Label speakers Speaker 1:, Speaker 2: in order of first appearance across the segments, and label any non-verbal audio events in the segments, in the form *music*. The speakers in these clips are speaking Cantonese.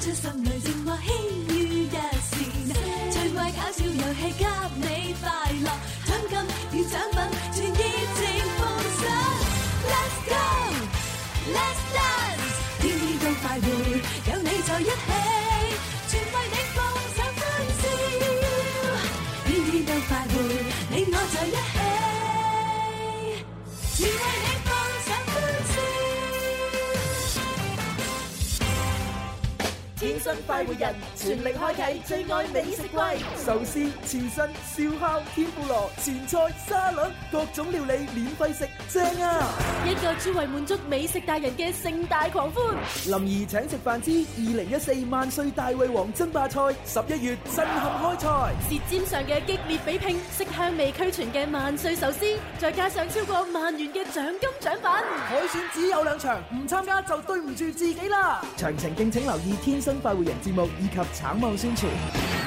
Speaker 1: 出心裏靜默輕於一線，趣味搞笑遊戲給你快樂，獎金與獎品全熱情奉上。Let's go，Let's dance，天天都快活，有你在一起，全為你放上歡笑。天天都快活，你我在一起，全為你放上歡笑。
Speaker 2: 天生快活人，全力開啟最愛美食季，
Speaker 3: 壽司、刺身、燒烤、天婦羅、前菜、沙律，各種料理免費食，正啊！
Speaker 2: 一個專為滿足美食大人嘅盛大狂歡。
Speaker 3: 林兒請食飯之二零一四萬歲大胃王爭霸賽，十一月震撼開賽。
Speaker 2: 舌尖上嘅激烈比拼，色香味俱全嘅萬歲壽司，再加上超過萬元嘅獎金獎品，
Speaker 3: 海選只有兩場，唔參加就對唔住自己啦。詳情敬請留意《天生快活人》節目以及橙網宣傳。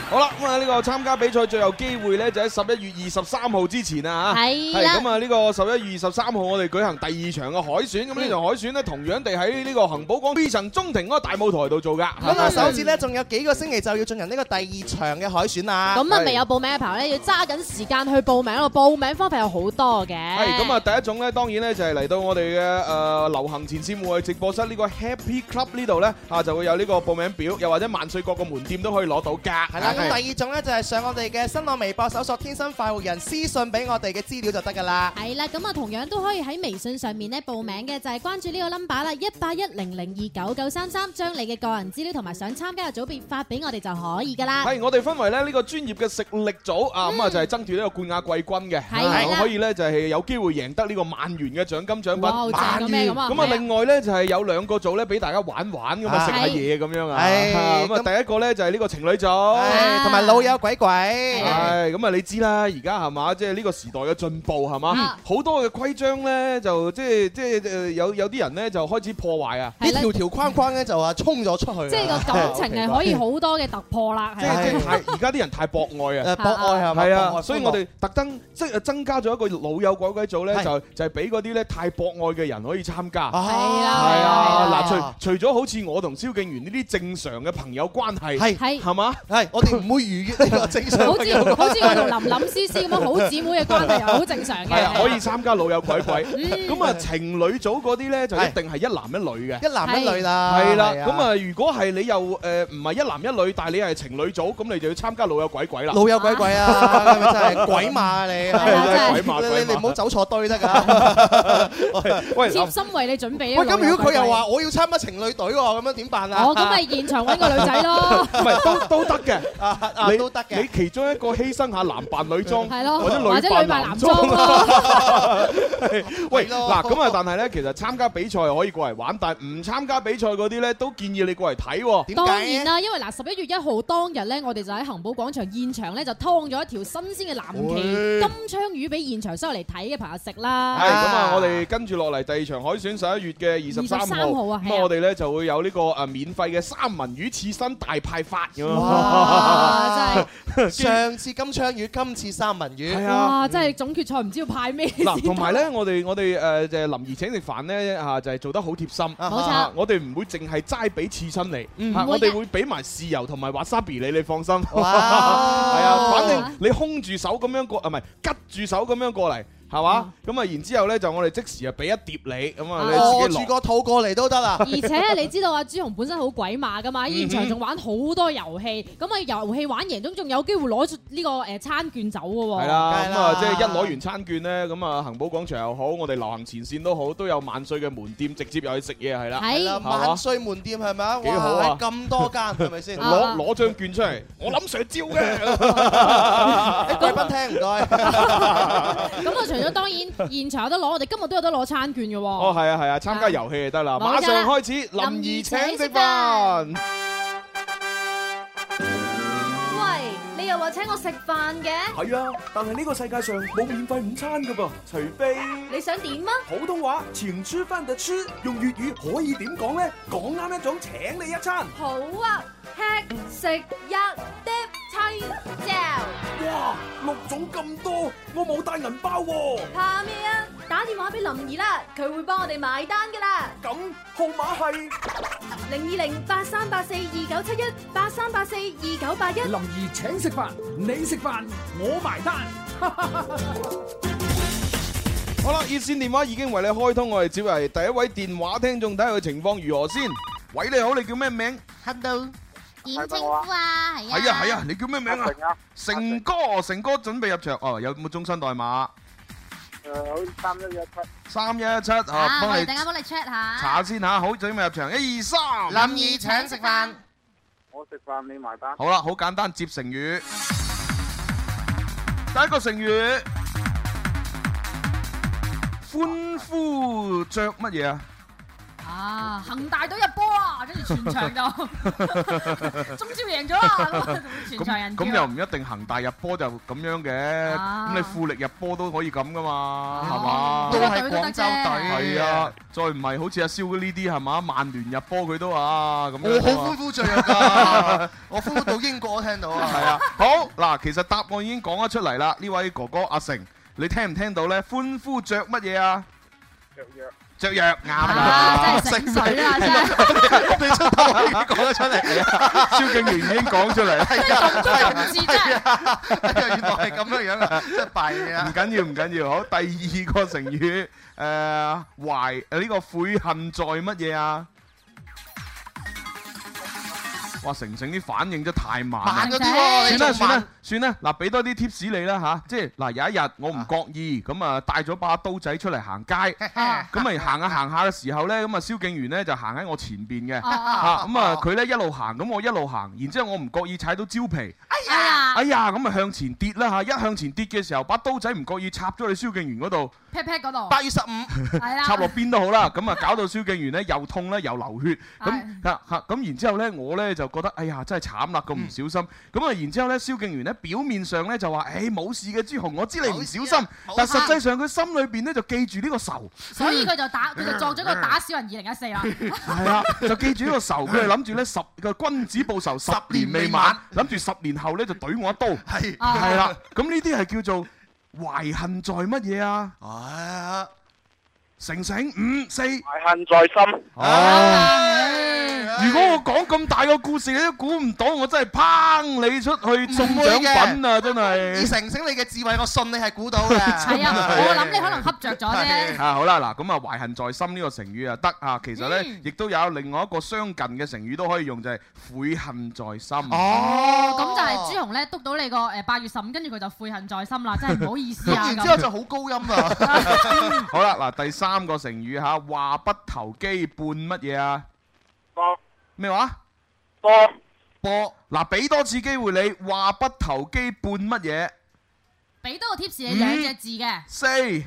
Speaker 4: 好啦，咁啊呢個參加比賽最後機會咧，就喺十一月二十三號之前啊嚇。
Speaker 5: 係
Speaker 4: 係
Speaker 5: 啦
Speaker 4: 咁啊，呢個十一月二十三號我哋舉行第二場嘅海選，咁呢場海選咧同樣地喺呢個恒寶廣 B 層中庭嗰個大舞台度做㗎。
Speaker 6: 咁啊，手指咧仲有幾個星期就要進行呢個第二場嘅海選啦。
Speaker 5: 咁啊，未有報名嘅朋友咧，要揸緊時間去報名咯。報名方法有好多嘅。
Speaker 4: 係咁啊！第一種咧，當然咧就係嚟到我哋嘅誒流行前線戶外直播室呢個 Happy Club 呢度咧啊，就會有呢個報名表，又或者萬歲各個門店都可以攞到㗎。
Speaker 6: 係啦，咁第二種咧就係上我哋嘅新浪微博搜索「天生快活人」，私信俾我哋嘅資料就得㗎啦。
Speaker 5: 係啦，咁啊，同樣都可以喺微信上面咧報名嘅，就係關注呢個 number 啦，一八一零零二九九三三，將你嘅個人資料同埋想參加嘅組別發俾我哋就可以噶啦。
Speaker 4: 係，我哋分為咧呢個專業嘅食力組啊，咁啊就係爭奪呢個冠亞季軍嘅，
Speaker 5: 係啦
Speaker 4: 咁可以咧就係有機會贏得呢個萬元嘅獎金獎品。
Speaker 5: 哇，正到咩咁啊！
Speaker 4: 咁啊，另外咧就係有兩個組咧俾大家玩玩咁啊，
Speaker 6: 啊
Speaker 4: 食下嘢咁樣啊。
Speaker 6: 係
Speaker 4: 咁啊，
Speaker 6: 咁
Speaker 4: 第一個咧就係呢個情侶組。
Speaker 6: 唉同埋老友鬼鬼，係
Speaker 4: 係咁啊！你知啦，而家係嘛，即係呢個時代嘅進步係嘛，好多嘅規章咧就即係即係誒有有啲人咧就開始破壞啊！
Speaker 5: 係
Speaker 6: 啲
Speaker 5: 啦
Speaker 6: 條條框框咧就話衝咗出去啦，
Speaker 5: 即係個感情係可以好多嘅突破啦，
Speaker 4: 即
Speaker 5: 係
Speaker 4: 係
Speaker 5: 啦
Speaker 4: 即係太而家啲人太博愛啊！
Speaker 6: 誒博愛 *laughs* 係咪？
Speaker 4: 係
Speaker 6: 博
Speaker 4: 啊，
Speaker 6: 愛
Speaker 4: 所以我哋特登即係增加咗一個老友鬼鬼組咧，
Speaker 6: 係
Speaker 4: 就就係俾嗰啲咧太博愛嘅人可以參加。
Speaker 6: 啊
Speaker 5: 係
Speaker 4: 係啊，
Speaker 5: 係啊
Speaker 4: 嗱，除除咗好似我同蕭敬元呢啲正常嘅朋友關係，
Speaker 6: 係
Speaker 5: 係
Speaker 4: 係嘛？
Speaker 6: 係我哋唔會逾越呢個正常
Speaker 5: 好
Speaker 6: 嘅
Speaker 5: 似好似我同林林詩詩咁樣好姊妹嘅關係又好正常嘅，
Speaker 4: 係啊，可以
Speaker 5: 係
Speaker 4: 參加老友鬼鬼。咁啊，情侶組嗰啲咧就一定係一男一女嘅。
Speaker 6: 一男一女啦，
Speaker 4: 係啦，
Speaker 6: 係
Speaker 4: 咁啊，如果係你又誒唔係一男一女，但係你係情侶組，咁你就要參加老友鬼鬼啦。
Speaker 6: 老友鬼鬼啊，你咪真係鬼馬你啊，
Speaker 5: 係啊真係
Speaker 4: 鬼馬
Speaker 6: 你
Speaker 4: 鬼馬
Speaker 6: 你你唔好走錯堆得㗎。
Speaker 4: 喂，
Speaker 5: 啊
Speaker 6: *laughs*
Speaker 5: 貼心為你準備呢啊個
Speaker 6: 喂，咁如果佢又
Speaker 5: 老
Speaker 6: 話我要參加情侶隊喎，咁樣點辦啊？
Speaker 5: 友鬼鬼，哦，咁咪現場揾個女仔咯，
Speaker 4: 唔係都都得嘅，
Speaker 6: 啊啊
Speaker 4: 你
Speaker 6: 都得嘅
Speaker 4: 你。其中一個犧牲下男扮女裝，
Speaker 5: 係咯，
Speaker 4: 或者
Speaker 5: 或者
Speaker 4: 扮
Speaker 5: 女扮男裝
Speaker 4: 裝
Speaker 5: 咯，
Speaker 4: *laughs* 喂，
Speaker 6: 係咯
Speaker 4: 嗱咁啊，但係咧，其實參加比賽可以過嚟玩，但係唔參加比賽嗰啲咧，都建議你過嚟睇喎。
Speaker 6: 點
Speaker 5: 當
Speaker 6: 解
Speaker 5: 然啦，因為嗱十一月一號當日咧，我哋就喺恒寶廣場現場咧就劏咗一條新鮮嘅藍鰭
Speaker 6: 喂
Speaker 5: 金槍魚俾現場所有嚟睇嘅朋友食啦。
Speaker 4: 係咁啊！我哋跟住落嚟第二場海選十一月嘅二十三號，
Speaker 5: 23號啊
Speaker 4: 咁
Speaker 5: 係啊
Speaker 4: 我哋咧就會有呢個誒免費嘅三文魚刺身大派發咁樣。
Speaker 5: 哇！
Speaker 6: 真係上次金槍魚，今次三文魚，
Speaker 4: 係啊！
Speaker 5: 哇！真係總決賽唔知要派 *laughs* 咩先得
Speaker 4: 嗱，同埋咧，我哋我哋誒就係林兒請食飯咧啊，就係做得好貼心。
Speaker 6: 啊
Speaker 5: 冇錯
Speaker 4: 啊我哋唔會淨係齋俾刺身你，啊
Speaker 5: 唔會
Speaker 4: 我哋
Speaker 5: 㗎
Speaker 4: 會俾埋豉油同埋 wasabi 你，你放心。
Speaker 6: 哇！
Speaker 4: *laughs* 係啊，反正你空住手咁樣過，啊唔係吉住手咁樣過嚟，係嘛？咁啊，然之後咧就我哋即時啊俾一碟你，咁啊
Speaker 6: 餓
Speaker 4: 你自己
Speaker 6: 住
Speaker 4: 攞。
Speaker 6: 哦個肚過嚟都得啦。
Speaker 5: 而且你知道啊阿朱紅本身好鬼馬噶嘛，喺現場仲玩好多遊戲，咁啊遊戲玩贏咗仲有機會攞出呢個誒餐券走嘅喎。
Speaker 4: 係啦，
Speaker 6: 梗係
Speaker 4: 咁
Speaker 6: 啦
Speaker 4: 啊，即係一攞完餐券咧，咁啊，恒寶廣場又好，我哋流行前線都好，都有萬歲嘅門店直接入去食嘢係啦，
Speaker 6: 係啦，
Speaker 5: 係
Speaker 6: 萬歲門店係咪啊？
Speaker 4: 幾好啊
Speaker 6: 哇，咁多間係咪先？
Speaker 5: 啊
Speaker 4: 攞攞張券出嚟，我諗 Sir 招嘅，
Speaker 6: 誒貴賓廳唔該，
Speaker 5: 咁啊，除咗當然現場有得攞，我哋今日都有得攞餐券嘅
Speaker 4: *laughs*
Speaker 5: 喎。
Speaker 4: 哦係啊係啊，參加遊戲就得啦，
Speaker 5: 冇錯啦
Speaker 4: 馬上開始，林兒請
Speaker 5: 兒請
Speaker 4: 食
Speaker 5: 食
Speaker 4: 飯
Speaker 5: 飯。
Speaker 7: 喂，你又話請我食飯嘅，
Speaker 3: 係啊，但係呢個世界上冇免費午餐噶噃，除非
Speaker 7: 你想點啊？
Speaker 3: 普通話錢出翻特出，用粵語可以點講咧？講啱一種請你一餐，
Speaker 7: 好啊，吃食一碟青椒，
Speaker 3: 哇，六種咁多，我冇帶銀包喎、
Speaker 7: 怕咩啊？打電話俾林兒啦，佢會幫我哋埋單噶啦。
Speaker 3: 咁號碼係
Speaker 7: 零二零八三八四二九七一八三八四二九八一。
Speaker 3: 林兒請食飯，你食飯，我埋單。
Speaker 4: 好啦，熱線電話已經為你開通，我哋接嚟第一位電話聽眾，睇下佢情況如何先。喂，你好，你叫咩名？
Speaker 8: 點稱呼啊？係啊，
Speaker 4: 係啊係啊，你叫咩名啊？成哥，成哥準備入場哦，有冇終身代碼？三一一七啊，
Speaker 8: 啊，我
Speaker 4: 幫
Speaker 8: 哋
Speaker 4: 你
Speaker 8: 陣間幫你 check 下。
Speaker 4: 查下先嚇，好，準備入場，一二三，
Speaker 6: 林兒請食飯，
Speaker 4: 好啦，好簡單，接成語。第一個成語，歡呼着乜嘢啊？
Speaker 9: 啊，恒大隊入波啊，跟住全場 *laughs* 就中超贏咗啊，咁啊全場人
Speaker 4: 咁
Speaker 9: 叫
Speaker 4: 咁又唔一定恒大入波就咁樣嘅，
Speaker 9: 啊
Speaker 4: 咁你富力入波都可以咁噶嘛，係
Speaker 9: 哦
Speaker 6: 都
Speaker 4: 嘛？
Speaker 6: 係廣州隊。
Speaker 4: 係啊，，再唔係好似阿蕭呢啲係嘛？曼聯入波佢都啊咁
Speaker 6: 我
Speaker 4: 樣
Speaker 6: 好
Speaker 4: 㗎嘛
Speaker 6: 歡呼雀躍㗎，我歡呼到英國我聽到啊，
Speaker 4: 係啊，好嗱，其實答案已經講咗出嚟啦。呢位哥哥阿成，你聽唔聽到咧？歡呼着乜嘢啊？着藥，着藥啱
Speaker 9: 啊，
Speaker 4: 啦。
Speaker 9: 真係醒水啦，真係
Speaker 6: 你出頭已經講得出嚟，啊
Speaker 4: 蕭敬元已經講出
Speaker 6: *laughs*
Speaker 4: 嚟啦，
Speaker 9: 咁中唔字真係
Speaker 6: *laughs* 原來係咁樣樣啊，真係弊
Speaker 4: 唔
Speaker 6: 啊！
Speaker 4: 緊要唔緊要。好，第二個成語誒懷誒呢個悔恨在乜嘢啊？哇！成成啲反應真係太慢啦
Speaker 6: 慢。咗啲喎，你
Speaker 4: 算啦
Speaker 6: 仲
Speaker 4: 算
Speaker 6: 慢
Speaker 4: 啦。算啦，嗱，俾多啲 tips 你啦吓，即係嗱有一日我唔覺意咁啊帶咗把刀仔出嚟行
Speaker 6: *laughs*
Speaker 4: 街，咁咪行下行下嘅時候咧，咁啊蕭敬元咧就行喺我前邊嘅，啊咁啊佢咧一路行，咁我一路行，然之後我唔覺意踩到蕉皮，
Speaker 9: 哎呀，
Speaker 4: 哎呀咁啊向前跌啦吓，一向前跌嘅時候把刀仔唔覺意插咗去蕭敬元嗰度，
Speaker 9: 劈劈嗰度，
Speaker 6: 八月十五，
Speaker 9: 係啦，
Speaker 4: 插落邊都好啦，咁啊搞到蕭敬元咧又痛咧又流血，咁
Speaker 9: 係
Speaker 4: 嚇嚇咁然之後咧我咧就覺得哎呀真係慘啦，咁唔小心，咁啊然之後咧蕭敬元咧表面上咧就話誒冇事嘅朱紅，我知你唔小
Speaker 6: 冇事
Speaker 4: 心
Speaker 6: 啊冇，
Speaker 4: 但實際上佢心裏邊咧就記住呢個仇，
Speaker 9: 所以佢就打，佢就作咗個打小人二零一四啦，
Speaker 4: 係 *laughs* 啊，就記住呢個仇，佢係諗住咧十個君子報仇十年未晚，諗住十年後咧就懟我一刀，
Speaker 6: 係
Speaker 9: 啊
Speaker 4: 係啦，咁呢啲係叫做懷恨在乜嘢啊？
Speaker 6: 啊，
Speaker 4: 成成五四，
Speaker 10: 恨在心，
Speaker 4: 如果我講咁大個故事，你都估唔到，我真係抨你出去中
Speaker 6: 唔會嘅
Speaker 4: 獎品啊！真
Speaker 6: 以
Speaker 4: 係。
Speaker 6: 成成你嘅智慧，我信你係估到嘅。
Speaker 9: 係啊，我諗你可能恰着咗啫，
Speaker 4: 啊好啦，嗱咁啊懷恨在心呢個成語啊得啊，其實呢
Speaker 9: 嗯，
Speaker 4: 亦都有另外一個相近嘅成語都可以用，就係悔恨在心。
Speaker 5: Ờ,
Speaker 6: 哦，
Speaker 9: 咁就係朱紅咧督到你個誒八月十五，跟住佢就悔恨在心啦，真係唔好意思啊
Speaker 6: 咁然之後
Speaker 5: Dạ,
Speaker 9: 咁。
Speaker 6: 就好高音啦，
Speaker 4: 好啦，嗱第三個成語嚇話不投機半乜嘢啊？
Speaker 10: 波
Speaker 4: 咩話？
Speaker 10: 波
Speaker 4: 波嗱，俾多次機會你話不投機半乜嘢？
Speaker 9: 俾多個 tips 你兩隻字嘅，
Speaker 4: 四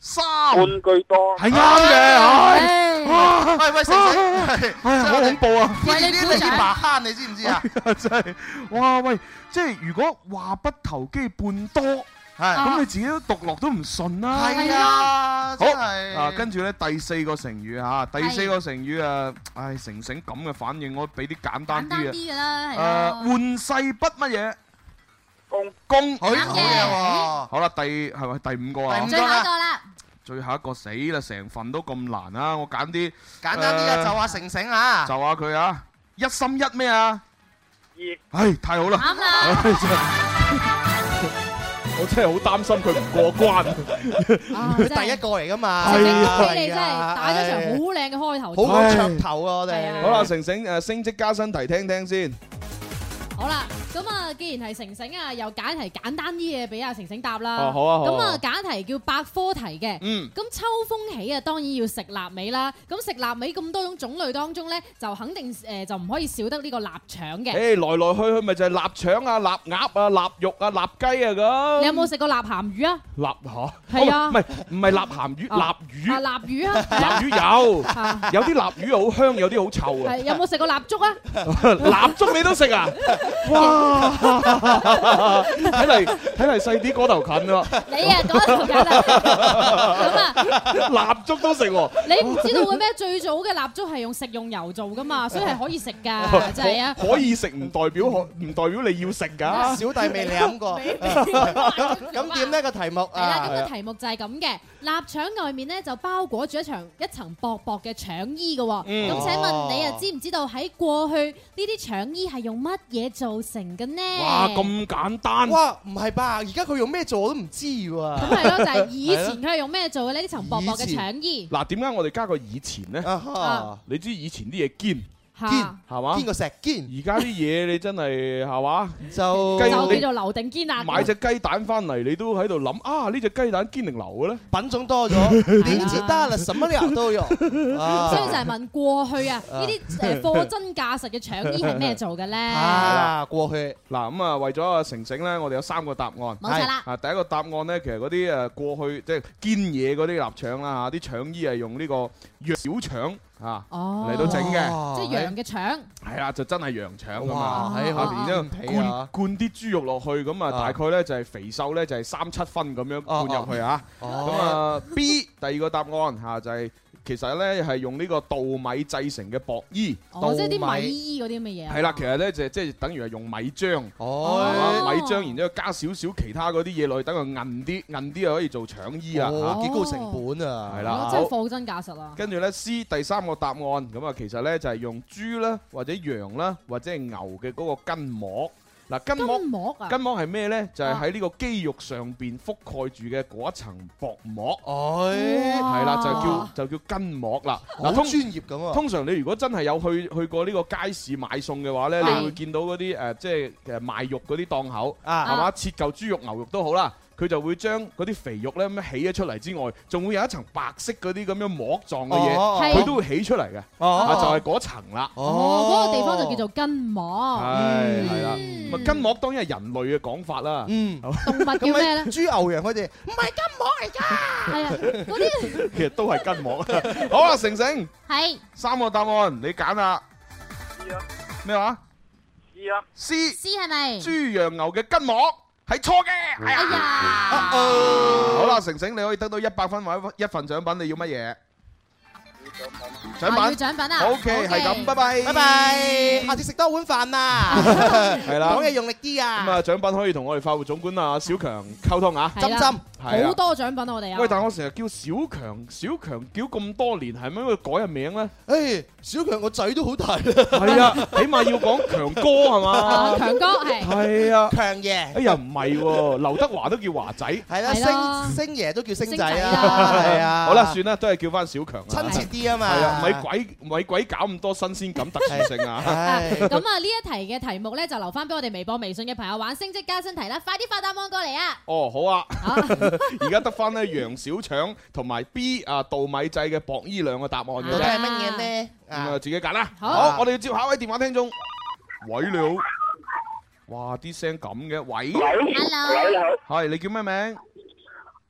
Speaker 4: 三
Speaker 10: 半句多，
Speaker 4: 係啱嘅，唉
Speaker 6: 哎
Speaker 9: 唉
Speaker 6: 喂喂，成成，
Speaker 4: 哎呀好恐怖啊！ *laughs*
Speaker 6: 喂你呢啲麻坑，你知唔知啊？
Speaker 4: 真係，哇喂！即係如果話不投機半多，咁、
Speaker 6: 係
Speaker 4: 你自己都讀落都唔順啦。
Speaker 6: 係啊，
Speaker 4: 好
Speaker 6: 真係
Speaker 4: 啊，跟住呢，第四個成語嚇、第四個成語啊，唉，成成咁嘅反應，我俾啲簡單
Speaker 9: 簡單
Speaker 4: 啲嘅。
Speaker 9: 啲嘅啦，係
Speaker 4: 誒，
Speaker 9: 啊。
Speaker 4: 換世不乜嘢？
Speaker 10: 公
Speaker 4: 公。
Speaker 6: 佢
Speaker 9: 啱
Speaker 6: 好
Speaker 9: 嘅
Speaker 6: 嘢
Speaker 4: 好啦，第係咪第五個啊
Speaker 6: 第？五
Speaker 9: 最後一個啦，
Speaker 4: 最後一個死啦，成份都咁難啊！我揀啲
Speaker 6: 喎，簡單啲啊，就話成成啊，
Speaker 4: 就下佢啊，一心一咩啊？
Speaker 10: 意
Speaker 4: 唉，太好啦！
Speaker 9: 啱啦。
Speaker 4: *laughs* 我真係好擔心佢唔過關。
Speaker 9: 啊
Speaker 5: Dạ.
Speaker 6: 佢第一個嚟㗎嘛，
Speaker 4: 係啊
Speaker 5: 恭喜你真係打咗場好靚嘅開頭。
Speaker 6: 好講噱頭啊！我
Speaker 5: 係啊
Speaker 6: 哋
Speaker 4: 好啦，成成誒升職加薪題聽聽先。
Speaker 5: 好啦，咁啊，既然係成成啊，又揀題簡單啲嘢俾阿成成答啦。
Speaker 4: 哦好啊好啊
Speaker 5: 咁啊，揀題叫百科題嘅。
Speaker 4: 嗯，
Speaker 5: 咁秋風起啊，當然要食臘味啦。咁食臘味咁多種種類當中咧，就肯定誒、呃就唔可以少得呢個臘腸
Speaker 4: 誒
Speaker 5: 嘅。
Speaker 4: 來來去去咪就係臘腸啊、臘鴨啊、臘肉啊、臘雞啊咁。
Speaker 5: 你有冇食過臘鹹魚啊？
Speaker 4: 臘嚇？
Speaker 5: 係啊
Speaker 4: 哦唔係唔係臘鹹魚，臘
Speaker 5: 啊啊，
Speaker 4: 魚。！
Speaker 5: 臘魚啊
Speaker 4: *laughs* 臘魚
Speaker 5: 啊
Speaker 4: 有，有啲臘魚好香，有啲好臭啊
Speaker 5: 係！有冇食過臘粥啊？
Speaker 4: 臘粥你都食啊？哇！哇！睇嚟睇嚟細啲嗰頭近啊！
Speaker 5: 你啊，嗰度簡單。啊
Speaker 4: 蠟燭都食喎。
Speaker 5: 你唔知道嘅咩？最早嘅蠟燭係用食用油做噶嘛，所以係可以食
Speaker 4: 哦
Speaker 5: 㗎，就係啊。
Speaker 4: 可可以食唔代表可唔代表你要食㗎。
Speaker 6: 小弟未舐過
Speaker 5: 咁
Speaker 6: 點呢個題目
Speaker 5: 係啦，
Speaker 6: 啊？
Speaker 5: 咁個題目就係咁嘅，臘腸外面咧就包裹住一層一層薄薄嘅腸衣嘅喎。
Speaker 6: 嗯
Speaker 5: 咁請問
Speaker 6: 哦
Speaker 5: 你啊，知唔知道喺過去呢啲腸衣係用乜嘢做成嘅呢？
Speaker 4: 簡單
Speaker 6: 哇，唔係吧？而家佢用咩做我都唔知喎。咁
Speaker 5: 係咯，就係以前佢係用咩做嘅呢？呢層薄薄嘅腸衣
Speaker 4: 嗱，點解我哋加個以前咧
Speaker 6: Ờ.
Speaker 5: 哈？
Speaker 4: 啊你知以前啲嘢堅。
Speaker 5: 嚇
Speaker 4: 係嘛？
Speaker 6: 堅過石堅。
Speaker 4: 而家啲嘢你真係係嘛？
Speaker 6: 就
Speaker 5: 就叫做留定堅啊。
Speaker 4: 買隻雞蛋翻嚟，你都喺度諗啊！呢只雞蛋堅定流嘅咧？
Speaker 6: 品種多咗，點知得啦？什麼料都有。
Speaker 5: 所以
Speaker 6: 所
Speaker 5: 就係問過去啊，
Speaker 4: 啊
Speaker 5: 呢啲誒貨真價實嘅腸衣係咩做嘅
Speaker 4: *laughs*
Speaker 5: 咧？
Speaker 4: 啊，
Speaker 6: 過去
Speaker 4: 嗱咁啊，為咗阿成成咧，我哋有三個答案。冇
Speaker 5: 錯啦
Speaker 4: 啊，第一個答案咧，其實嗰啲誒過去即係堅嘢嗰啲臘腸啦嚇，啲腸衣係用呢個羊小腸啊
Speaker 5: 哦
Speaker 4: 嚟到
Speaker 6: Ờ.
Speaker 4: 整嘅，
Speaker 5: 即係羊嘅腸。
Speaker 4: 係啊啦，就真係羊腸咁
Speaker 6: 哇
Speaker 4: 啊，
Speaker 6: 係
Speaker 4: 啊
Speaker 6: 好
Speaker 4: 然
Speaker 6: 唔
Speaker 4: 之
Speaker 6: 皮
Speaker 4: 後灌
Speaker 6: 啊
Speaker 4: 灌啲豬肉落去，咁啊大概咧就係肥瘦咧就係三七分咁樣
Speaker 6: 哦
Speaker 4: 灌入去啊。
Speaker 6: Ờ.
Speaker 4: 咁啊 B 第二個答案嚇就係其實咧係用呢個稻米製成嘅薄衣，
Speaker 5: 哦，即係啲米衣嗰啲咁嘅嘢啊。
Speaker 4: 係啦，其實咧就即係等於係用米漿，
Speaker 6: 哦
Speaker 4: 係嘛米漿，然之後加少少其他嗰啲嘢落去，等佢韌啲，韌啲就可以做腸衣啊，
Speaker 6: 哦幾高成本啊
Speaker 4: 係
Speaker 5: 哦
Speaker 4: 啦，
Speaker 5: 真係
Speaker 4: 好
Speaker 5: 貨真價實啊！
Speaker 4: 跟住咧 C 第三個答案咁啊，其實咧就係用豬啦，或者羊啦，或者係牛嘅嗰個筋膜。嗱，筋膜
Speaker 5: 筋膜啊
Speaker 4: 筋膜係咩咧？就係喺呢個肌肉上邊覆蓋住嘅嗰一層薄膜。
Speaker 6: 哦
Speaker 4: 係啦，就叫就叫筋膜啦。
Speaker 6: 好
Speaker 4: 通
Speaker 6: 專業咁啊
Speaker 4: 通常你如果真係有去去過呢個街市買餸嘅話咧，
Speaker 6: 係
Speaker 4: 你會見到嗰啲誒即係誒賣肉嗰啲檔口，
Speaker 6: 啊
Speaker 4: 係嘛？切嚿豬肉、牛肉都好啦。佢就會將嗰啲肥肉咧咁樣起咗出嚟之外，仲會有一層白色嗰啲咁樣膜狀嘅
Speaker 6: 哦
Speaker 4: 嘢，
Speaker 5: 係
Speaker 4: 佢都會起出嚟嘅，
Speaker 6: 哦
Speaker 4: 啊就係嗰層啦。
Speaker 5: 哦，嗰個地方就叫做筋
Speaker 6: 哦
Speaker 5: 膜。
Speaker 4: 啊係係啦，咁啊筋膜當然係人類嘅講法啦。
Speaker 6: 嗯，
Speaker 5: 動物叫咩咧？
Speaker 6: 豬牛羊佢哋唔係筋膜嚟㗎。
Speaker 5: 係啊，嗰啲
Speaker 4: 其實都係筋
Speaker 6: *laughs*
Speaker 4: 膜。好啦，成成
Speaker 5: 係
Speaker 4: 三個答案，你揀啦。咩話？
Speaker 10: 知啊
Speaker 4: C
Speaker 8: C 係
Speaker 6: 嗯
Speaker 8: 咪？
Speaker 4: 豬羊牛嘅筋膜係錯嘅。哎呀，好啦，成成你可以得到一百分或者一份獎品，你要乜嘢？獎
Speaker 5: 啊要
Speaker 4: 品，
Speaker 5: 獎品啊
Speaker 4: OK，係咁，拜拜，
Speaker 6: 拜拜，下次食多碗飯啊！
Speaker 4: 係啦
Speaker 6: 講嘢用力啲
Speaker 4: 咁
Speaker 6: 啊！
Speaker 4: 啊，獎品可以同我哋法務總管啊小強溝通啊，
Speaker 5: 係啦
Speaker 4: 係啊
Speaker 5: 好。多獎品啊我哋啊。
Speaker 4: 喂，但我成日叫小強，小強叫咁多年，係咪應該改下名咧？
Speaker 6: 誒，小強個仔都好大啦，
Speaker 4: *laughs* 係啊，起碼要講強哥係嘛？
Speaker 5: 啊強哥係
Speaker 4: 係啊，
Speaker 6: 強爺
Speaker 4: 哎呀，唔係喎，劉德華都叫華仔。
Speaker 6: 係啦，
Speaker 5: 係啦
Speaker 6: 星星爺都叫星仔
Speaker 5: 星仔
Speaker 6: 啊，
Speaker 4: à.
Speaker 5: 啦
Speaker 6: 係啊，
Speaker 4: 好啦，算啦，都係叫翻小強啦。
Speaker 6: 親切啲啊嘛，
Speaker 4: 係啊，咪鬼咪鬼搞咁多新鮮感、特殊性啊！
Speaker 6: 唉
Speaker 5: 咁啊，呢一題嘅題目咧就留翻俾我哋微博、微信嘅朋友玩升職加薪題啦，快啲發答案過嚟
Speaker 4: *laughs*
Speaker 5: 啊！
Speaker 4: 哦，好啊，而家得翻咧羊小腸同埋 B 啊稻米製嘅薄衣兩個答案嘅
Speaker 6: 到底
Speaker 4: 啫，
Speaker 6: 係乜嘢呢？
Speaker 4: 咁啊自己揀啦。
Speaker 5: 好
Speaker 4: 好，我哋要接下一位電話聽眾。喂，你好。哇，啲聲咁嘅，喂，
Speaker 10: 喂，你好，
Speaker 4: 係你叫咩名？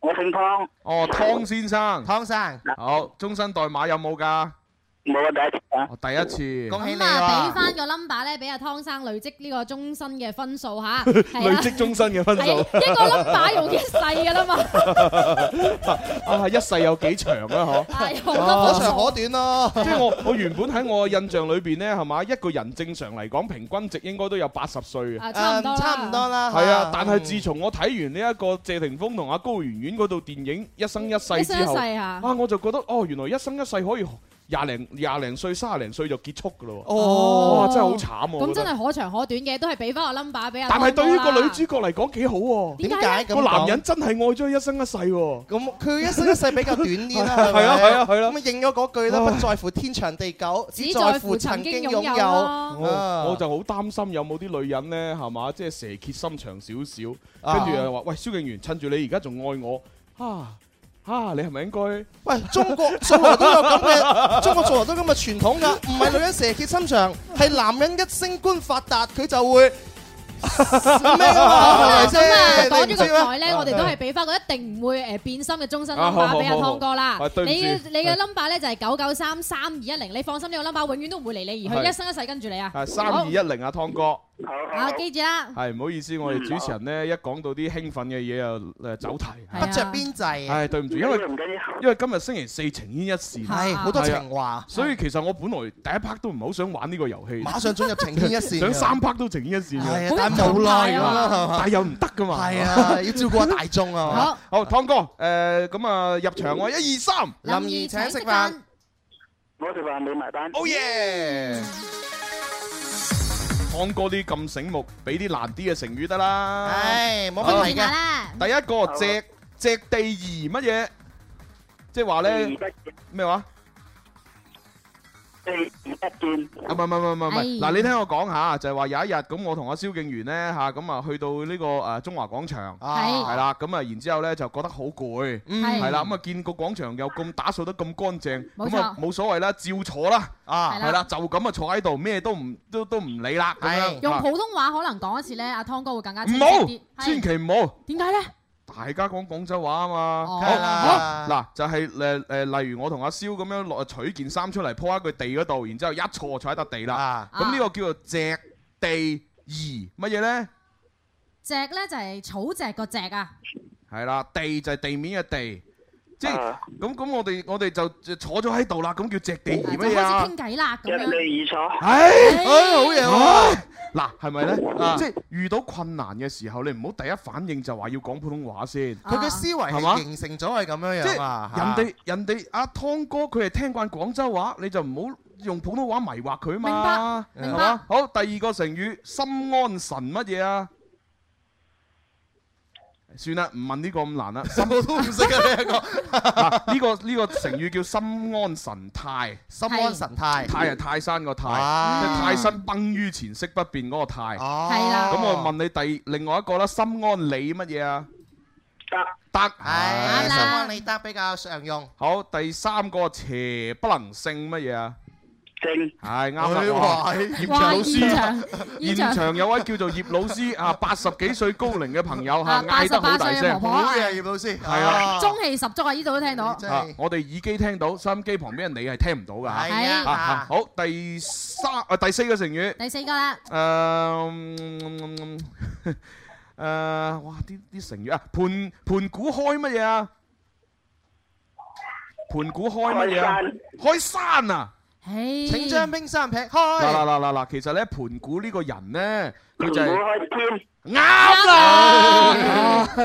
Speaker 10: 我姓湯，
Speaker 4: 哦，湯先生。
Speaker 6: 湯生，
Speaker 4: 好，終身代碼有冇㗎？
Speaker 10: 冇啊，第一次啊，
Speaker 4: 我第一次。
Speaker 6: 恭喜你
Speaker 5: 咁啊，
Speaker 6: 啊
Speaker 5: 俾！翻個 number 咧，俾阿湯生累積呢個終身嘅分數吓，係啦，
Speaker 4: 積終身嘅分
Speaker 5: 係啊一個 number 用一世噶啦嘛，
Speaker 4: 啊，一世有幾長啊？嗬！
Speaker 5: 係好多
Speaker 6: 可長
Speaker 5: 分數。
Speaker 6: 可短咯，
Speaker 4: 即係我我原本喺我印象裏邊咧，係嘛一個人正常嚟講平均值應該都有八十歲嘅。
Speaker 5: 啊，差
Speaker 6: 誒
Speaker 5: 唔多啦
Speaker 6: 嗯差唔多啦，
Speaker 4: 係啊，但係自從我睇完呢一個謝霆鋒同阿高圓圓嗰套電影《一生一世
Speaker 5: 一》生
Speaker 4: 之
Speaker 5: 嗯一
Speaker 4: 後，
Speaker 5: 世嚇
Speaker 4: 啊，我就覺得哦，原來一生一世可以廿零廿零歲、卅零歲就結束㗎咯喎。
Speaker 6: 哦，
Speaker 4: 哇，真係好慘啊！
Speaker 5: 咁真
Speaker 4: 係，
Speaker 5: 係可長可短嘅，都係俾翻個 number 俾阿。
Speaker 4: 但係對於個女主，角嚟講幾好喎，
Speaker 6: 點
Speaker 5: 點解
Speaker 6: 解咁
Speaker 4: 個男
Speaker 6: 講
Speaker 4: 人真係愛咗一生一世喎。
Speaker 6: 咁佢一生一世比較短啲啦，係
Speaker 4: *laughs*
Speaker 6: 咪
Speaker 4: 係啊係啊係啊
Speaker 6: 咁啊應咗嗰句啦，不在乎天長地久，只
Speaker 5: 只
Speaker 6: 在
Speaker 5: 在
Speaker 6: 乎
Speaker 5: 乎
Speaker 6: 曾
Speaker 5: 曾
Speaker 6: 經
Speaker 5: 經
Speaker 6: 擁
Speaker 5: 擁有
Speaker 6: 有
Speaker 5: 啦。
Speaker 6: 啊
Speaker 4: 我就好擔心有冇啲女人呢，係嘛，即係蛇蝎心腸少少，
Speaker 6: 啊
Speaker 4: 跟住又話：喂，蕭敬元，趁住你而家仲愛我，啊啊，你係咪應該？
Speaker 6: 喂，中國
Speaker 4: *laughs*
Speaker 6: 從來都有咁嘅，中國從來都有咁嘅傳統㗎，唔係女人蛇蝎心腸，係男人一升官發達佢就會
Speaker 5: Ờ, 咁啊，講咗咁耐咧，我哋都係俾翻個一定唔會誒變心嘅終身 number 俾阿湯哥啦。你你嘅 number 咧就係九九三三二一零，你放心，呢個 number 永遠都唔會離你而去，一生一世跟住你啊。
Speaker 4: 啊，三二一零啊，湯哥。
Speaker 10: Ờ,
Speaker 5: 好，記住啦。
Speaker 4: *laughs* 係唔好意思，我哋主持人咧一講到啲興奮嘅嘢又誒走題，
Speaker 6: 不着邊際啊
Speaker 4: 唉，對唔住，因為因為今日星期四情牽一線，啊
Speaker 6: 係好多情話，
Speaker 4: 所以其實我本來第一 part 都唔係好想玩呢個遊戲，
Speaker 6: 馬上進入情牽一線
Speaker 4: *laughs* 想三 part 都情牽一線，
Speaker 6: 係啊但係無奈
Speaker 4: 啊
Speaker 6: 啊嘛
Speaker 4: 但係又唔得噶嘛，
Speaker 6: 係啊要照顧下大眾啊，
Speaker 4: 好，湯哥，誒咁啊入場喎，一二三，
Speaker 6: 林怡請食飯，
Speaker 10: 我食飯你埋單。
Speaker 6: Oh,
Speaker 4: 好嘢！湯哥啲咁醒目，俾啲難啲嘅成語得啦，
Speaker 6: 唉冇問題嘅
Speaker 4: 第一個隻隻地而乜嘢？即係話咧咩話？啊唔係唔係唔係唔係，嗱
Speaker 10: 哎
Speaker 4: 你聽我講下，就係話有一日咁，我同阿蕭敬元咧嚇咁啊去到呢個誒中華廣場，
Speaker 10: 係
Speaker 4: 係啦，咁啊然之後咧就覺得好攰，
Speaker 10: 嗯
Speaker 4: 係啦，咁啊見個廣場又咁打掃得咁乾淨，
Speaker 10: 冇錯
Speaker 4: 咁啊冇所謂啦，照坐啦，啊
Speaker 9: 係啦
Speaker 4: 係啦，就咁啊坐喺度，咩都唔都都唔理啦，咁樣
Speaker 9: 用
Speaker 4: 啊
Speaker 9: 普通話可能講一次咧，
Speaker 5: à,
Speaker 9: 阿湯哥會更加
Speaker 4: 唔
Speaker 9: 清晰
Speaker 4: 好
Speaker 9: 啲。，
Speaker 4: 千祈
Speaker 9: 係
Speaker 4: 唔好。
Speaker 9: 點解咧？
Speaker 4: 大家講廣州話啊嘛，好
Speaker 9: 梗係啦
Speaker 4: 嗱就係誒誒，例如我同阿蕭咁樣落取件衫出嚟鋪喺佢地嗰度，然之後一坐坐喺笪地
Speaker 6: 啊
Speaker 4: 啦。
Speaker 9: 啊
Speaker 4: 咁呢個叫做隻地而乜嘢呢？
Speaker 9: 隻咧就係草隻個隻
Speaker 5: à?
Speaker 9: 啊，
Speaker 4: 係啦，地就係地面嘅地，即
Speaker 10: Ờ,
Speaker 4: 係
Speaker 10: 啊
Speaker 4: 咁咁，我哋我哋就就坐咗喺度啦，咁叫隻地
Speaker 5: À,
Speaker 4: 而
Speaker 9: 就
Speaker 4: 乜
Speaker 9: 開
Speaker 4: 嘢啊
Speaker 9: 始傾？偈啦
Speaker 5: Dạ,
Speaker 9: 咁
Speaker 10: 隻
Speaker 9: 樣。
Speaker 10: 地而坐。
Speaker 4: 唉，
Speaker 10: 哎好嘢喎
Speaker 4: 啊！嗱，係咪呢？
Speaker 10: 啊
Speaker 4: 即係遇到困難嘅時候，你唔好第一反應就話要講普通話先。
Speaker 6: 佢嘅思維
Speaker 4: 係嘛
Speaker 6: 係形成咗係咁樣
Speaker 4: 即
Speaker 6: 樣啊，
Speaker 4: 係人哋人哋阿湯哥佢係聽慣廣州話，你就唔好用普通話迷惑佢嘛，
Speaker 6: 明白明
Speaker 4: 係嘛？好，第二個成語心安神乜嘢啊？算啦，唔問呢個咁難
Speaker 6: *laughs*
Speaker 4: 啦。心
Speaker 6: 我都唔識啊
Speaker 4: *laughs*
Speaker 6: 呢一個。
Speaker 4: 嗱呢個呢個成語叫心安神泰。
Speaker 6: 心安神泰，
Speaker 4: 泰係泰山個泰，
Speaker 6: 啊哦
Speaker 4: 即係泰山崩於前色不變嗰個泰。
Speaker 6: 係啦
Speaker 4: 咁我問你第另外一個啦，心安理乜嘢啊？得得，
Speaker 6: 唉
Speaker 4: 係
Speaker 6: 心安理得比較常用。
Speaker 4: 好，第三個邪不能勝乜嘢啊？
Speaker 10: 正
Speaker 4: 係啱
Speaker 6: 哎
Speaker 4: 啦，
Speaker 6: 哇
Speaker 4: 哇
Speaker 6: 係
Speaker 4: 葉
Speaker 6: 哇
Speaker 4: 老
Speaker 6: 現
Speaker 4: 師
Speaker 6: 場，
Speaker 4: 現
Speaker 6: 現場
Speaker 4: 場有位叫做葉老師啊，八十幾歲高齡嘅朋友嚇，
Speaker 5: À,
Speaker 9: 啊
Speaker 4: 嗌得好
Speaker 9: 88
Speaker 4: 大
Speaker 9: 歲
Speaker 4: 聲，
Speaker 9: 婆婆好嘢
Speaker 6: 葉老師哦
Speaker 4: 係啊。
Speaker 9: 中氣十足啊！呢度都聽到。
Speaker 4: 啊！我哋耳機聽到，收音機旁邊人你係聽唔到㗎嚇。
Speaker 9: 係啊
Speaker 4: 啊好，第三啊第四個成語，
Speaker 9: 第四個啦，
Speaker 4: 誒嗯誒哇！啲啲成語啊，盤盤古開乜嘢啊？盤古開乜嘢啊？開山啊！
Speaker 6: 請將冰山劈
Speaker 4: 嗱嗱
Speaker 6: 開。
Speaker 4: 嗱嗱嗱，其實咧盤古呢個人咧，佢就
Speaker 10: 盤古
Speaker 4: 係
Speaker 10: 開天。
Speaker 4: 啱啦，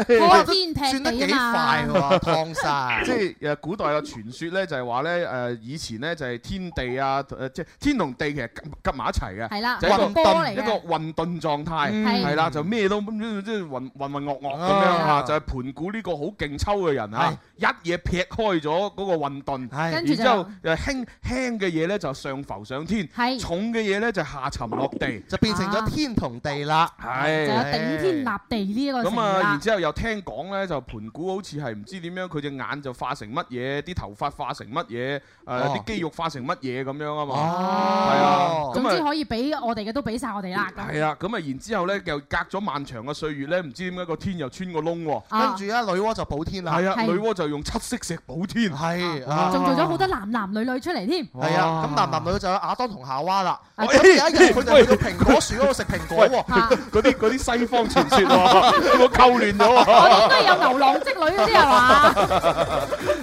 Speaker 9: 開天
Speaker 6: 算得
Speaker 9: 辟
Speaker 6: 幾
Speaker 9: 地啊
Speaker 6: 快
Speaker 9: 嘛。
Speaker 6: 喎，湯生。
Speaker 4: 即係誒古代嘅傳說咧，就係話咧誒以前咧就係天地啊誒即係天同地其實夾夾埋一齊嘅，
Speaker 9: 係啦
Speaker 4: 就係一
Speaker 9: 混
Speaker 4: 個
Speaker 9: 沌
Speaker 6: 啊
Speaker 4: 一個混沌狀態，
Speaker 9: 嗯係
Speaker 4: 係啦，就咩都即係混混混噩噩咁樣
Speaker 6: 啊
Speaker 4: 嚇，就係盤古呢個好勁抽嘅人嚇，一嘢劈開咗嗰個混沌，
Speaker 6: 跟
Speaker 4: 然
Speaker 6: 住
Speaker 4: 之後誒輕輕嘅嘢咧就上浮上天，重嘅嘢咧就下沉落地，
Speaker 6: 就變成
Speaker 9: 啊
Speaker 6: 咗天同地啦。
Speaker 4: 係
Speaker 9: 就有頂天立地呢一個成
Speaker 4: 咁
Speaker 9: 語
Speaker 4: 啊，然
Speaker 9: 啦。
Speaker 4: 之後又聽講咧，就盤古好似係唔知點樣，佢隻眼就化成乜嘢，啲頭髮化成乜嘢，誒啊
Speaker 6: 哦
Speaker 4: 啲肌肉化成乜嘢咁樣啊嘛，
Speaker 6: 哦
Speaker 4: 係
Speaker 9: 總
Speaker 4: 啊，
Speaker 9: 之
Speaker 4: 咁啊
Speaker 9: 可以俾我哋嘅都俾晒我哋啦。咁
Speaker 4: 係啊，咁啊，然之後咧又隔咗漫長嘅歲月咧，唔知點解個天又穿個窿喎，
Speaker 9: 啊
Speaker 6: 跟住咧，啊女娲就補天啦。
Speaker 4: 係啊，
Speaker 9: 係
Speaker 4: 女娲就用七色石補天，
Speaker 6: 係
Speaker 4: 啊
Speaker 9: 仲做咗好多男男女女出嚟添。
Speaker 6: 係啊，咁男男女就有亞當同夏娃啦。
Speaker 9: 啊
Speaker 6: 咁有一日佢哋去到蘋果樹嗰度食蘋 *laughs* 果喎。
Speaker 4: 嗰啲嗰啲西方傳說喎， *laughs* 我扣亂咗喎。
Speaker 9: 我哋應該有牛郎織女嗰啲係嘛？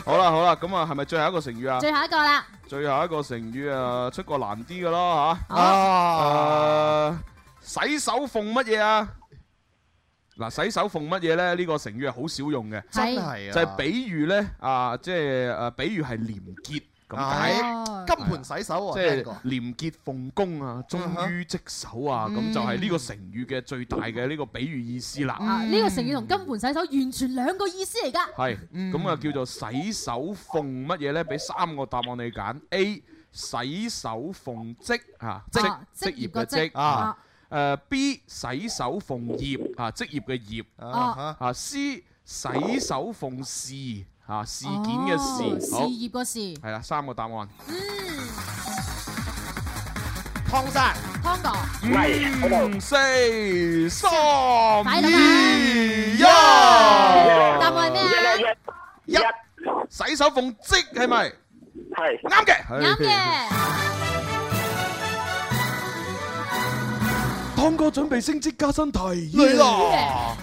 Speaker 4: 好啦好啦，咁啊係咪最後一個成語啊？
Speaker 9: 最後一個啦，
Speaker 4: 最後一個成語啊，出個難啲嘅咯嚇。
Speaker 6: 啊
Speaker 4: 誒，洗手縫乜嘢啊？嗱，洗手縫乜嘢咧？呢個成語係好少用嘅，
Speaker 6: 真係啊
Speaker 4: 就係比喻咧啊，即係誒，比喻係廉潔咁解，
Speaker 6: 係金盆洗手
Speaker 4: 即
Speaker 6: 喎，啊聽
Speaker 4: 係
Speaker 6: 過
Speaker 4: 廉潔奉公啊，忠於職守啊，
Speaker 6: 嗯
Speaker 4: 咁就係呢個成語嘅最大嘅呢個比喻意思啦。
Speaker 9: 啊呢個成語同金盆洗手完全兩個意思嚟㗎。
Speaker 4: 係，
Speaker 9: 嗯
Speaker 4: 咁啊叫做洗手縫乜嘢咧？俾三個答案你揀：A 洗手縫織啊，職
Speaker 9: 啊
Speaker 4: 職
Speaker 9: 職
Speaker 4: 業
Speaker 9: 業
Speaker 4: 嘅
Speaker 9: 嘅
Speaker 4: 職
Speaker 9: 職
Speaker 4: 啊
Speaker 9: 啊；
Speaker 4: 誒 B 洗手縫葉啊，職業嘅葉
Speaker 9: 啊
Speaker 4: 啊；C 洗手縫事啊，事件嘅
Speaker 9: 哦
Speaker 4: 事。
Speaker 9: 事
Speaker 4: 好，
Speaker 9: 業個事。
Speaker 4: 係啦，三個答案。 *laughs*
Speaker 6: 湯生，
Speaker 9: 湯康哥，
Speaker 4: 五、四、三、二、一。
Speaker 9: 啊答案係咩
Speaker 10: Dạ,
Speaker 9: 啊
Speaker 4: 一洗手縫即係咪？係啱嘅，
Speaker 9: 啱嘅。
Speaker 4: 湯哥準備升職加薪提
Speaker 9: 嚟
Speaker 4: 議
Speaker 9: 啦
Speaker 4: 啦！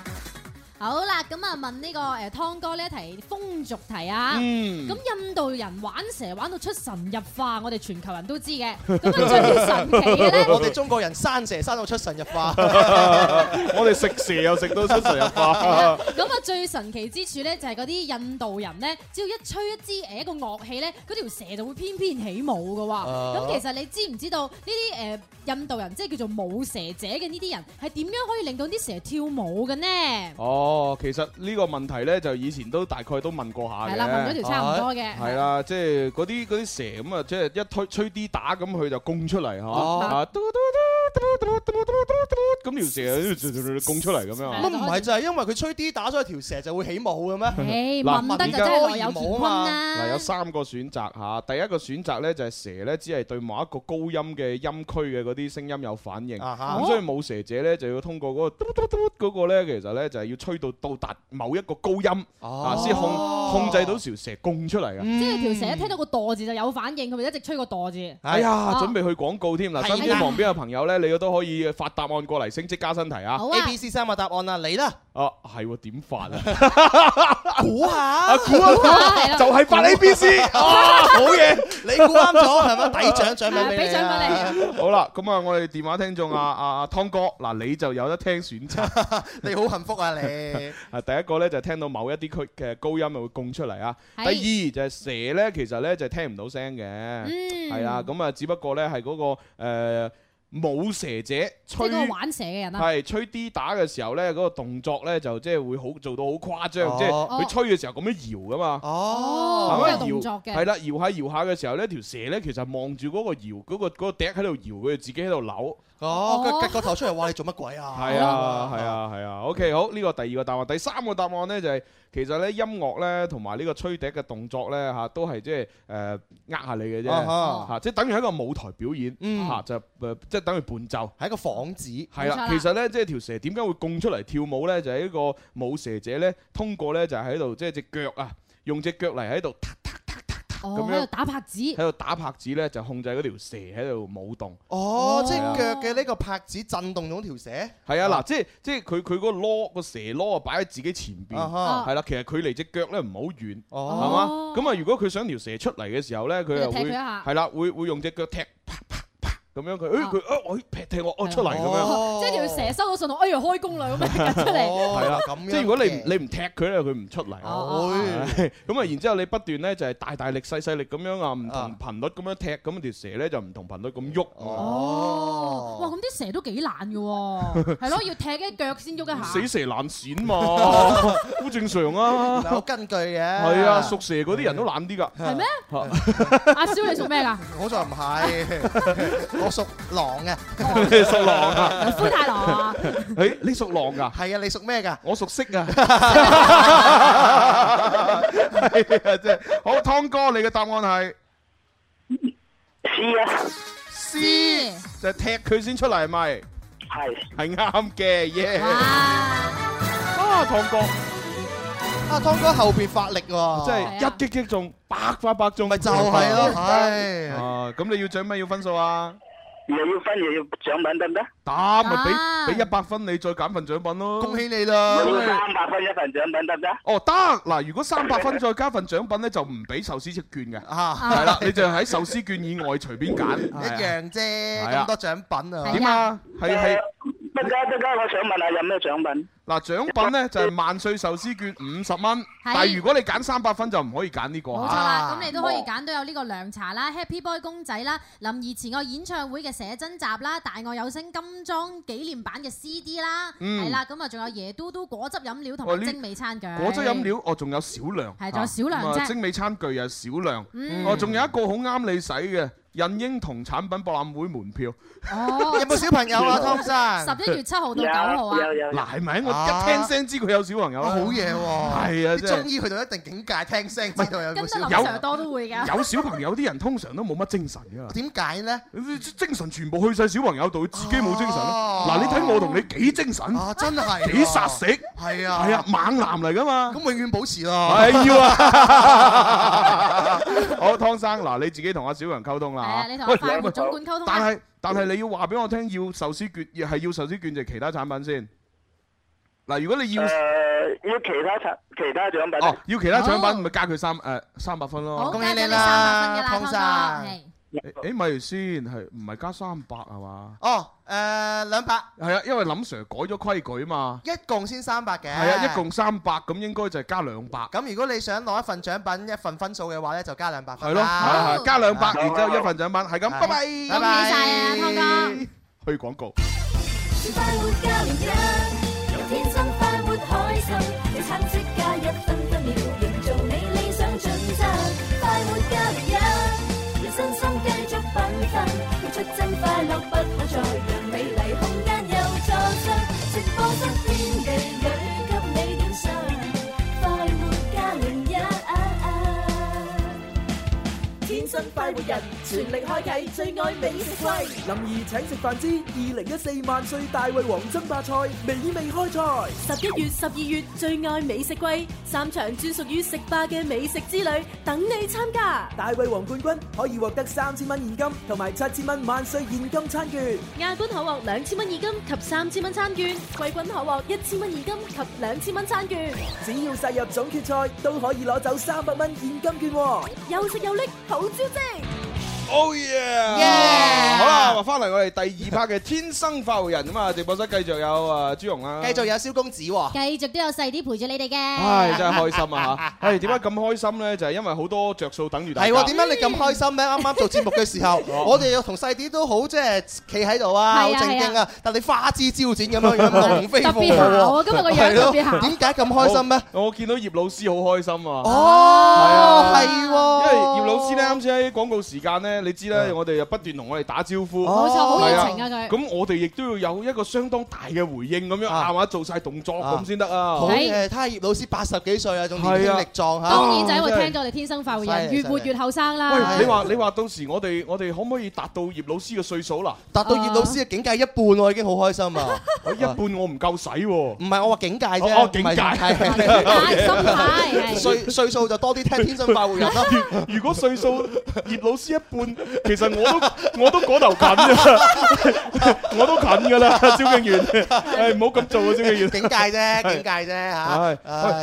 Speaker 5: 好啦，咁啊問呢個誒湯哥呢一題風俗題啊，
Speaker 4: 嗯
Speaker 5: 咁印度人玩蛇玩到出神入化，我哋全球人都知
Speaker 4: *laughs*
Speaker 5: 嘅。咁你最神奇嘅咧，
Speaker 6: 我哋中國人生蛇生到出神入 *laughs* 化，
Speaker 11: 我哋食蛇又食到出神入化。
Speaker 5: 咁啊最神奇之處咧就係嗰啲印度人咧，只要一吹一支誒一個樂器咧，嗰條蛇就會翩翩起舞嘅喎。
Speaker 9: 啊
Speaker 5: 咁、其實你知唔知道呢啲誒印度人即係叫做舞蛇者嘅呢啲人係點樣可以令到啲蛇跳舞嘅呢？
Speaker 4: 哦，其實呢個問題咧，就以前都大概都問過下嘅。
Speaker 5: 係啦問咗條差唔多嘅
Speaker 4: 係啦，即係嗰啲嗰啲蛇咁啊，即係一推吹啲打咁，佢就供出嚟嚇。
Speaker 6: 哦
Speaker 4: 啊，嘟嘟嘟嘟嘟嘟嘟嘟嘟咁條蛇就供出嚟咁樣。
Speaker 6: 乜唔係就係因為佢吹 D 打咗條蛇就會起舞嘅 *laughs* 咩？啊
Speaker 4: 嗱而家
Speaker 6: 舞啊嘛
Speaker 4: 嗱，有三個選擇嚇，第一個選擇咧就係蛇咧，只係對某一個高音嘅音區嘅嗰啲聲音有反應，
Speaker 6: 哈
Speaker 4: 咁所以冇蛇者咧就要通過嗰個嘟嘟嘟嗰個咧，其實咧就係要吹到到達某一個高音啊，先控
Speaker 6: 嗯
Speaker 4: 控制到條蛇供出嚟啊嘅。
Speaker 5: 即係條蛇
Speaker 6: 哎
Speaker 5: 一聽到個墮字就有反應，佢咪一直吹個墮字。
Speaker 4: 哎呀，
Speaker 5: 啊
Speaker 4: 準備去廣告添嗱，
Speaker 5: 係啊
Speaker 4: 身邊旁邊嘅朋友咧，你都可以發答案過嚟升職加薪題啊。
Speaker 5: *laughs*
Speaker 6: A、B、C 三個答案啦，嚟啦！
Speaker 4: 啊，係喎，點發 *laughs* 啊？
Speaker 6: 估下，
Speaker 4: 啊估下係啦就係發 ABC 啊好
Speaker 6: *laughs*
Speaker 4: 嘢
Speaker 6: 你估啱咗 *laughs* 係咪？抵獎獎品俾你啊，
Speaker 4: *laughs* 好啦，咁啊，我哋電話聽眾啊，阿阿湯哥，嗱你就有得聽選 *laughs* 擇，
Speaker 6: *laughs* 你好幸福啊你！
Speaker 4: 啊，第一個咧就聽到某一啲區嘅高音咪會供出嚟啊。第
Speaker 6: 係
Speaker 4: 二就係蛇咧，其實咧就聽唔到聲嘅，係啦，咁啊，只不過咧係嗰個誒舞蛇者
Speaker 5: 即係
Speaker 4: 吹
Speaker 5: 嗰個玩蛇嘅人啊。
Speaker 4: 係吹 D 打嘅時候咧，嗰個動作咧就即係會好做到好誇張，即係
Speaker 5: 哦
Speaker 4: 佢吹嘅時候咁樣搖噶
Speaker 6: 哦
Speaker 4: 嘛。
Speaker 5: 哦
Speaker 4: 咁
Speaker 5: 好有動作嘅
Speaker 4: 係啦，搖下搖下嘅時候咧，條蛇咧其實望住嗰個搖嗰個嗰個笛喺度搖，佢就自己喺度扭。
Speaker 6: 哦，佢擱個頭出嚟，話你做乜鬼啊？
Speaker 4: 係啊，係啊，係啊。OK，好，呢個第二個答案，第三個答案呢，就係其實呢，音樂呢，同埋呢個吹笛嘅動作呢，嚇，都係即係誒呃下你嘅啫
Speaker 6: 啊哈
Speaker 4: 嚇，即係等於係一個舞台表演
Speaker 6: 嗯
Speaker 4: 嚇，就誒即係等於伴奏，
Speaker 6: 係一個幌子。
Speaker 4: 係啦，
Speaker 6: 冇錯啦
Speaker 4: 其實呢，即係條蛇點解會供出嚟跳舞呢？就係一個舞蛇者呢，通過呢，就係喺度即係只腳啊，用只腳嚟喺度踏
Speaker 6: *laughs*
Speaker 5: 哦，
Speaker 4: 咁樣
Speaker 5: 喺度打拍子。
Speaker 4: 喺度打拍子呢，就控制嗰條蛇喺度舞動。
Speaker 6: 哦，即係
Speaker 4: 係啊
Speaker 6: 腳嘅呢個拍子震動到條蛇。
Speaker 4: 係
Speaker 6: 哦
Speaker 4: 啊，嗱，即係即係佢佢嗰個攞個蛇攞啊，擺喺自己前邊，
Speaker 6: 啊哈
Speaker 4: 係啦，其實距離只腳咧唔好遠，係嘛
Speaker 6: 哦？
Speaker 4: 咁啊，如果佢想條蛇出嚟嘅時候咧，佢
Speaker 6: 佢就
Speaker 4: 又
Speaker 6: 踢
Speaker 4: 會
Speaker 6: 佢一下
Speaker 4: 係啦，會會用只腳踢啪啪啪咁樣佢，誒
Speaker 5: 啊
Speaker 4: 佢誒我劈踢我，哦出嚟咁樣，
Speaker 5: 哦即係條蛇收到信號，哎呀開工啦
Speaker 4: *laughs*
Speaker 5: 咁樣出嚟。
Speaker 4: 係啦，
Speaker 6: 哦咁
Speaker 4: 即係如果你唔你唔踢佢咧，佢唔出嚟。係咁啊，然之後你不斷咧就係大大力細細力咁樣啊，唔同頻率咁樣踢，咁啊條蛇咧就唔同頻率咁喐。
Speaker 5: 哦，哇！咁啲蛇都幾懶
Speaker 4: *laughs*
Speaker 5: 嘅喎，係咯，要踢一腳先喐一下。
Speaker 4: 死蛇爛鱔 *laughs* 嘛，好正常啊。 *laughs*
Speaker 6: 有根據嘅。
Speaker 4: 係啊，屬蛇嗰啲人都懶啲 *laughs* 㗎。
Speaker 5: 係咩？阿蕭你屬
Speaker 4: *laughs*
Speaker 5: 咩㗎？
Speaker 6: 我就唔係，我屬狼啊嘅。
Speaker 4: 你屬狼啊？
Speaker 5: 灰太狼啊？
Speaker 4: *laughs* 誒，你屬狼㗎？
Speaker 6: 係啊，你屬咩㗎？
Speaker 4: 我屬色啊。係啊，真係好，湯哥，你嘅答案係 C 啊，C 就係踢佢先出嚟係咪？係係啱嘅，耶！啊，湯哥，
Speaker 6: 啊，湯哥後邊發力喎，
Speaker 4: 真係一啊擊擊中，百發百中，哦咪就
Speaker 6: 係咯唉
Speaker 4: 啊，咁你要獎咩？要分數啊？
Speaker 10: 又要分又要獎品得唔得？
Speaker 4: 打咪俾俾一百分你，再減份獎品咯。
Speaker 6: 恭喜你
Speaker 10: 啊我
Speaker 6: 啦
Speaker 10: 要三百分一份獎品得唔得？
Speaker 4: 哦，得嗱，如果三百分再加份獎品咧，就唔俾壽司食券嘅，
Speaker 6: 啊
Speaker 4: 係啦，你就喺壽司券以外隨便揀，
Speaker 6: 一
Speaker 4: 係啊
Speaker 6: 樣啫，
Speaker 4: 啊
Speaker 6: 咁多獎品啊。
Speaker 4: 點啊？係係
Speaker 10: 呃得㗎得㗎，我想問下有咩獎品？
Speaker 4: 嗱，獎品咧就係萬歲壽司券五十蚊，但係如果你揀三百分就唔可以揀呢個
Speaker 5: 冇錯啦，
Speaker 4: 嚇
Speaker 5: 咁你都可以揀到有呢個涼茶啦、Happy Boy 公仔啦、林兒前愛演唱會嘅寫真集啦、大愛有聲金裝紀念版嘅 CD 啦，
Speaker 4: 嗯
Speaker 5: 係啦，咁啊仲有椰嘟嘟果汁飲料同
Speaker 4: 哦
Speaker 5: 埋
Speaker 4: 呢
Speaker 5: 精美餐具。
Speaker 4: 果汁飲料，我哦仲有少量，
Speaker 5: 係仲有少量
Speaker 4: 啊咁啊
Speaker 5: 啫
Speaker 4: 精美餐具又少量哦
Speaker 5: 嗯，
Speaker 4: 我仲有一個好啱你使嘅，印英同產品博覽會門票。
Speaker 6: 有冇小朋友啊，湯生？
Speaker 5: 11月7號到9號啊有有有
Speaker 4: 嗱，係咪？
Speaker 6: 啊
Speaker 4: 我一聽聲知佢有小朋友啦。
Speaker 6: 好嘢喎！
Speaker 4: 係啊，真
Speaker 6: 你
Speaker 4: 係
Speaker 6: 中意佢到一定境界，聽聲知道有冇小朋
Speaker 4: 有
Speaker 6: 友。啊
Speaker 4: 有小朋友啲人通常都冇乜精神㗎。
Speaker 6: 點解咧？
Speaker 4: 精神全部去晒小朋友度，自己冇精神啦。
Speaker 6: 啊
Speaker 4: 嗱，你睇我同你幾精神？啊，
Speaker 6: 真係
Speaker 4: 幾殺食？
Speaker 6: 係啊，
Speaker 4: 係啊，猛男嚟㗎嘛。
Speaker 6: 咁永遠保持咯。
Speaker 4: 係要啊！ *laughs* 好，湯生，嗱，你自己同阿小強溝通啦
Speaker 5: 係
Speaker 4: 嚇。
Speaker 5: 啊你同阿快活總管溝通啊
Speaker 4: 但係但係你要話俾我聽，要壽司券，係要壽司券定其他產品先？嗱，如果你要
Speaker 10: 誒，呃要其他產其他獎品。啊
Speaker 4: 哦，要其他產品，咪加佢三誒三百分
Speaker 10: 好
Speaker 4: 咯。
Speaker 10: 恭喜你啦加咗你三百分㗎啦湯生
Speaker 4: 誒，咪住先，係唔係加三百係嘛？
Speaker 6: 哦，誒兩百
Speaker 4: 係啊，因為林 Sir 改咗規矩嘛。
Speaker 6: 一共先三百嘅。
Speaker 4: 係啊，一共三百，咁應該就係加兩百。
Speaker 6: 咁如果你想攞一份獎品一份分數嘅話咧，就加兩百
Speaker 4: 係
Speaker 6: 分
Speaker 4: 咯，
Speaker 6: 啦。
Speaker 4: 係係加兩百，然之後一份獎品，係咁，拜拜。
Speaker 6: 拜拜。
Speaker 5: 恭喜晒啊，
Speaker 4: 湯哥！去廣告。
Speaker 1: 快活家年一，有天生快活開心，有產值加一分分秒，營造你理想準則。快活家年一，要身心繼續繽紛，活出真快樂不可再讓美麗空間又錯失。直播室天地裏給你點上，快活家年一。
Speaker 3: 天生快活人，全力開啟最愛美食季。林兒請食飯之二零一四萬歲大胃王爭霸賽美味開賽。
Speaker 2: 十一月、十二月最愛美食季，三場專屬於食霸嘅美食之旅等你參加。
Speaker 3: 大胃王冠軍可以獲得三千蚊現金同埋七千蚊萬歲現金餐券。
Speaker 2: 亞軍可獲兩千蚊現金及三千蚊餐券，季軍可獲一千蚊現金及兩千蚊餐券。
Speaker 3: 只要殺入總決賽，都可以攞走三百蚊現金券喎。
Speaker 2: 又食又拎，好招積！
Speaker 4: Oh yeah！好啦，話翻嚟我哋第二 part 嘅天生快活人咁啊，直播室繼續有啊朱容啦，
Speaker 6: 繼續有蕭公子喎。
Speaker 5: 繼續都有細啲陪住你哋
Speaker 6: *laughs*
Speaker 5: 嘅。
Speaker 4: 唉，真係開心啊嚇！唉，點解咁開心咧？就係因為好多着數等住大家。
Speaker 6: 係喎，點解你咁開心咧？啱
Speaker 4: *laughs*
Speaker 6: 啱做節目嘅時候，我哋同細啲都好即係企喺度啊，好
Speaker 5: 係啊
Speaker 6: 正經
Speaker 5: 係
Speaker 6: 啊，但你花枝招展
Speaker 4: *laughs*
Speaker 6: 咁樣樣，龍飛鳳
Speaker 5: 特別姣啊今日個樣特別姣
Speaker 6: 點解咁開心咧？
Speaker 4: 我？我見到葉老師好開心啊！
Speaker 6: 哦，嗯
Speaker 4: 係
Speaker 6: 係
Speaker 4: 啊因為
Speaker 6: 喎，
Speaker 4: 葉老師咧，啱先喺廣告時間咧，你知咧，我哋又不斷同我哋打招呼，
Speaker 6: 冇錯好熱情
Speaker 4: 係
Speaker 6: 啊佢
Speaker 4: 咁我哋亦都要有一個相當大嘅回應咁樣，啊係嘛？做晒動作咁先得啊！
Speaker 6: 啊好誒，睇下葉老師八十幾歲啊，仲年
Speaker 4: 係啊
Speaker 6: 輕力壯嚇。
Speaker 5: 當然就因為聽咗我哋天生快活
Speaker 4: 真
Speaker 5: 人，
Speaker 4: 係
Speaker 5: 越活越後生啦。
Speaker 4: 喂，你話你話到時我哋我哋可唔可以達到葉老師嘅歲數啦？哎
Speaker 6: 達到葉老師嘅境界一半，我已經好開心啊！
Speaker 4: 一半我唔夠使喎。唔
Speaker 6: 係我話境界啫，
Speaker 4: 哦哦境界
Speaker 6: 唔係
Speaker 4: 境界心 *laughs*
Speaker 5: 態係
Speaker 6: 歲歲數就多啲聽天生快活人啦。
Speaker 4: 如 *laughs* 如果歲數葉老師一半，其實我都我都嗰頭近啊， *laughs* 我都近噶啦，蕭敬
Speaker 5: *laughs*
Speaker 4: 元，誒唔好咁做啊，蕭敬元。
Speaker 6: 境界啫，境界啫嚇。
Speaker 4: 係，喂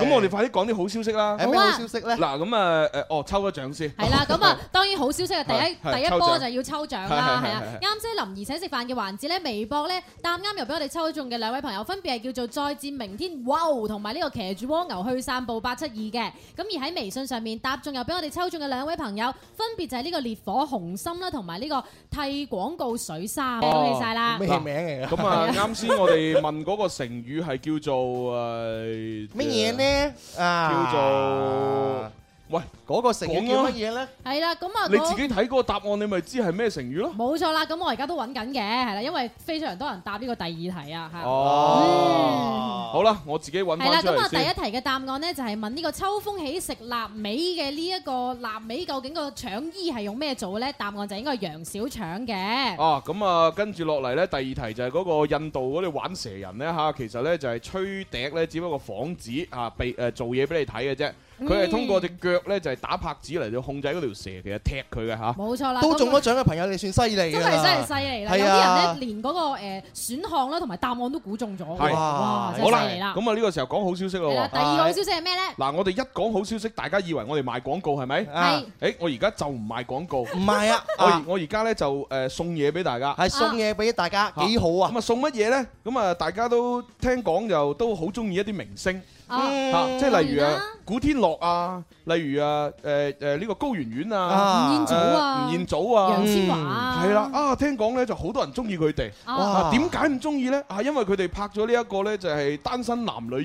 Speaker 4: 咁我哋快啲講啲好消息
Speaker 5: *laughs*
Speaker 4: 啦！
Speaker 5: 有咩好消
Speaker 6: 息咧？
Speaker 4: 嗱，咁啊誒，哦，抽咗獎先。*laughs*
Speaker 5: 係啦，咁啊，當然好消息係第一
Speaker 4: 係係
Speaker 5: 第一
Speaker 4: 抽
Speaker 5: 波
Speaker 4: 獎
Speaker 5: 就要抽獎
Speaker 4: 係
Speaker 5: 啦，
Speaker 4: 係
Speaker 5: 係啊
Speaker 4: 係係。
Speaker 5: 啱先林兒請食飯嘅環節咧，微博咧答啱又俾我哋抽中嘅兩位朋友，分別係叫做再戰明天哇哦同埋呢個騎住蝸牛去散步八七二嘅。咁而喺微信上面答中又俾我哋抽中嘅兩位朋友，分別就係呢個烈火紅心啦，同埋呢個剃廣告水衫。啊
Speaker 4: 哦
Speaker 5: 恭喜晒啦！
Speaker 6: 咩名嚟㗎
Speaker 4: 咁啊，啱先我哋問嗰個成語係叫做誒
Speaker 6: 乜嘢？呢？啊，
Speaker 4: 叫做喂，
Speaker 6: 嗰個成語叫乜嘢咧？
Speaker 5: 係啦，咁啊，
Speaker 4: 你
Speaker 5: 我
Speaker 4: 自己睇嗰個答案，你咪知係咩成語
Speaker 5: *laughs*
Speaker 4: 咯。
Speaker 5: 冇錯啦，咁我而家都揾緊嘅，係啦，因為非常多人答呢個第二題啊，係。
Speaker 4: 哦，好啦，我自己揾
Speaker 5: 係啦，
Speaker 4: 翻出
Speaker 5: 咁啊
Speaker 4: 嚟
Speaker 5: 第
Speaker 4: 先。
Speaker 5: 一題嘅答案呢，就係問呢個秋風起食臘味嘅呢一個臘味究竟個腸衣係用咩做呢？答案就應該係羊小腸嘅。
Speaker 4: 啊，咁啊，跟住落嚟呢，第二題就係嗰個印度嗰啲玩蛇人呢。嚇，其實呢，就係吹笛呢，只不過幌子啊，被誒、呃做嘢俾你睇嘅啫。
Speaker 5: 嗯
Speaker 4: 佢係通過隻腳呢，就係、打拍子嚟到控制嗰條蛇，其實踢佢嘅嚇。
Speaker 5: 冇錯啦，
Speaker 6: 都
Speaker 5: 咁啊
Speaker 6: 中咗獎嘅朋友，你算犀利㗎
Speaker 5: 真係真係犀利啦！
Speaker 4: 啊係
Speaker 5: 有啲人
Speaker 4: 啊
Speaker 5: 呢，連嗰個誒選項啦同埋答案都估中咗喎，
Speaker 4: 係
Speaker 5: 哇！真
Speaker 4: 好
Speaker 5: 係
Speaker 4: 啦
Speaker 5: 犀利，啦！
Speaker 4: 咁啊呢個時候講好消息咯
Speaker 5: 係啦，
Speaker 4: 喎。
Speaker 5: 第二個好消息係咩呢？
Speaker 4: 嗱，我哋一講好消息，大家以為我哋賣廣告係咪？
Speaker 5: 係
Speaker 4: 誒，我而家就唔賣廣告。唔
Speaker 6: 賣啊！
Speaker 4: 我而我而家咧就誒送嘢俾大家。
Speaker 6: 係送嘢俾大家，幾好啊！
Speaker 4: 咁啊送乜嘢咧？咁啊大家都聽講就都好中意一啲明星，
Speaker 6: 哦
Speaker 4: 嗯嚇即係例如
Speaker 6: 當然
Speaker 4: 啊
Speaker 6: 啦
Speaker 4: 古天樂啊，例如啊啊誒誒呢個高圓圓
Speaker 6: 啊
Speaker 4: 啊，
Speaker 6: 吳彥祖啊
Speaker 4: 誒吳彥祖啊，
Speaker 6: 楊千嬅啊
Speaker 4: 嗯係啦，啊聽講咧就好多人中意佢哋，
Speaker 6: 啊
Speaker 4: 啊點解唔中意咧？啊因為佢哋拍咗呢一個咧就係《單身男女二》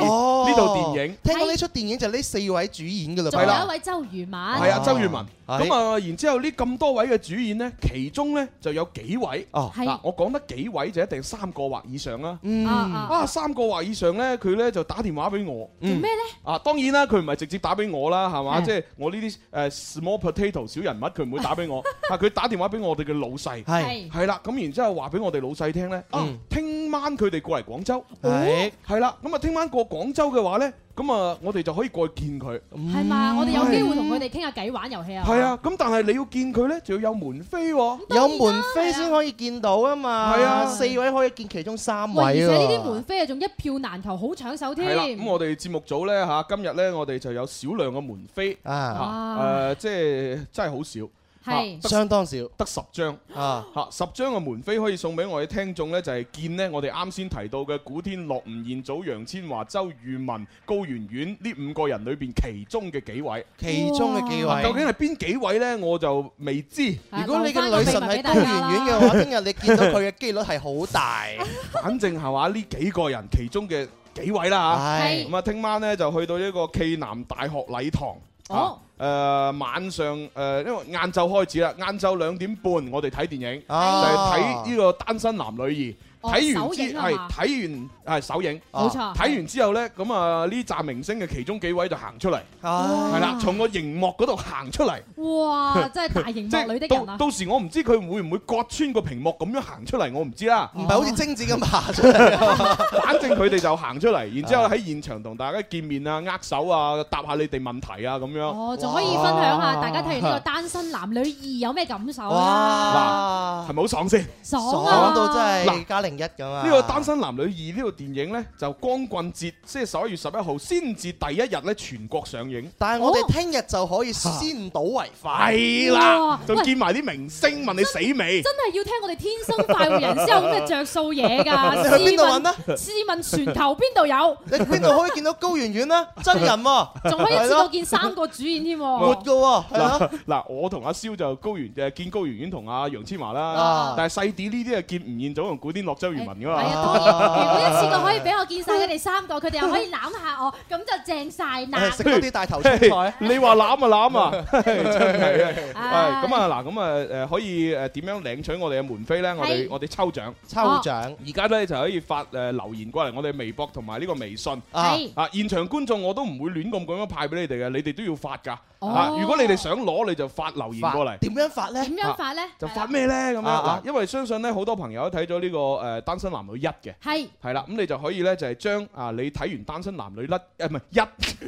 Speaker 6: 哦
Speaker 4: 呢套電影。
Speaker 6: 聽講呢出電影就呢四位主演㗎啦，
Speaker 5: 仲有一位周渝民，
Speaker 4: 係啊，周渝民。
Speaker 6: 係
Speaker 4: 咁啊，然之後呢咁多位嘅主演呢，其中呢就有幾位。
Speaker 6: 哦
Speaker 5: 係
Speaker 4: 嗱，我講得幾位就一定三個或以上啦。
Speaker 6: 嗯
Speaker 5: 啊啊
Speaker 4: 啊，三個或以上呢，佢呢就打電話俾我。
Speaker 5: 做咩咧？
Speaker 4: 啊，當然啦，佢唔係直接打俾我啦，係嘛？
Speaker 5: 係
Speaker 4: 即係我呢啲誒 small potato 小人物，佢唔會打俾我，啊，佢打電話俾我哋嘅老細，
Speaker 6: 係
Speaker 4: 係啦，咁然之後話俾我哋老細聽咧，啊
Speaker 6: 嗯，
Speaker 4: 聽晚佢哋過嚟廣州，
Speaker 6: 係
Speaker 4: 係啦，咁啊，聽晚過廣州嘅話咧，咁啊，我哋就可以過去見佢，
Speaker 5: 係
Speaker 4: 係
Speaker 5: 嘛？我哋有機會同佢哋傾下偈，玩遊戲啊！
Speaker 4: 嗯係啊，咁但係你要見佢咧，就要有門飛喎，
Speaker 6: 有門飛先可以見到啊嘛，
Speaker 4: 係啊
Speaker 6: 四位可以見其中三
Speaker 5: 喂，而
Speaker 6: 位
Speaker 5: 且
Speaker 6: 喎。
Speaker 5: 呢啲門飛啊，仲一票難求，好搶手添。
Speaker 4: 係啦，咁我哋節目組咧嚇，今日咧我哋就有少量嘅門飛
Speaker 5: 啊
Speaker 4: 啊，誒，即係真係好少。
Speaker 5: 係
Speaker 4: 嚇得
Speaker 6: 相當少
Speaker 4: 得十張
Speaker 6: 啊！
Speaker 4: 嚇十張嘅門飛可以送俾我哋聽眾呢，就係見呢我哋啱先提到嘅古天樂、吳彥祖、楊千嬅、周渝民、高圓圓呢五個人裏邊其中嘅幾位，
Speaker 6: 其中嘅幾位
Speaker 4: 啊究竟係邊幾位呢？我就未知。
Speaker 6: 如
Speaker 5: 啊
Speaker 6: 果你嘅女神係高圓圓嘅話，聽日你見到佢嘅機率係好大。
Speaker 4: 反正係話呢幾個人其中嘅幾位啦嚇，
Speaker 6: 係
Speaker 4: 咁啊聽晚呢就去到呢個暨南大學禮堂。
Speaker 6: 哦
Speaker 4: 啊，誒晚上誒，因為晏晝開始啦，晏晝兩點半我哋睇電影，就
Speaker 6: 啊
Speaker 4: 係睇呢個《單身男女二》。
Speaker 6: 哦
Speaker 4: 睇完
Speaker 6: 首
Speaker 4: 之
Speaker 6: 映係嘛
Speaker 4: 係睇完啊係首映，
Speaker 6: 冇錯
Speaker 4: 睇完之後呢，咁啊呢扎明星嘅其中幾位就行出嚟，
Speaker 6: 哇
Speaker 4: 係啦，從個熒幕嗰度行出嚟。
Speaker 6: *laughs*
Speaker 5: 哇！真係大型
Speaker 4: 即
Speaker 5: 幕女的
Speaker 4: 係
Speaker 5: 人啊
Speaker 4: 到！到時我唔知佢會唔會割穿個屏幕咁樣行出嚟，我唔知啦。
Speaker 6: 唔係好
Speaker 5: 哦
Speaker 6: 似精子咁爬出嚟。
Speaker 4: 反正佢哋就行出嚟，
Speaker 6: *laughs*
Speaker 4: 然
Speaker 6: 啊
Speaker 4: 之後喺現場同大家見面啊、握手啊、答下你哋問題啊咁樣。
Speaker 5: 哦，仲可以分享下大家睇完呢個《單身男女二》有咩感受啊？
Speaker 4: 嗱，係咪好爽先？
Speaker 5: 爽啊
Speaker 6: 爽到
Speaker 4: 嗱
Speaker 6: 真係加零一咁啊！
Speaker 4: 呢個《單身男女二》呢套電影呢，就光棍節，即係十一月十一號先至第一日呢，全國上映。
Speaker 6: 但係我哋聽日就可以先睹為快。
Speaker 4: 係啦
Speaker 5: 哇，
Speaker 4: 仲見埋啲明星問你死未
Speaker 5: 真？係要聽我哋天生快活人先有咁嘅着數嘢㗎。
Speaker 6: *laughs* 你去邊度揾啊
Speaker 5: 試問試問全球邊
Speaker 6: *laughs*
Speaker 5: 度有？
Speaker 6: 你邊度可以見到高圓圓啦？真人
Speaker 4: *laughs*
Speaker 6: 喎，
Speaker 5: 仲可以一次過見
Speaker 6: 係
Speaker 5: 三個主演添
Speaker 6: 咯活
Speaker 5: 喎。
Speaker 6: 㗎喎，係咯。
Speaker 4: 嗱嗱，我同阿蕭就高原誒見高圓圓同阿楊千嬅啦
Speaker 6: 啊，
Speaker 4: 但係細啲呢啲係見吳彥祖同古天樂、周渝民噶
Speaker 5: 係啊，
Speaker 4: 嘛。
Speaker 5: 當然，如果一次過可以俾我見晒佢哋三個，佢哋又可以攬下我，咁就正晒啦。
Speaker 6: 食多啲大頭
Speaker 4: *laughs*
Speaker 5: 哎
Speaker 6: 青菜。
Speaker 4: 你話攬啊攬啊， *laughs* 真係 *laughs* 啊！
Speaker 5: 唉
Speaker 4: 係咁啊嗱，咁啊誒可以誒點樣領取我哋嘅門飛咧？我哋
Speaker 6: 係
Speaker 4: 我哋抽獎，
Speaker 6: 抽獎
Speaker 4: 而家咧就可以發誒留言過嚟我哋微博同埋呢個微信
Speaker 6: 啊
Speaker 5: 係
Speaker 4: 啊！現場觀眾我都唔會亂咁咁樣派俾你哋嘅，你哋都要發㗎
Speaker 5: 哦
Speaker 4: 啊！如果你哋想攞，你就發留言
Speaker 6: 發
Speaker 4: 過嚟。
Speaker 6: 點樣
Speaker 4: *laughs*
Speaker 6: 發咧？
Speaker 5: 點樣發咧？
Speaker 4: 就發咩呢？咁樣
Speaker 6: 啊啊
Speaker 4: 嗱，因為相信呢，好多朋友都睇咗呢個誒《單身男女一》嘅，
Speaker 5: 係
Speaker 4: 係啦，咁你就可以呢，就係將啊你睇完《單身男女甩》誒唔係一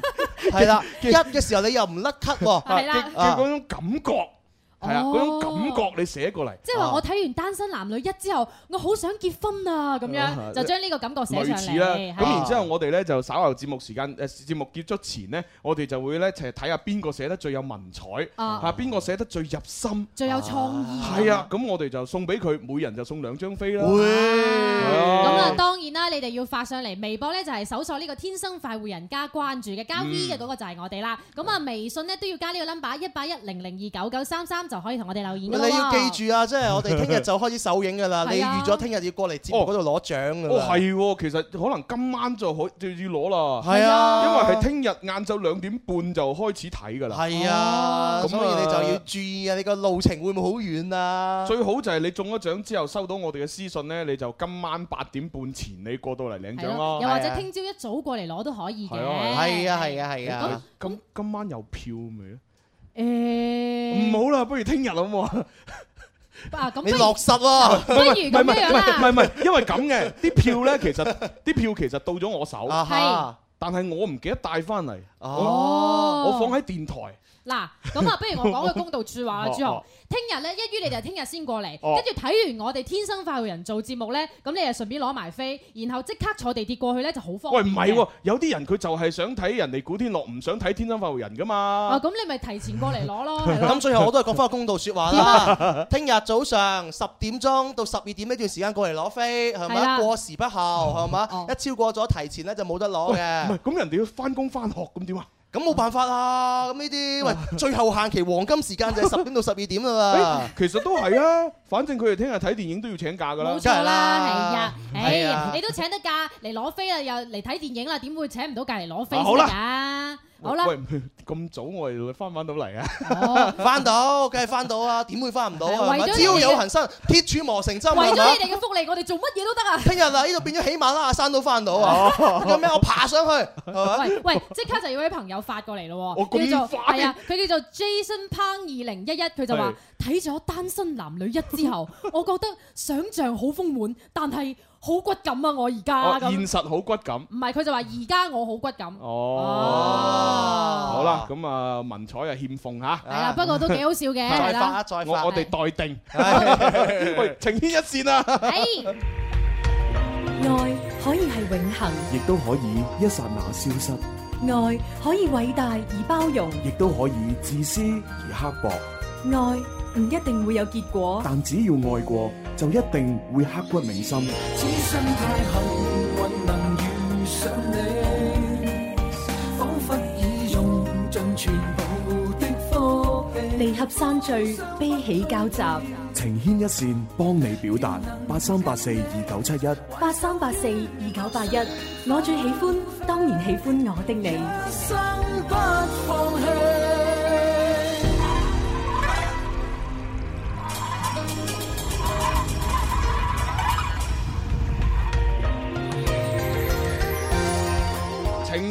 Speaker 6: 係啦，一嘅時候你又唔甩咳
Speaker 4: *laughs*
Speaker 6: 喎。
Speaker 5: 係
Speaker 4: 嘅
Speaker 5: 啦
Speaker 4: 嘅，啊嗰種感覺，係啊，
Speaker 5: 哦
Speaker 4: 嗰種感覺你寫過嚟，
Speaker 5: 即係話我睇完《單身男女一》之後，我好想結婚啊！咁
Speaker 4: 啊
Speaker 5: 樣就將呢個感覺寫上
Speaker 4: 類似啦。
Speaker 5: 嚟。
Speaker 4: 咁
Speaker 5: 係
Speaker 4: 然之後我哋呢，就稍後節目時間誒節目結束前呢，我哋就會呢，就係睇下邊個寫得最有文采，
Speaker 5: 啊
Speaker 4: 嚇邊個寫得最入心。
Speaker 5: 最有創意。
Speaker 4: 係啊，咁我哋就送俾佢，每人就送兩張飛啦。係啊
Speaker 5: 咁啊，當然啦，你哋要發上嚟微博咧，就係搜索呢個天生快活人加關注嘅，加 V
Speaker 4: 嗯
Speaker 5: 嘅嗰個就係我哋啦。咁啊，微信咧都要加呢個 number 一八一零零二九九三三就可以同我哋留言㗎啦
Speaker 6: 你要記住啊！
Speaker 4: *laughs*
Speaker 6: 即係我哋聽日就開始首映㗎啦，你
Speaker 5: 係啊
Speaker 6: 預咗聽日要過嚟節目嗰度攞獎㗎
Speaker 4: 哦，
Speaker 6: 啦。
Speaker 4: 係喎，其實可能今晚就可就要攞啦。
Speaker 6: 係啊
Speaker 4: 因為係聽日晏晝兩點半就開始睇㗎啦。
Speaker 6: 係啊，
Speaker 4: 哦
Speaker 6: 所以你就要注意啊！你個路程會唔會好遠啊？
Speaker 4: 最好就係你中咗獎之後收到我哋嘅私信呢，你就今晚八點半前你過到嚟領獎
Speaker 5: 係咯，又
Speaker 4: 啦。
Speaker 5: 或者聽朝一早過嚟攞都可以嘅。
Speaker 4: 啊係啊係
Speaker 6: 係啊係啊係啊！
Speaker 4: 咁今晚有票未咧？
Speaker 5: 誒，
Speaker 4: 唔好啦，不如聽日好唔好啊？
Speaker 5: 啊，咁不
Speaker 6: 你
Speaker 5: 如
Speaker 6: 落實喎，
Speaker 5: 不如咁
Speaker 4: 唔係唔
Speaker 5: 樣
Speaker 4: 係唔
Speaker 6: 啊
Speaker 4: 係
Speaker 5: 啦，
Speaker 4: 唔係，因為咁嘅啲票呢，其實 *laughs* 啲票其實到咗我手，
Speaker 6: 啊哈
Speaker 4: 但係我唔記得帶翻嚟，我
Speaker 5: 哦
Speaker 4: 我放喺電台。
Speaker 5: 嗱，
Speaker 4: *laughs*
Speaker 5: 咁啊，不如我講句公道説話啦，
Speaker 4: 哦
Speaker 5: 朱
Speaker 4: 哦
Speaker 5: 紅。聽日咧，一於你就聽日先過嚟，
Speaker 4: 哦
Speaker 5: 跟住睇完我哋天生快活人做節目咧，咁你就順便攞埋飛，然後即刻坐地鐵過去咧就好方
Speaker 4: 喂，
Speaker 5: 便。
Speaker 4: 唔係
Speaker 6: 啊
Speaker 4: 喎，有啲人佢就係想睇人哋古天樂，唔想睇《天生快活人》噶
Speaker 5: 啊，
Speaker 4: 嘛。
Speaker 6: 哦
Speaker 5: 咁你咪提前過嚟
Speaker 4: *laughs*
Speaker 5: 攞咯，係咯
Speaker 6: 咁最後我都係講翻個公道説話啦。聽日早上十點鐘到十二點呢段時間過嚟攞飛，係
Speaker 5: 係啦
Speaker 6: 咪？過時不候，係咪？一超過咗提前咧就冇得攞
Speaker 4: 喂，唔係
Speaker 6: 嘅。
Speaker 4: 咁人哋要翻工翻學咁點啊？
Speaker 6: 咁冇辦法啊！咁呢
Speaker 5: *laughs*
Speaker 6: 啲喂，最後限期黃金時間就係十點到十二點啦
Speaker 4: 其實都係啊，反正佢哋聽日睇電影都要請假㗎啦。
Speaker 5: 冇錯啦，係啊，
Speaker 4: 係啊
Speaker 5: 誒，你都請得假嚟攞飛啊啦，又嚟睇電影啦，點會請唔到假嚟攞飛
Speaker 4: 啊
Speaker 5: 先
Speaker 4: 好啦
Speaker 5: 得㗎？好啦，哦
Speaker 4: 喂， *laughs* 咁早我哋翻唔翻到嚟啊？
Speaker 5: *laughs*
Speaker 6: 喎。翻到，梗係翻到啊！點會翻唔到
Speaker 5: 係啊
Speaker 6: 啊？係
Speaker 5: 為
Speaker 6: 咪
Speaker 5: 咗
Speaker 6: 只要
Speaker 5: 你哋
Speaker 6: 有恒生，鐵柱磨成針啊
Speaker 5: 為
Speaker 6: 係嘛
Speaker 5: 咗你哋嘅福利，我哋做乜嘢都得啊！
Speaker 6: 聽日啊，呢度變咗喜馬拉雅山都翻到啊！
Speaker 5: 哦
Speaker 6: 有咩？我爬上去係嘛？
Speaker 5: 喂喂，即刻就有位朋友發過
Speaker 4: *laughs*
Speaker 5: 嚟咯
Speaker 6: 哦
Speaker 5: 喎，
Speaker 6: 咁
Speaker 5: 叫做
Speaker 6: 快
Speaker 5: 係啊，佢叫做 Jason Pang 二零一一，佢就話睇咗《單身男女一》之
Speaker 4: *laughs*
Speaker 5: 後，我覺得想像好豐滿，但係好骨感啊！我而家
Speaker 4: 哦
Speaker 5: 咁
Speaker 4: 現，實好骨感。
Speaker 5: 唔係佢就話而家我好骨感。
Speaker 4: 哦，好啦，咁啊文采啊欠奉嚇，係
Speaker 5: *laughs* 係啦，不過都幾好笑
Speaker 4: *laughs*
Speaker 5: 嘅，係啦。
Speaker 6: 再
Speaker 4: 我我哋待定， *laughs* 喂，情牽一線啊！
Speaker 12: 愛可以係永恒，
Speaker 3: 亦都可以一刹那消失，
Speaker 12: 愛可以偉大而包容，
Speaker 3: 亦都可以自私而刻薄，
Speaker 12: 愛唔一定會有結果。
Speaker 3: 但只要愛過，就一定會刻骨銘心。
Speaker 13: 此生太幸運能遇上你，彷彿已用盡全部的福氣。
Speaker 12: 離合散聚，悲喜交集。
Speaker 3: 情牽一線，幫你表達。八三八四二九七一。
Speaker 12: 八三八四二九八一，我最喜歡，當然喜歡我的你。
Speaker 13: 一生不放棄。
Speaker 4: 情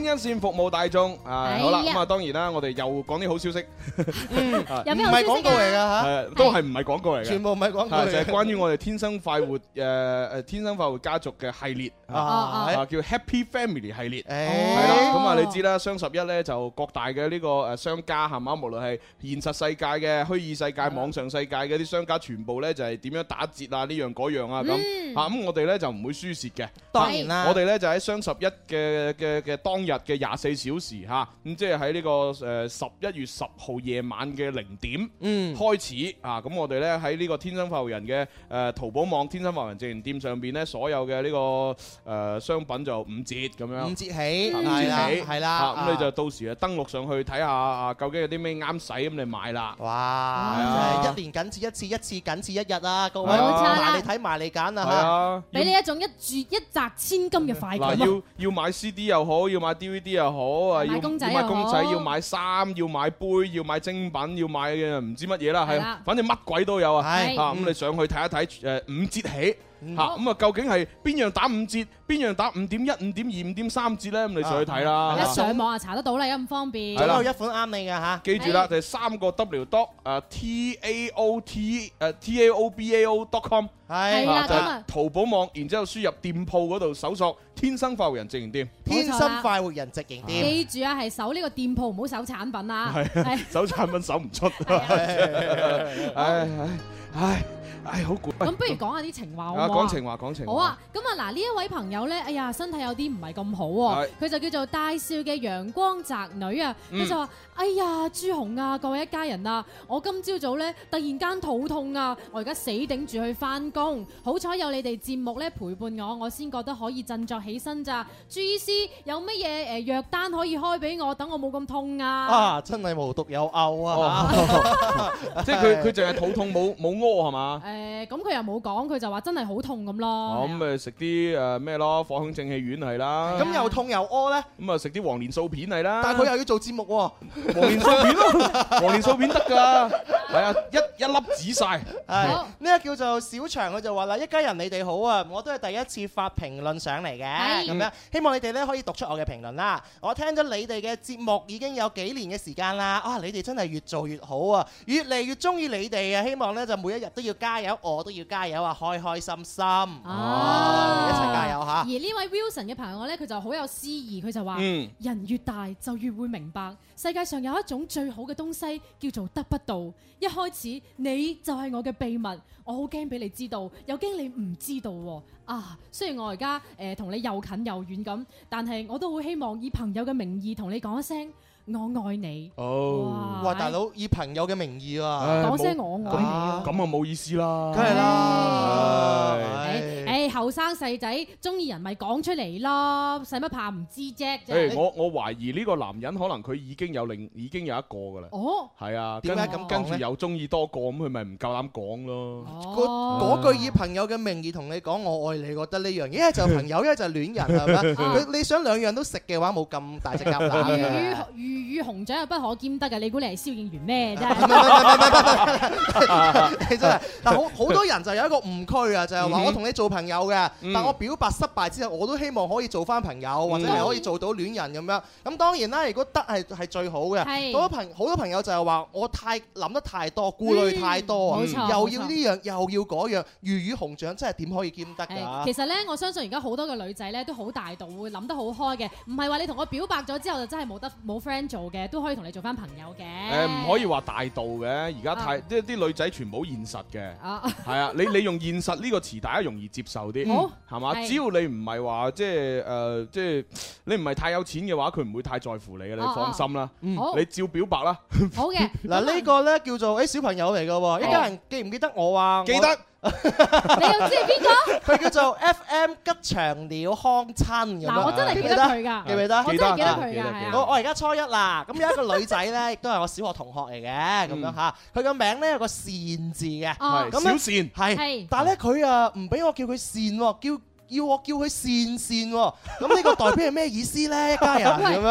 Speaker 4: 一線服務大眾啊，
Speaker 5: 係
Speaker 4: 好啦，
Speaker 5: 啊
Speaker 4: 咁啊當然啦，我哋又講啲好消息，啊
Speaker 5: 有咩好消息啊唔係廣告嚟㗎嚇
Speaker 4: 係都係唔係廣告嚟嘅，
Speaker 6: 全部唔係廣告
Speaker 4: 啊
Speaker 6: 嚟
Speaker 4: 就係關於我哋天生快活誒誒天生快活家族嘅系列
Speaker 5: 哦
Speaker 4: 啊
Speaker 6: 啊
Speaker 4: 啊叫 Happy Family 系列，係啦，
Speaker 6: 哦
Speaker 4: 咁啊你知啦，雙十一咧就各大嘅呢個誒商家係嘛，無論係現實世界嘅、虛擬世界、網上世界嘅啲商家，全部咧就係點樣打折啊，呢樣嗰樣啊咁
Speaker 6: 嗯
Speaker 4: 啊，咁我哋咧就唔會輸蝕嘅，
Speaker 6: 當然啦
Speaker 4: 我哋。我哋咧就喺雙十一嘅嘅嘅當日嘅廿四小時嚇，咁即係喺呢個誒十一月十號夜晚嘅零點
Speaker 6: 嗯
Speaker 4: 開始啊，咁我哋咧喺呢個天生發育人嘅誒淘寶網天生發育人直營店上邊咧，所有嘅呢個誒商品就五折咁樣，
Speaker 6: 五折起
Speaker 4: 啊五
Speaker 6: 係啦
Speaker 4: 折起
Speaker 6: 係啦
Speaker 4: 啊咁
Speaker 6: 啊
Speaker 4: 你就到時啊登錄上去睇下啊，究竟有啲咩啱使咁你買啦，
Speaker 6: 哇
Speaker 4: 係
Speaker 6: 真係
Speaker 4: 啊
Speaker 6: 一，年僅此一次，一次僅此一日啊！各位，
Speaker 4: 係啊
Speaker 6: 埋你睇埋你揀
Speaker 4: 係
Speaker 6: 啊
Speaker 4: 啊，
Speaker 5: 俾你一種一注一擲千金嘅快感
Speaker 4: 嗱，
Speaker 5: 啊。
Speaker 4: 要要買 CD 又好，要買 DVD 又好啊，要
Speaker 5: 買
Speaker 4: 要
Speaker 5: 公仔
Speaker 4: 買
Speaker 5: 又
Speaker 4: 公仔，
Speaker 5: 好
Speaker 4: 要買衫，要買杯，要買精品，要買嘅唔知乜嘢啦，
Speaker 5: 係
Speaker 4: 係
Speaker 5: 啦，
Speaker 4: 反正乜鬼都有啊。
Speaker 6: 係
Speaker 4: 啊，咁
Speaker 6: 嗯
Speaker 4: 你上去睇一睇，誒五折起。嚇
Speaker 6: 好
Speaker 4: 咁啊！究竟係邊樣打五折，邊樣打五點一、五點二、五點三折咧？咁你上去睇啦。
Speaker 5: 一上網啊查得到啦，而家咁方便。
Speaker 4: 係啦總有一
Speaker 6: 款啱你嘅嚇。
Speaker 4: 記住啦，就係三個 W dot 誒 T A O T 誒 T A O B A O dot com
Speaker 6: 係
Speaker 4: 啊
Speaker 6: 啦
Speaker 4: 就
Speaker 6: 咁
Speaker 4: 係
Speaker 6: 啊
Speaker 4: 淘寶網，然之後輸入店鋪嗰度搜索天生快活人直營店，
Speaker 6: 天生快活人直營店。
Speaker 5: 記住啊，係搜呢個店鋪，唔好搜產品啊。係
Speaker 4: 係手產品手唔出，唉唉唉唉，好攰。
Speaker 5: 咁不如講下啲情話好唔
Speaker 4: 啊，
Speaker 5: 好啊
Speaker 4: 講情話，講情話。
Speaker 5: 好啊，咁啊嗱，呢一位朋友咧，哎呀，身體有啲唔係咁好
Speaker 4: 係
Speaker 5: 喎，佢就叫做大少嘅陽光宅女啊，
Speaker 4: 嗯
Speaker 5: 佢就話：哎呀，朱紅啊，各位一家人啊，我今朝早咧突然間肚痛啊，我而家死頂住去翻工，好彩有你哋節目咧陪伴我，我先覺得可以振作起身咋。朱醫師有乜嘢誒藥單可以開俾我，等我冇咁痛啊？
Speaker 6: 啊，真係無獨有偶啊！
Speaker 4: 哦即係佢佢淨係肚痛冇冇屙係嘛？
Speaker 5: 誒，咁佢又冇講，佢就話真係好痛咁
Speaker 4: 哦
Speaker 5: 咯。
Speaker 4: 咁誒食啲誒咩咯，藿香正氣丸係啦。
Speaker 6: 咁又痛又屙咧，
Speaker 4: 咁啊食啲黃連素片係啦。
Speaker 6: 但係佢又要做節目喎。
Speaker 4: 黃連素片咯，黃連素片得㗎啦。係啊，一一粒紫晒。
Speaker 6: 係啊呢個叫做小長，佢就話啦：一家人你哋好啊，我都係第一次發評論上嚟嘅，
Speaker 5: 係
Speaker 6: 咁樣希望你哋咧可以讀出我嘅評論啦。我聽咗你哋嘅節目已經有幾年嘅時間啦，啊，你哋真係越做越好啊，越嚟越中意你哋啊！希望咧就每一日都要加油，我都要加油啊，開開心心，啊一齊加油
Speaker 5: 而
Speaker 6: 嚇！
Speaker 5: 呢位 Wilson 嘅朋友呢，佢就好有詩意，佢就話：
Speaker 6: 嗯
Speaker 5: 人越大就越會明白，世界上有一種最好嘅東西叫做得不到。一開始你就係我嘅秘密，我好驚俾你知道，又驚你唔知道喎。啊，雖然我而家誒同你又近又遠咁，但係我都好希望以朋友嘅名義同你講一聲我愛你。
Speaker 6: 哦，哇，大佬以朋友嘅名義啊，
Speaker 5: 講聲我愛
Speaker 4: 咁
Speaker 5: 你
Speaker 4: 啊冇意思啦。
Speaker 6: 梗係啦，
Speaker 5: 哎
Speaker 4: 唉
Speaker 6: 哎
Speaker 5: 誒，後生細仔中意人咪講出嚟咯，使乜怕唔知啫？
Speaker 4: 誒，我我懷疑呢個男人可能佢已經有另已經有一個噶啦。
Speaker 5: 哦，
Speaker 4: 係啊，
Speaker 6: 點
Speaker 4: 跟
Speaker 6: 解咁
Speaker 4: 跟
Speaker 6: 講
Speaker 4: 住
Speaker 6: 呢
Speaker 4: 又中意多個咁，佢咪唔夠膽講咯。
Speaker 6: 嗰
Speaker 5: 哦
Speaker 6: 嗰句以朋友嘅名義同你講我愛你，覺得呢樣嘢一係就朋友，一係就戀人，係咪？
Speaker 5: 啊
Speaker 6: 佢你想兩樣都食嘅話，冇咁大隻鴿乸嘅。
Speaker 5: *laughs* 魚魚與熊掌又不可兼得嘅，你估你係蕭敬元
Speaker 4: *laughs*
Speaker 5: 咩真
Speaker 6: 唔係唔係唔係唔係唔
Speaker 5: 係？
Speaker 6: 你真係嗱，好好多人就有一個誤區啊，就係話
Speaker 5: 嗯
Speaker 6: 我同你做朋友嘅，但我表白失敗之後，我都希望可以做翻朋友，或者係可以做到戀人咁樣。咁當然啦，如果得係係最好嘅。
Speaker 5: 係
Speaker 6: 好多朋好多朋友就係話我太諗得太多，顧慮太多啊，
Speaker 5: 嗯冇錯
Speaker 6: 又
Speaker 5: 冇
Speaker 6: 要
Speaker 5: 錯
Speaker 6: 呢樣又要嗰樣，魚與熊掌真係點可以兼得㗎？
Speaker 5: 係其實咧，我相信而家好多嘅女仔咧都好大度，會諗得好開嘅，唔係話你同我表白咗之後就真係冇得冇 friend 做嘅，都可以同你做翻朋友嘅。
Speaker 4: 誒唔可以話大度嘅，而家
Speaker 5: 啊
Speaker 4: 太即係啲女仔全部好現實嘅，係啊，你你用現實呢個詞，大家容易接受啲
Speaker 5: 好，
Speaker 4: 係嘛？
Speaker 5: 係
Speaker 4: 只要你唔係話即係誒，即係你唔係太有錢嘅話，佢唔會太在乎你嘅，你
Speaker 5: 哦
Speaker 4: 放心啦，
Speaker 5: 嗯好
Speaker 4: *laughs* 你照表白啦。
Speaker 5: 好嘅，
Speaker 6: 嗱呢個咧叫做誒小朋友嚟㗎
Speaker 5: 哦
Speaker 6: 喎，一家人記唔記得我啊？記得。
Speaker 5: 你又知
Speaker 4: *laughs*
Speaker 5: 係邊個？
Speaker 6: 佢叫做 FM 吉祥鳥康親咁樣啊
Speaker 5: 嗱我真係記得
Speaker 4: *laughs*
Speaker 5: 佢㗎
Speaker 6: 記唔記得？
Speaker 5: 我真係記得佢㗎記得係啊記得
Speaker 6: 我我而家初一啦，咁有一個女仔咧，亦都係 *laughs* 我小學同學嚟嘅，咁
Speaker 5: 嗯
Speaker 6: 樣嚇。佢個名咧有個善字嘅，
Speaker 4: 哦係
Speaker 6: 咁
Speaker 4: 小善
Speaker 6: 係
Speaker 4: 係。
Speaker 6: 但係咧佢啊唔俾我叫佢善喎，叫要我叫佢善善喎。咁呢個代表係咩意思咧？一家人咁樣。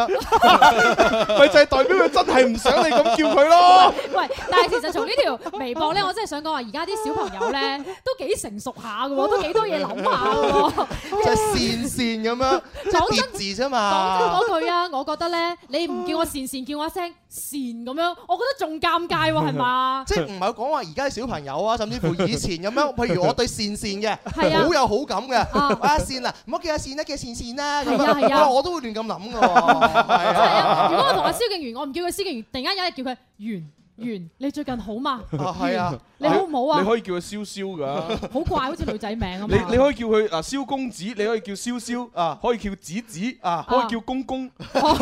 Speaker 4: *laughs* 咪就係代表佢真係唔想你咁叫佢咯。
Speaker 5: 喂，但係其實從呢條微博咧，我真係想講話，而家啲小朋友咧都幾成熟下嘅喎，都幾多嘢諗下嘅
Speaker 4: *laughs*
Speaker 5: 喎。
Speaker 6: 即係善善咁樣，即係
Speaker 5: 講真
Speaker 6: 疊字啫
Speaker 5: 講真
Speaker 6: 嘛。
Speaker 5: 嗰句啊，我覺得咧，你唔叫我善善，叫我一聲善咁樣，我覺得仲尷尬喎，係嘛？
Speaker 6: 即係唔係講話而家啲小朋友啊，甚至乎以前咁樣，譬如我對善善嘅，
Speaker 5: 係啊
Speaker 6: 好有好感嘅，啊善啊，唔好叫阿善啦，叫善善啦，咁
Speaker 5: 係啊係啊
Speaker 6: 哇我都會亂咁諗嘅喎，係啊
Speaker 5: 如果我同阿蕭敬元，我唔叫佢蕭敬元，突然間有一日叫佢元元，你最近好嘛？
Speaker 4: 啊係啊
Speaker 5: 元你好唔好啊
Speaker 4: 你？可以叫佢蕭蕭噶。
Speaker 5: 好怪，好似女仔名咁
Speaker 4: 你
Speaker 5: 嘛。 *laughs*
Speaker 4: 你可以叫佢嗱蕭公子，你可以叫蕭蕭，啊，可以叫子子，啊，可以叫公公。
Speaker 6: *laughs* 咁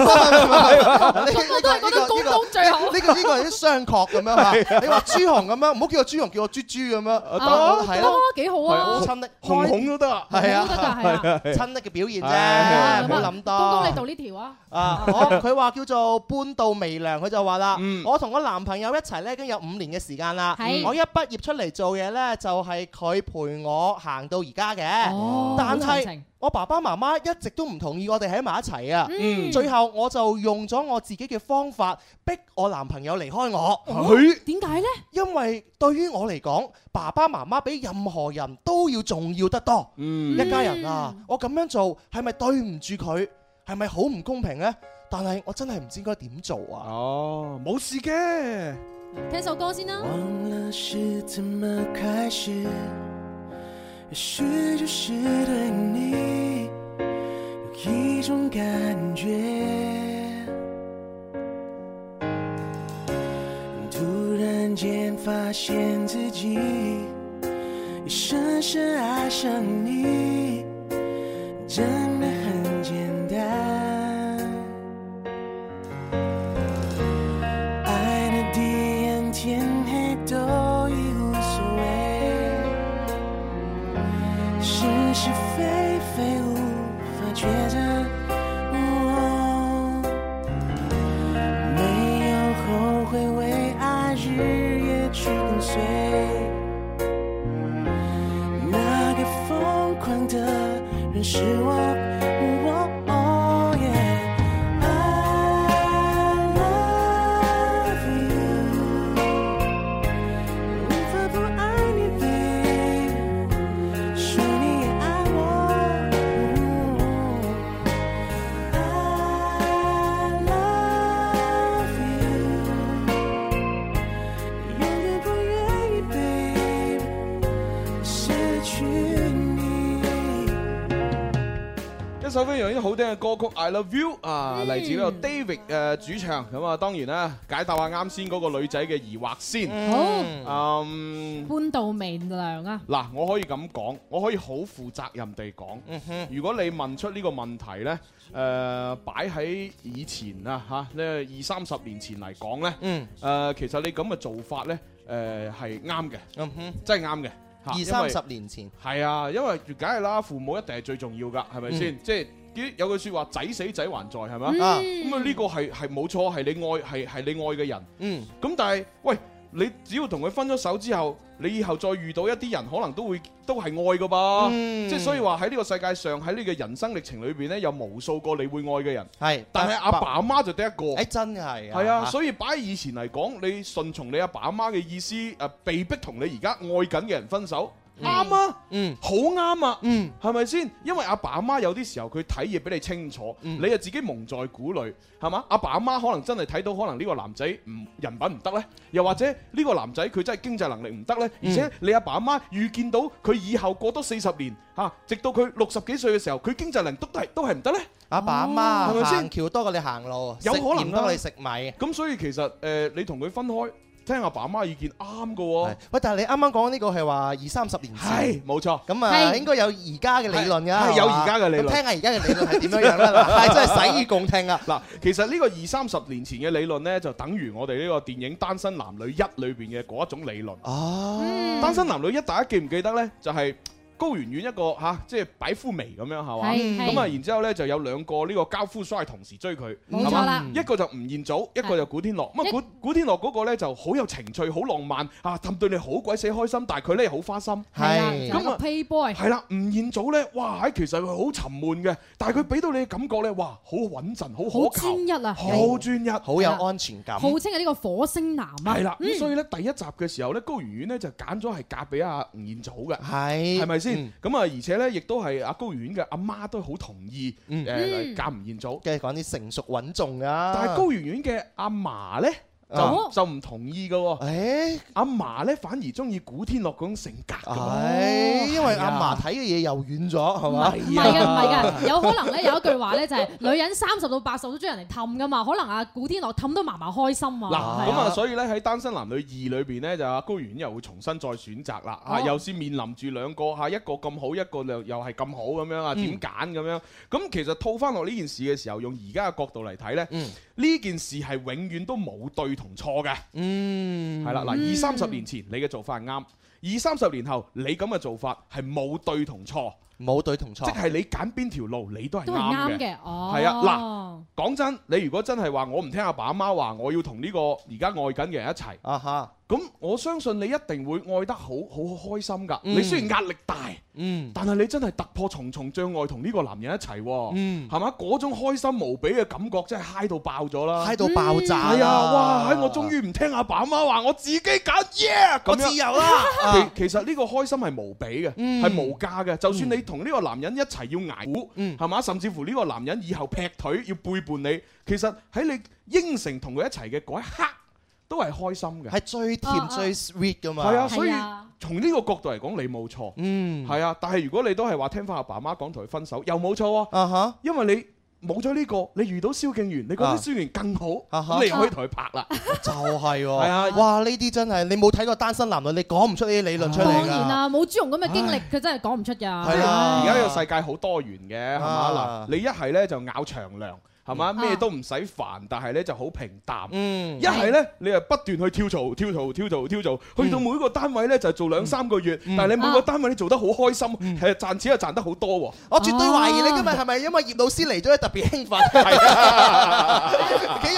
Speaker 5: 我都係覺得公公最好。
Speaker 6: 呢個呢個係啲商榷咁樣嚇，你話朱紅咁樣，唔好叫我朱紅，叫我豬豬咁樣，
Speaker 5: 哦
Speaker 6: 係
Speaker 5: 得
Speaker 6: 咯
Speaker 5: 啊，幾好啊
Speaker 6: 好親昵，
Speaker 4: 紅紅都得啊，
Speaker 6: 係啊，
Speaker 5: 紅紅都得係啊
Speaker 4: 係啊
Speaker 6: 親昵嘅表現
Speaker 4: 唉
Speaker 6: 啫，唔好諗多。
Speaker 5: 公公，你讀呢條啊？
Speaker 6: 啊！我佢話叫做半道微涼，佢就話啦：
Speaker 4: 嗯
Speaker 6: 我同我男朋友一齊咧，已經有五年嘅時間啦。
Speaker 5: 係
Speaker 6: 我一畢業出嚟做嘢咧，就係佢陪我行到而家
Speaker 5: 哦
Speaker 6: 嘅。但
Speaker 5: 好長
Speaker 6: 係
Speaker 5: 情
Speaker 6: 我爸爸媽媽一直都唔同意我哋喺埋一齊啊。
Speaker 5: 嗯
Speaker 6: 最後我就用咗我自己嘅方法，逼我男朋友離開我。
Speaker 4: 佢
Speaker 5: 點解呢？
Speaker 6: 因為對於我嚟講，爸爸媽媽比任何人都要重要得多。
Speaker 4: 嗯
Speaker 6: 一家人啊，我咁樣做係咪對唔住佢？係咪好唔公平呢？但係我真係唔知應該點做啊！
Speaker 4: 哦，冇事嘅。
Speaker 5: 聽首歌先啦。
Speaker 12: 忘了是怎么开始，也许就是对你有一种感觉，突然间发现自己已深深爱上你，真的很简单。爱的地暗天黑都已无所谓，是是非非无法抉择。没有后悔，为爱日夜去跟随。那个疯狂的人是我。哦耶 I love you，无法不爱你，babe，说你也爱嗯我。I love you，永远不愿意，babe，失去你。
Speaker 4: 一首非常之好聽嘅歌曲《I Love You》啊，嚟自呢個 David 誒主唱咁啊，當然啦，解答下啱先嗰個女仔嘅疑惑先。
Speaker 5: 好
Speaker 4: 嗯，
Speaker 5: 半道微涼啊！
Speaker 4: 嗱，我可以咁講，我可以好負責任地講，
Speaker 6: 嗯
Speaker 4: 如果你問出呢個問題呢，誒、擺喺以前啊嚇，呢二三十年前嚟呃
Speaker 6: 嗯嗯
Speaker 4: 講呢，誒、其實你咁嘅做法呢，誒係啱嘅，真係啱嘅。嚇
Speaker 6: 二三十年前
Speaker 4: 係啊，因為梗係啦，父母一定係最重要㗎，係咪
Speaker 6: 嗯
Speaker 4: 先？即係。啲有句説話，仔死仔還在，係咪
Speaker 6: 嗯
Speaker 4: 啊？咁啊，呢個係係冇錯，係你愛係係你愛嘅人。
Speaker 6: 嗯，
Speaker 4: 咁但係，喂，你只要同佢分咗手之後，你以後再遇到一啲人，可能都會都係愛噶噃。
Speaker 6: 嗯
Speaker 4: 哦即係所以話喺呢個世界上，喺呢個人生歷程裏邊咧，有無數個你會愛嘅人。
Speaker 6: 嗯係
Speaker 4: 但係阿
Speaker 6: 但
Speaker 4: 爸阿媽就得一個。
Speaker 6: 誒真係
Speaker 4: 係啊，所
Speaker 6: 以
Speaker 4: 以擺喺以前嚟講，你順從你阿爸阿媽嘅意思，誒、被逼同你而家愛緊嘅人分手，啱啊，
Speaker 6: 嗯，
Speaker 4: 好啱啊，
Speaker 6: 嗯，
Speaker 4: 係咪先？因為阿爸阿媽有啲時候佢睇嘢比你清楚，你又自己蒙在鼓裏，係嘛？阿爸阿媽可能真係睇到可能呢個男仔唔人品唔得呢，又或者呢個男仔佢真係經濟能力唔得呢。而且你阿爸阿媽預見到佢以後過多四十年嚇、啊直到佢六十幾歲嘅時候，佢經濟能力都係都係唔得呢。
Speaker 6: 阿爸阿
Speaker 4: 哦
Speaker 6: 媽
Speaker 4: 係咪先
Speaker 6: 行橋多過你行路，
Speaker 4: 有可
Speaker 6: 食
Speaker 4: 能
Speaker 6: 鹽
Speaker 4: 啊
Speaker 6: 多過你食米。
Speaker 4: 咁所以其實誒、呃你同佢分開，聽阿爸媽意見啱嘅喎。
Speaker 6: 喂，但係你啱啱講呢個係話二三十年前，
Speaker 4: 哦係冇錯。
Speaker 6: 咁啊，
Speaker 4: 係
Speaker 6: 應該有而家嘅理論㗎，
Speaker 4: 係有
Speaker 6: 係嘛
Speaker 4: 而家嘅理論
Speaker 6: 咁聽下而家嘅理論係點樣樣 *laughs* 啦，係真係洗耳恭聽啊！
Speaker 4: 嗱，其實呢個二三十年前嘅理論呢，就等於我哋呢個電影《單身男女一》裏邊嘅嗰一種理論。
Speaker 6: 哦，
Speaker 5: 嗯
Speaker 4: 單身男女一》大家記唔記得呢？就係、高圓圓一個嚇、即係擺夫眉咁樣係嘛？
Speaker 5: 係係
Speaker 4: 咁啊，然之後呢，就有兩個呢個交夫衰同時追佢，
Speaker 5: 冇
Speaker 4: 係嘛
Speaker 5: 錯啦
Speaker 6: 嗯
Speaker 4: 一個就吳彥祖，一個就古天樂。咁啊，古古天樂嗰個呢就好有情趣，好浪漫啊，氹對你好鬼死開心，但係佢呢好花心。
Speaker 6: 係
Speaker 4: 咁啊。
Speaker 5: Playboy
Speaker 4: 係啦，吳彥祖咧，哇！喺其實佢好沉悶嘅，但係佢俾到你嘅感覺咧，哇！好穩陣，好
Speaker 5: 好啊
Speaker 4: 可靠
Speaker 5: 專，一啊，
Speaker 4: 好專一，好
Speaker 6: 有安全感
Speaker 5: 號稱係呢個火星男啊，
Speaker 4: 係啦，咁所
Speaker 5: 以
Speaker 4: 以咧第一集嘅時候咧，高圓圓咧就揀咗係嫁俾阿吳彥祖嘅，
Speaker 6: 係
Speaker 4: 係咪
Speaker 6: 嗯
Speaker 4: 先？咁啊，而且咧亦都係阿高圓圓嘅阿媽都好同意
Speaker 6: 嗯
Speaker 4: 誒嚟嫁吳彥祖，
Speaker 6: 梗係講啲成熟穩重啊！
Speaker 4: 但係高圓圓嘅阿嫲咧。
Speaker 6: 哦
Speaker 4: 就就唔同意嘅
Speaker 6: 喎，
Speaker 4: 阿嫲咧反而中意古天樂嗰種性格嘅
Speaker 6: 唉
Speaker 4: 喎，
Speaker 6: 因為
Speaker 4: 係
Speaker 6: 阿
Speaker 4: 啊
Speaker 6: 嫲睇嘅嘢又遠咗，係嘛？
Speaker 5: 唔係嘅，唔係嘅，有可能咧有一句話咧就係女人三十到八十都中意人嚟氹噶嘛，可能阿古天樂氹到嫲嫲開心啊。
Speaker 4: 嗱，咁
Speaker 5: 係
Speaker 4: 啊，所以咧喺《單身男女二》裏邊咧，就阿高圓又會重新再選擇啦，啊，
Speaker 5: 哦
Speaker 4: 又是面臨住兩個啊嚇，一個咁好，一個又又係咁好咁
Speaker 6: 嗯
Speaker 4: 樣啊，點揀咁樣？咁其實套翻落呢件事嘅時候，用而家嘅角度嚟睇咧，呢件事係永遠都冇對同錯嘅，
Speaker 6: 嗯，
Speaker 4: 係啦，嗱，二三十年前你嘅做法係啱，二三十年後你咁嘅做法係冇對同錯，
Speaker 6: 冇對同錯，
Speaker 4: 即係你揀邊條路你都係
Speaker 5: 都係
Speaker 4: 啱
Speaker 5: 啱
Speaker 4: 嘅
Speaker 5: 嘅。。哦，
Speaker 4: 係啊，嗱，講真，你如果真係話我唔聽阿爸阿媽話，我要同呢個而家愛緊嘅人一齊，
Speaker 6: 啊哈，
Speaker 4: 咁我相信你一定會愛得好好好開心㗎。
Speaker 6: 嗯
Speaker 4: 你雖然壓力大，
Speaker 6: 嗯，
Speaker 4: 但係你真係突破重重障礙，同呢個男人一齊喎，
Speaker 6: 嗯
Speaker 4: 係嘛？嗰種開心無比嘅感覺真係嗨到爆咗啦，
Speaker 6: 嗨到爆炸啦
Speaker 4: 係啊！哇，喺我終於唔聽阿爸阿媽話，我自己揀，yeah，咁樣
Speaker 6: 我自
Speaker 4: *laughs*
Speaker 6: 由啦啊
Speaker 4: 其其實呢個開心係無比嘅，
Speaker 6: 嗯嗯
Speaker 4: 係無價嘅。就算你同呢個男人一齊要捱苦，係嘛？甚至乎呢個男人以後劈腿要背叛你，其實喺你應承同佢一齊嘅嗰一刻，都係開心嘅，
Speaker 6: 係最
Speaker 4: 啊
Speaker 6: 甜
Speaker 4: 啊
Speaker 6: 最 sweet 噶嘛。
Speaker 4: 係啊，所以
Speaker 5: 係啊
Speaker 4: 從呢個角度嚟講，你冇錯。
Speaker 6: 嗯，
Speaker 4: 係啊，但係如果你都係話聽翻阿爸媽講同佢分手，又冇錯
Speaker 6: 啊哈，
Speaker 4: 因為你冇咗呢個，你遇到蕭敬元，你覺
Speaker 6: 啊
Speaker 4: 得蕭敬元更好，
Speaker 6: 啊哈
Speaker 4: 咁你又可以同佢拍啦。
Speaker 6: 就係喎，
Speaker 4: 係啊
Speaker 6: 哇！呢啲真係你冇睇過單身男女，你講唔出呢啲理論出嚟
Speaker 5: 當
Speaker 4: 啊
Speaker 6: 㗎。
Speaker 5: 然啦，冇朱紅咁嘅經歷，佢真係講唔出㗎。
Speaker 4: 係啊，而家呢個世界好多元嘅，係嘛
Speaker 6: 啊
Speaker 4: 嗱，你一係咧就咬長糧。係嘛？咩都唔使煩，但係咧就好平淡。
Speaker 6: 嗯
Speaker 4: 一係咧，你又不斷去跳槽、跳槽、跳槽、跳
Speaker 6: 嗯
Speaker 4: 槽，去到每個單位咧就做兩三個月，但係你每個單位你做得好開心，
Speaker 6: 嗯
Speaker 4: 係賺錢又賺得好
Speaker 6: *laughs*
Speaker 4: 多喎。
Speaker 6: 我絕對懷疑你今日係咪因為葉老師嚟咗特別
Speaker 5: *laughs*
Speaker 6: 興奮？係啊，幾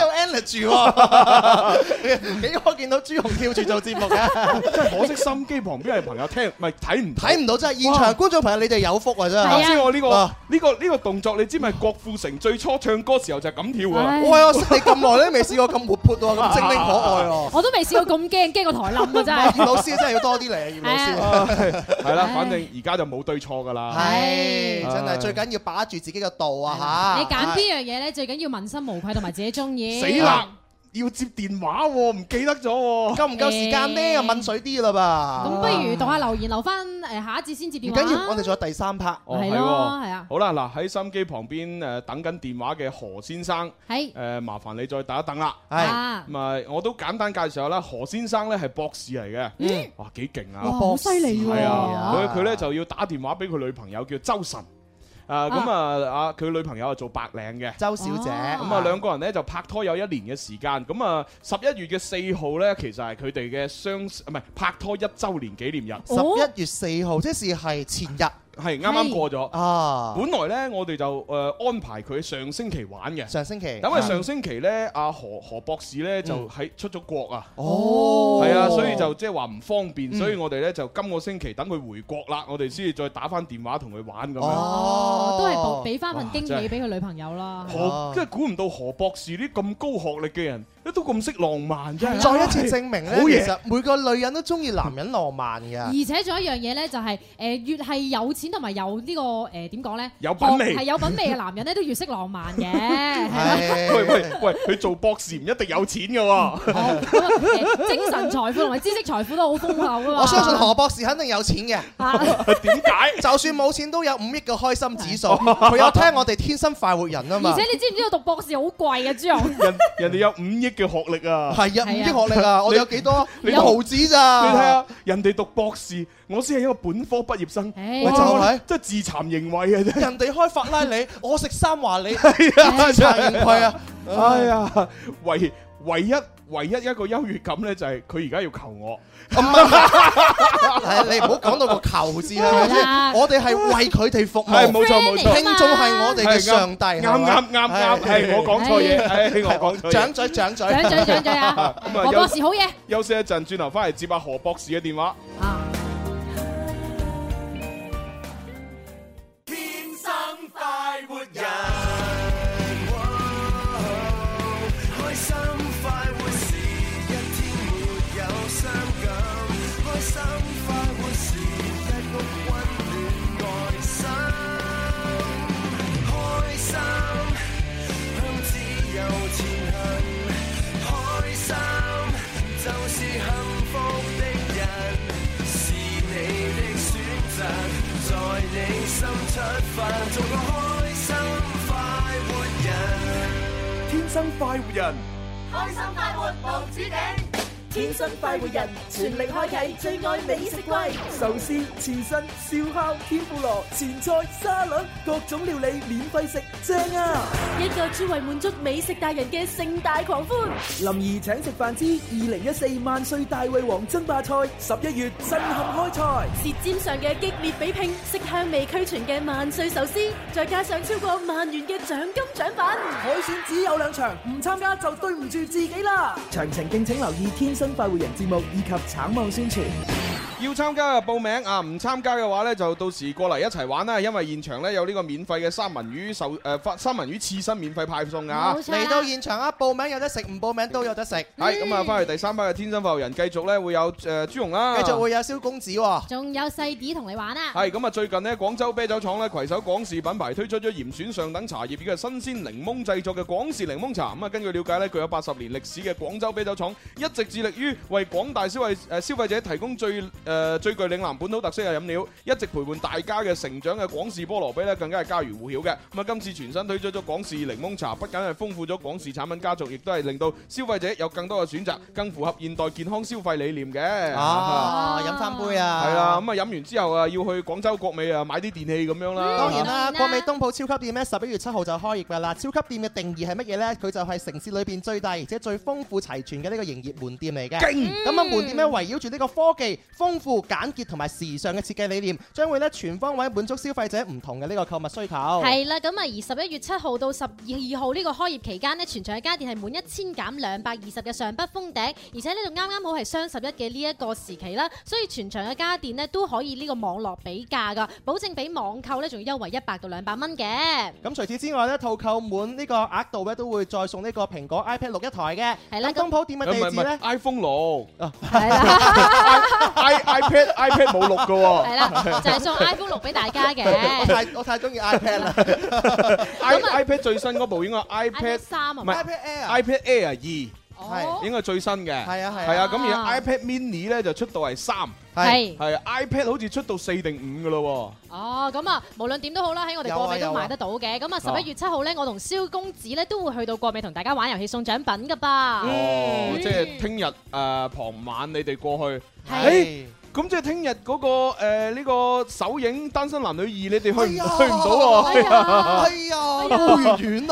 Speaker 6: 有 energy 喎！ *laughs* 幾可見到朱紅跳住做節目
Speaker 5: *laughs*
Speaker 6: 嘅，
Speaker 4: 真係可惜心機旁邊嘅朋友聽，唔係睇唔
Speaker 6: 睇唔到真係現場觀眾朋友，你哋有福啊真
Speaker 4: 啱先
Speaker 6: 係！
Speaker 4: 我呢個
Speaker 6: 啊
Speaker 4: 呢個呢個動作，你知唔知係郭富城最初唱歌時候就係咁跳啊？
Speaker 6: 喂，我識你咁耐都未試過咁活潑喎，咁精靈可愛
Speaker 5: *laughs*
Speaker 6: 喎！
Speaker 5: 我都未試過咁驚，驚個台冧啊！
Speaker 4: *laughs*
Speaker 5: 真係。
Speaker 6: 葉老師真係要多啲嚟啊，葉老師。
Speaker 4: 係啦，反正而家就冇對錯噶啦。
Speaker 6: 係真係
Speaker 4: 唉
Speaker 6: 最緊要把握住自己嘅度啊嚇！
Speaker 5: 你揀邊樣嘢咧？最緊要問心無愧同埋自己中意。啊
Speaker 4: 死啦！！要接電話喎，唔記得咗喎。
Speaker 6: 夠唔夠時間呢？又問水啲啦吧。
Speaker 4: 啊
Speaker 5: 咁不如讀下留言，留翻誒下一節先接電
Speaker 6: 唔
Speaker 5: 話。
Speaker 6: 緊要，我哋仲有第三 part。
Speaker 4: 哦，
Speaker 5: 係
Speaker 4: 係
Speaker 5: 咯
Speaker 4: 喎
Speaker 5: 係啊
Speaker 4: 好啦，嗱喺心機旁邊誒等緊電話嘅何先生，
Speaker 5: 係
Speaker 4: 誒麻煩你再等一等啦。
Speaker 6: 係
Speaker 5: 啊
Speaker 4: 咁啊，我都簡單介紹下啦。何先生咧係博士嚟嘅，
Speaker 6: 嗯
Speaker 4: 哇幾勁
Speaker 5: 哇
Speaker 4: 啊！
Speaker 5: 好犀利
Speaker 4: 係
Speaker 5: 喎！
Speaker 4: 啊，佢佢咧就要打電話俾佢女朋友叫周晨。啊咁啊啊佢女朋友係做白領嘅
Speaker 6: 周小姐哦
Speaker 4: 咁啊兩個人咧就拍拖有一年嘅時間，咁啊十一月嘅四號咧其實係佢哋嘅相唔係拍拖一週年紀念日，
Speaker 6: 十一月四號，即是係前日，
Speaker 4: 係啱啱過咗
Speaker 6: 啊。
Speaker 4: 本來咧我哋就誒安排佢上星期玩嘅，
Speaker 6: 上星期嗯
Speaker 4: 因為上星期咧阿何何博士咧就喺出咗國啊，
Speaker 6: 哦
Speaker 4: 係啊，所以就即係話唔方便，
Speaker 6: 嗯
Speaker 4: 所以我哋咧就今個星期等佢回國啦，我哋先至再打翻電話同佢玩咁樣。
Speaker 5: 哦，都係報俾翻份
Speaker 4: 哇
Speaker 5: 驚
Speaker 4: 真
Speaker 5: 喜
Speaker 4: 係
Speaker 5: 俾佢女朋友啦。
Speaker 6: 啊
Speaker 4: 何即係估唔到何博士呢咁高學歷嘅人，都咁識浪漫真係。
Speaker 6: 再一次證明
Speaker 4: 好
Speaker 6: 咧，其
Speaker 4: 嘢
Speaker 6: 實每個女人都中意男人浪漫
Speaker 5: *laughs* 而
Speaker 6: 嘅。
Speaker 5: 且仲有一樣嘢咧，就係誒越係有錢同埋有呢個誒點講咧，
Speaker 4: *laughs* 有品
Speaker 6: 哦
Speaker 4: 味
Speaker 5: 係有品味嘅男人咧，都越識浪漫嘅。
Speaker 4: *laughs* *laughs* 喂喂喂，佢做博士唔一定有錢嘅喎。
Speaker 5: 誒呃精神財富同埋知識財富都好豐厚啊嘛。
Speaker 6: 我相信啊何博士肯定有錢嘅。嗯
Speaker 4: 點解？
Speaker 6: 就算冇錢都有五億嘅開心
Speaker 4: *laughs*
Speaker 6: 指數。佢有聽我哋天生快活人啊嘛
Speaker 5: 而。且你知唔知道讀博士好貴啊嘅朱紅？
Speaker 4: 人人哋有五億嘅學歷
Speaker 6: *laughs*
Speaker 4: 啊，
Speaker 6: 係啊五億學歷啊我哋有幾多五毫紙咋
Speaker 4: 你睇下人哋讀博士，我先係一個本科畢業生，
Speaker 6: 哎喂就係
Speaker 4: 真係自慚形穢啊！真係
Speaker 6: 人哋開法拉利，我食三
Speaker 4: *laughs*
Speaker 6: 華李，
Speaker 4: 啊
Speaker 6: 自慚形穢啊！
Speaker 4: 哎呀，唯唯一唯一一個優越感咧，就係佢而家要求我。
Speaker 6: 係你唔好講到個求字
Speaker 4: 係
Speaker 6: 啦
Speaker 4: 啦，
Speaker 6: 我哋係為佢哋服務，
Speaker 4: 哎係冇錯冇錯
Speaker 6: 聽眾係我哋嘅上帝，
Speaker 4: 係啱
Speaker 6: 係咪
Speaker 4: 啱啱啱係我講錯嘢係我講錯嘢
Speaker 6: 掌嘴掌嘴
Speaker 5: 掌嘴掌嘴啊！
Speaker 4: *laughs* 咁
Speaker 5: 何博士好嘢。
Speaker 4: 休息一陣，轉頭翻嚟接下何博士嘅電話。
Speaker 14: 天生快活人，
Speaker 15: 開心快活是一天沒有傷感，開心快活是一屋溫暖愛心，開心向自由前行，開心就是幸福的人，是你的選擇，在你心出發，做個開心快活人。
Speaker 3: 天生快活人，
Speaker 14: 開心快活無止境。
Speaker 3: 天生快活人，全力開啟最愛美食季，壽司、刺身、燒烤、天婦羅、前菜、沙律，各種料理免費食，正啊！
Speaker 2: 一個專為滿足美食大人嘅盛大狂歡，
Speaker 3: 林怡請食飯之二零一四萬歲大胃王爭霸賽，十一月震撼開賽。
Speaker 2: 舌尖上嘅激烈比拼，色香味俱全嘅萬歲壽司，再加上超過萬元嘅獎金獎品，
Speaker 3: 海選只有兩場，唔參加就對唔住自己啦。詳情敬請留意《天生快活人》節目以及橙網宣傳。
Speaker 4: 要參加嘅報名啊，唔參加嘅話呢，就到時過嚟一齊玩啦。因為現場呢，有呢個免費嘅三文魚壽誒發三文魚刺身免費派送㗎。
Speaker 6: 嚟到現場啊，報名有得食，唔報名都有得食。
Speaker 4: 係咁啊，翻嚟第三班嘅天生發育人繼續呢會有誒朱紅啦，
Speaker 6: 繼續會有蕭公子喎。
Speaker 5: 仲有細啲同你玩啊！
Speaker 4: 係咁啊！最近呢，廣州啤酒廠呢，攜手廣氏品牌推出咗嚴選上等茶葉嘅新鮮檸檬製作嘅廣氏檸檬茶。咁啊，根據了解呢，具有八十年歷史嘅廣州啤酒廠一直致力於為廣大消費誒消費者提供最誒、呃最具嶺南本土特色嘅飲料，一直陪伴大家嘅成長嘅廣氏菠蘿啤呢，更加係家喻戶曉嘅。咁啊，今次全新推出咗廣氏檸檬茶，不僅係豐富咗廣氏產品家族，亦都係令到消費者有更多嘅選擇，更符合現代健康消費理念嘅。
Speaker 6: 啊，飲翻杯啊！
Speaker 4: 係啦，咁啊飲完之後啊，要去廣州國美啊買啲電器咁樣啦。
Speaker 6: 嗯當然啦，國美東圃超級店咧，十一月七號就開業㗎啦。超級店嘅定義係乜嘢呢？佢就係城市裏邊最大而且最豐富齊全嘅呢個營業門店嚟嘅。
Speaker 4: 勁
Speaker 6: 咁啊，門店咧圍繞住呢個科技、豐富、簡潔同埋時尚嘅設計理念，將會咧全方位滿足消費者唔同嘅呢個購物需求。
Speaker 5: 係啦，咁啊，而十一月七號到十二號呢個開業期間呢，全場嘅家電係滿一千減兩百二十嘅上不封頂，而且呢度啱啱好係雙十一嘅呢一個時期啦，所以全場嘅家電呢都可以呢個網絡比價噶，保證比網購呢仲要優惠一百到兩百蚊嘅。
Speaker 6: 咁除此之外咧，套購滿呢個額度咧，都會再送呢個蘋果 iPad 六一台嘅。
Speaker 5: 係啦
Speaker 6: 咁東圃店嘅地址咧，啊
Speaker 4: iPhone 六
Speaker 6: ，i
Speaker 4: iPad iPad 冇六嘅
Speaker 6: *laughs*
Speaker 4: 喎
Speaker 5: 係啦，就係送 iPhone 六俾大家
Speaker 6: 我
Speaker 5: 嘅。
Speaker 6: 太我太中意 iPad 啦。
Speaker 4: i iPad 最新嗰部應該 iPad
Speaker 5: iPad 三啊哦
Speaker 4: 唔係
Speaker 6: 啊 iPad Air
Speaker 4: iPad Air 二，
Speaker 6: 係
Speaker 4: 應該係最新嘅。
Speaker 6: 係啊係啊
Speaker 4: 係啊，咁而 iPad Mini 咧就出到係三，
Speaker 6: 嗯
Speaker 5: 係
Speaker 4: 係啊 iPad 好似出到四定五嘅咯
Speaker 5: 哦，咁啊，無論點都好啦，喺我哋國美
Speaker 4: 有啊有
Speaker 5: 都
Speaker 4: 啊
Speaker 5: 買得到嘅。咁啊，十一月七號呢，我同蕭公子呢都會去到國美同大家玩遊戲送獎品噶
Speaker 4: 喎。呃
Speaker 6: 嗯
Speaker 5: 噃。
Speaker 4: 哦，即係聽日誒傍晚你哋過去。
Speaker 5: 係
Speaker 4: 誒咁即係聽日嗰個誒呢個首映《單身男女二》，你哋去唔去
Speaker 6: 哎呀
Speaker 4: 唔到喎？啊
Speaker 6: 哎呀，好 遠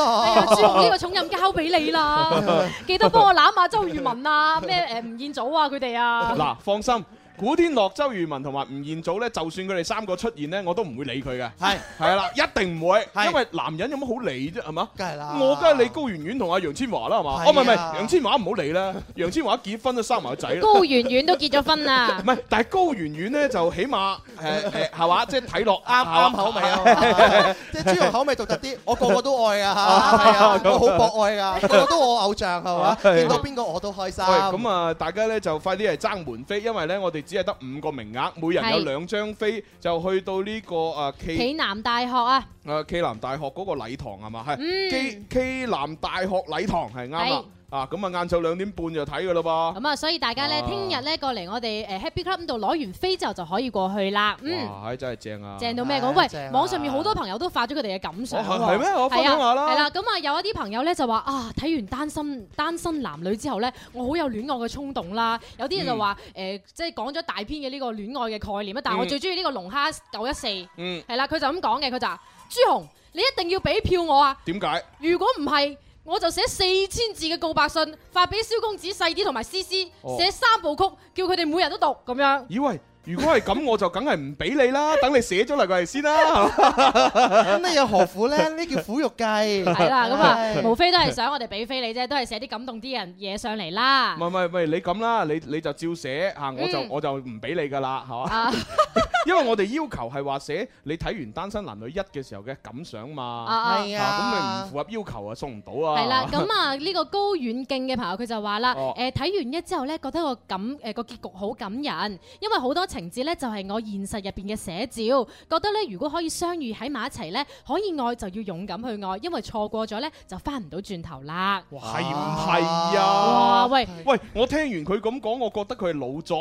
Speaker 4: *laughs*
Speaker 6: 啊！
Speaker 16: 啊朱紅呢個重任交俾你啦，記得幫我攬下周渝民啊，咩誒吳彥祖啊佢哋啊。
Speaker 4: 嗱，放心。古天樂、周渝民同埋吳彥祖咧，就算佢哋三個出現咧，我都唔會理佢嘅。
Speaker 6: 係
Speaker 4: 係啦，一定唔會，因為男人有乜好理啫，係嘛？
Speaker 6: 梗係啦
Speaker 4: 我梗係理高圓圓同阿楊千嬅啦，係嘛？
Speaker 6: 啊係啊
Speaker 4: 哦，唔係唔係，楊千嬅唔好理啦，楊千嬅結婚都生埋個仔啦。
Speaker 5: *laughs* 高圓圓都結咗婚啊啦
Speaker 4: *laughs* 唔。係，但係高圓圓咧就起碼誒誒係嘛，即係睇落
Speaker 6: 啱啱口
Speaker 4: *laughs*
Speaker 6: 味啊！即係豬肉口味獨特啲，我個個都愛啊！係啊，我好博愛
Speaker 4: *laughs*
Speaker 6: 噶，個個都我偶像係嘛，見到邊個我都開心。
Speaker 4: 啊喂，咁啊，大家咧就快啲嚟爭門飛，因為咧我哋只係得五個名額，每人有
Speaker 5: 係
Speaker 4: 兩張飛，就去到呢個誒
Speaker 5: 暨
Speaker 4: K
Speaker 5: 南大學啊，
Speaker 4: 誒 K 南大學嗰個禮堂係嘛？係
Speaker 5: 嗯
Speaker 4: K K 南大學禮堂係啱啦
Speaker 5: 係。
Speaker 4: 啊，咁啊，晏晝兩點半就睇噶啦噃。
Speaker 5: 咁啊，所以大家咧，
Speaker 4: 啊
Speaker 5: 聽日咧過嚟我哋誒 Happy Club 嗰度攞完飛之後就可以過去啦。嗯。
Speaker 4: 哇，係真係正啊！
Speaker 5: 正到咩講？
Speaker 4: 啊
Speaker 5: 喂，網上面好多朋友都發咗佢哋嘅感想
Speaker 4: 哦
Speaker 5: 喎。
Speaker 4: 係係咩我分享下啦
Speaker 5: 係啊係啦，咁啊有一啲朋友咧就話啊，睇完單身單身男女之後咧，我好有戀愛嘅衝動啦。有啲
Speaker 4: 嗯
Speaker 5: 人就話誒，即係講咗大篇嘅呢個戀愛嘅概念啊，但係我
Speaker 16: 嗯
Speaker 5: 最中意呢個龍蝦九一四。
Speaker 4: 嗯
Speaker 5: 係啦，佢就咁講嘅，佢就話朱紅，你一定要俾票我啊！
Speaker 4: 點解？
Speaker 5: 如果唔係，我就寫四千字嘅告白信發俾蕭公子細啲同埋思思，
Speaker 4: 哦
Speaker 5: 寫三部曲，叫佢哋每人都讀咁樣。
Speaker 4: 咦喂，如果係咁，我就梗係唔俾你
Speaker 5: *laughs*
Speaker 4: 啦，等你寫咗嚟過嚟先啦。
Speaker 6: *laughs* 咁你又何苦咧？呢叫苦肉
Speaker 4: *laughs*
Speaker 6: 計。
Speaker 5: 係啦，咁啊，
Speaker 4: 係
Speaker 5: 無非都係想我哋俾飛你啫，都係寫啲感動啲人嘢上嚟啦
Speaker 4: 唔。係唔係唔係，你咁啦，你你就照寫嚇，我就
Speaker 5: 嗯
Speaker 4: 我就唔俾你噶啦，係
Speaker 5: 啊
Speaker 4: 嘛？ *laughs* 因為我哋要求係話寫你睇完《單身男女一》嘅時候嘅感想嘛，
Speaker 5: 啊啊係啊
Speaker 4: 咁你唔符合要求啊，送唔到啊。
Speaker 5: 係啦，咁啊呢個高遠鏡嘅朋友佢就話啦，
Speaker 4: 哦
Speaker 5: 誒睇完一之後咧，覺得個感誒個結局好感人，因為好多情節咧就係我現實入邊嘅寫照，覺得咧如果可以相遇喺埋一齊咧，可以愛就要勇敢去愛，因為錯過咗咧就翻唔到轉頭啦。
Speaker 4: 係唔係啊？
Speaker 5: 哇喂
Speaker 4: 喂，我聽完佢咁講，我覺得佢係老作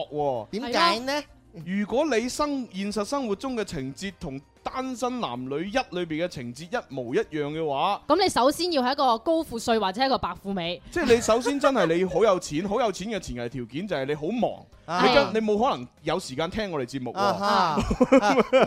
Speaker 4: 喎。
Speaker 6: 點解呢？
Speaker 5: 嗯
Speaker 4: 如果你生現實生活中嘅情節同《單身男女一》裏邊嘅情節一模一樣嘅話，
Speaker 5: 咁你首先要係一個高富帥或者一個白富美。
Speaker 4: 即係你首先真係你好有
Speaker 5: *laughs*
Speaker 4: 錢，好有錢嘅前提條件就係你好忙，
Speaker 5: 啊
Speaker 4: 你跟你冇可能有時間聽我哋節目 *laughs*
Speaker 6: 啊
Speaker 4: 喎。
Speaker 6: 哈！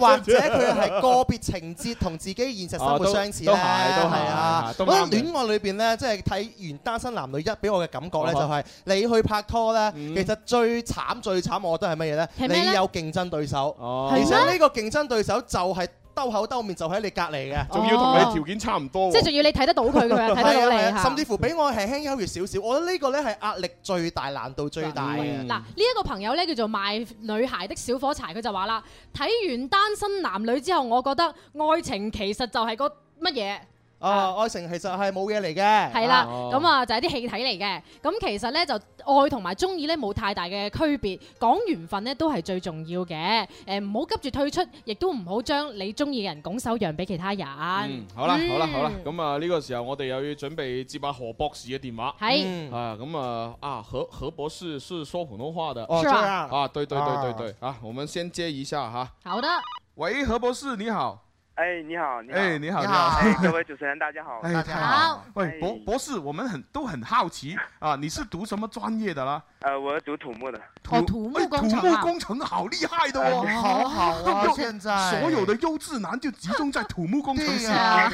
Speaker 6: 或者佢係個別情節同自己現實生活相似咧，
Speaker 4: 啊都都係都係
Speaker 6: 啊！
Speaker 4: 都
Speaker 6: 我
Speaker 4: 啱
Speaker 6: 覺得
Speaker 4: 嘅
Speaker 6: 戀愛裏邊咧，即係睇完《單身男女一》，俾我嘅感覺咧，
Speaker 4: 啊
Speaker 6: 就係你去拍拖咧，
Speaker 4: 嗯
Speaker 6: 其實最慘最慘，我覺得係乜嘢咧？
Speaker 5: 係咩呢
Speaker 6: 你有競爭對手，
Speaker 4: 哦
Speaker 6: 而且呢個競爭對手就係兜口兜面就喺你隔離嘅，
Speaker 4: 仲要同你條件差唔多喎，
Speaker 5: 哦即係仲要你睇得到佢咁
Speaker 4: *laughs*
Speaker 5: 樣，睇
Speaker 6: 係
Speaker 5: 得到
Speaker 6: 啊
Speaker 5: 你
Speaker 6: 係啊
Speaker 5: 嚇
Speaker 6: 甚至乎比我輕輕優越少少。我覺得呢個咧係壓力最大、難度最大
Speaker 4: 嗯
Speaker 6: 嘅。
Speaker 5: 嗱，呢一個朋友咧叫做賣女孩的小火柴，佢就話啦：睇完單身男女之後，我覺得愛情其實就係個乜嘢？
Speaker 6: 啊，愛情其實係冇嘢嚟嘅。
Speaker 5: 係啦，咁啊就係啲氣體嚟嘅。咁其實咧就愛同埋中意咧冇太大嘅區別，講緣分咧都係最重要嘅。誒唔好急住退出，亦都唔好將你中意嘅人拱手讓俾其他人。
Speaker 4: 嗯，好啦，
Speaker 5: 嗯
Speaker 4: 好啦，好啦，咁啊呢個時候我哋又要準備接下何博士嘅電話。
Speaker 5: 係
Speaker 6: 嗯
Speaker 4: 啊，咁啊啊何何博士是說普通話的。
Speaker 6: 哦是啊這樣
Speaker 4: 啊，對對對
Speaker 6: 啊
Speaker 4: 對对，啊，我們先接一下哈。
Speaker 5: 好的，
Speaker 4: 喂，何博士你好。
Speaker 10: 哎，你好，你好，
Speaker 4: 哎你好你好
Speaker 10: 哎，各位主持人，大家好，
Speaker 4: 哎，
Speaker 10: 大
Speaker 4: 太
Speaker 10: 家
Speaker 4: 好
Speaker 10: 好
Speaker 4: 了。。喂，博博士，我们很都很好奇啊，你是读什么专业的啦？
Speaker 10: 呃，我是读土木的。
Speaker 4: 土土木工程、土木工程好厉害的哦，
Speaker 10: 哎好好
Speaker 4: *laughs*
Speaker 10: 啊
Speaker 4: 又
Speaker 10: 现在
Speaker 4: 所有的优质男就集中在土木工程系
Speaker 6: 对呀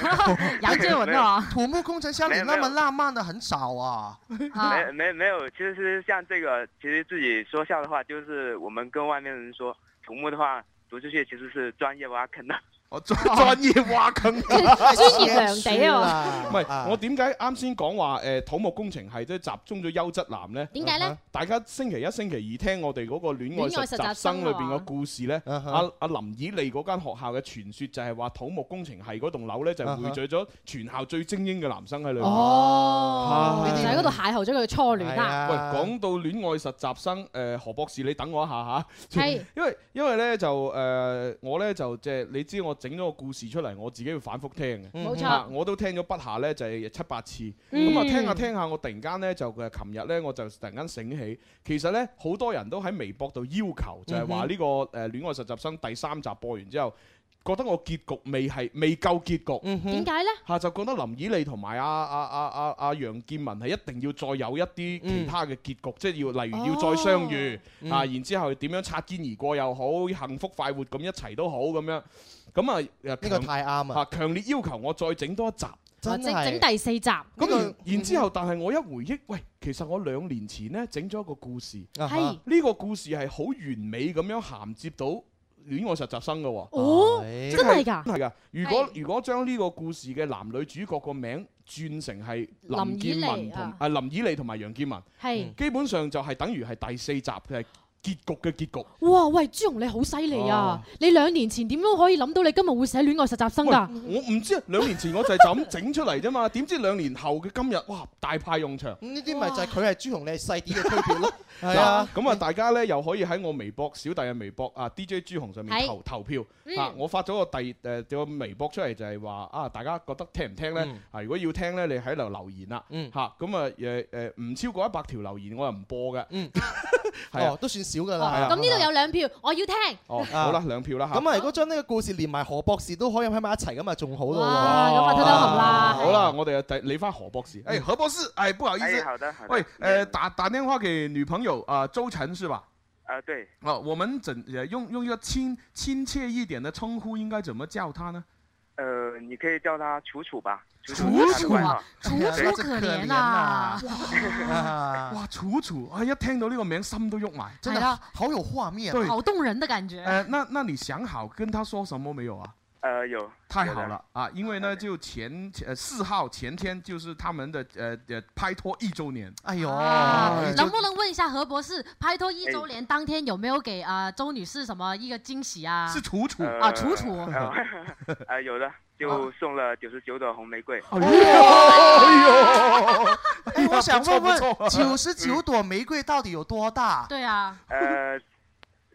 Speaker 10: 杨建文的啊
Speaker 6: 土木工程像你那么浪漫的很少啊。
Speaker 10: 没 *laughs* 没没有，其实像这个，其实自己说笑的话，就是我们跟外面人说，土木的话读出去其实是专业挖坑的。
Speaker 4: 哦，专专业挖坑，
Speaker 10: 專業良地啊
Speaker 4: *laughs* 唔係，我點解啱先講話誒土木工程系都集中咗優質男呢？
Speaker 5: 點解呢？
Speaker 4: 大家星期一、星期二聽我哋嗰個戀愛
Speaker 5: 戀愛
Speaker 4: 實
Speaker 5: 實
Speaker 4: 習生
Speaker 5: 習生
Speaker 4: 裏邊嘅故事呢，
Speaker 6: 嗯啊
Speaker 5: 啊
Speaker 4: 阿阿林以利嗰間學校嘅傳說就係話土木工程系嗰棟樓呢，就
Speaker 6: 啊哦哈
Speaker 4: 匯聚咗全校最精英嘅男生
Speaker 6: 嗯
Speaker 4: 喺裏邊。
Speaker 5: 哦，
Speaker 4: 係
Speaker 5: 就喺嗰度邂逅咗佢嘅初啊戀啦。
Speaker 4: 哎
Speaker 6: 啊
Speaker 4: 喂，講到戀愛實習生，誒、何博士，你等我一下嚇。 *laughs*
Speaker 5: 係
Speaker 4: 因為因為咧就誒、我咧就即係你知我整咗個故事出嚟，我自己要反覆聽
Speaker 6: 嗯
Speaker 4: 嘅。
Speaker 5: 冇錯
Speaker 4: 啊我都聽咗不下咧就係、七八次。咁啊、
Speaker 5: 嗯
Speaker 4: 聽下聽下，我突然間咧就誒琴日咧我就突然間醒起，其實咧呃好多人都喺微博度要求，就係話呢個誒戀愛實習生第三集播完之後。覺得我結局未係未夠結局。
Speaker 6: 嗯
Speaker 5: 點解呢？
Speaker 4: 嚇就覺得林以利同埋阿阿阿阿阿楊建文係一定要再有一啲其他嘅結局，即係要例如要再相遇
Speaker 6: 嗯
Speaker 17: 哦
Speaker 4: 啊，然之後點樣擦肩而過又好，幸福快活咁一齊都好咁樣。咁啊，呢個
Speaker 6: 太啱
Speaker 4: 啊！強烈要求我再整多一集，
Speaker 5: 整整第四
Speaker 6: 啊
Speaker 5: 集。
Speaker 4: 咁然然
Speaker 5: 嗯
Speaker 4: 之後，但係我一回憶，喂，其實我兩年前呢整咗一個故事，
Speaker 5: 啊哈係
Speaker 4: 呢個故事係好完美咁樣銜接到戀愛實習生嘅喎。
Speaker 5: 哦
Speaker 4: 係
Speaker 5: 真係㗎
Speaker 4: 真係㗎！如果如果將呢個故事嘅男女主角個名轉成係林
Speaker 5: 林以
Speaker 4: 建文
Speaker 5: 利
Speaker 4: 同
Speaker 5: 啊
Speaker 4: 啊林以利同埋楊建文，
Speaker 5: 係
Speaker 4: 嗯基本上就係等於係第四集嘅結局嘅結局。
Speaker 18: 哇！喂，朱紅你好犀利
Speaker 4: 哦
Speaker 18: 啊！你兩年前點樣可以諗到你今日會寫戀愛實習生
Speaker 4: 喂
Speaker 18: 㗎？
Speaker 5: 嗯
Speaker 4: 我唔知啊，兩年前我就係就咁整出嚟啫嘛，點知兩年後嘅今日，哇，大派用場。
Speaker 6: 呢啲咪就係佢係朱紅，你係細啲嘅區
Speaker 4: *laughs*
Speaker 6: 別咯。
Speaker 4: 嗱
Speaker 6: 係啊，
Speaker 4: 咁啊，大家咧又可以喺我微博小弟嘅微博啊 DJ 朱紅上面
Speaker 6: 係
Speaker 4: 投投票
Speaker 6: 嗯
Speaker 4: 啊！我發咗個第誒個微博出嚟就係話啊，大家覺得聽唔聽
Speaker 6: 嗯
Speaker 4: 咧？啊，如果要聽咧，你喺度留言啦嚇。咁啊誒誒，唔超過一百條留言我又唔播嘅， *laughs* 係啊
Speaker 6: 嗯哦，都算少㗎
Speaker 4: 係啊
Speaker 6: 啦。
Speaker 5: 咁呢度有兩票，我要聽。
Speaker 4: 哦，好啦，兩票啦嚇。
Speaker 6: 咁啊，如果將呢個故事連埋何博士都可以喺埋一齊，咁啊仲好咯喎。
Speaker 5: 哇咁啊偷偷含啦
Speaker 4: 好啦，我哋啊又第理翻何博士。哎，何博士，哎，不好意思
Speaker 10: 哎，好的好的
Speaker 4: 喂，呃，打打电话给女朋友啊，周晨是吧？
Speaker 10: 啊，对，
Speaker 4: 啊，我们怎呃用用一个亲亲切一点的称呼，应该怎么叫她呢？
Speaker 10: 呃，你可以叫他楚楚吧，楚
Speaker 4: 楚
Speaker 10: 楚
Speaker 4: 楚
Speaker 10: 是他的外
Speaker 4: 啊
Speaker 10: 号，
Speaker 4: 楚
Speaker 10: 对
Speaker 4: 楚可
Speaker 9: 憐啊
Speaker 10: 啊
Speaker 4: 哇
Speaker 6: 啊
Speaker 4: 哇，楚楚，哎，一听到呢个名，心都喐
Speaker 10: *laughs*
Speaker 4: 埋，真
Speaker 9: 係
Speaker 4: 的
Speaker 9: 啦
Speaker 4: 好有画
Speaker 6: 啊
Speaker 4: 面对，
Speaker 9: 好动人的感觉。
Speaker 4: 呃，那那你想好跟她说什么没有啊？
Speaker 10: 呃，有，
Speaker 4: 太
Speaker 10: 有的
Speaker 4: 好了，啊！因为呢，就前呃四号前天就是他们的呃呃拍拖一周年。
Speaker 6: 哎呦
Speaker 9: 啊能不能问一下何博士，拍拖一周
Speaker 6: 哎
Speaker 9: 年当天有没有给啊、周女士什么一个惊喜啊？
Speaker 4: 是楚嗯楚
Speaker 10: 呃
Speaker 9: 啊，楚楚。
Speaker 10: 呃 *laughs* 呃，有的，就送了九十九朵红玫瑰。
Speaker 4: 哎呦，
Speaker 6: 哎，我想问
Speaker 10: 不错不
Speaker 6: 问，
Speaker 10: 错
Speaker 6: 九十九朵玫瑰到底有多大？
Speaker 9: 对啊，
Speaker 10: 呃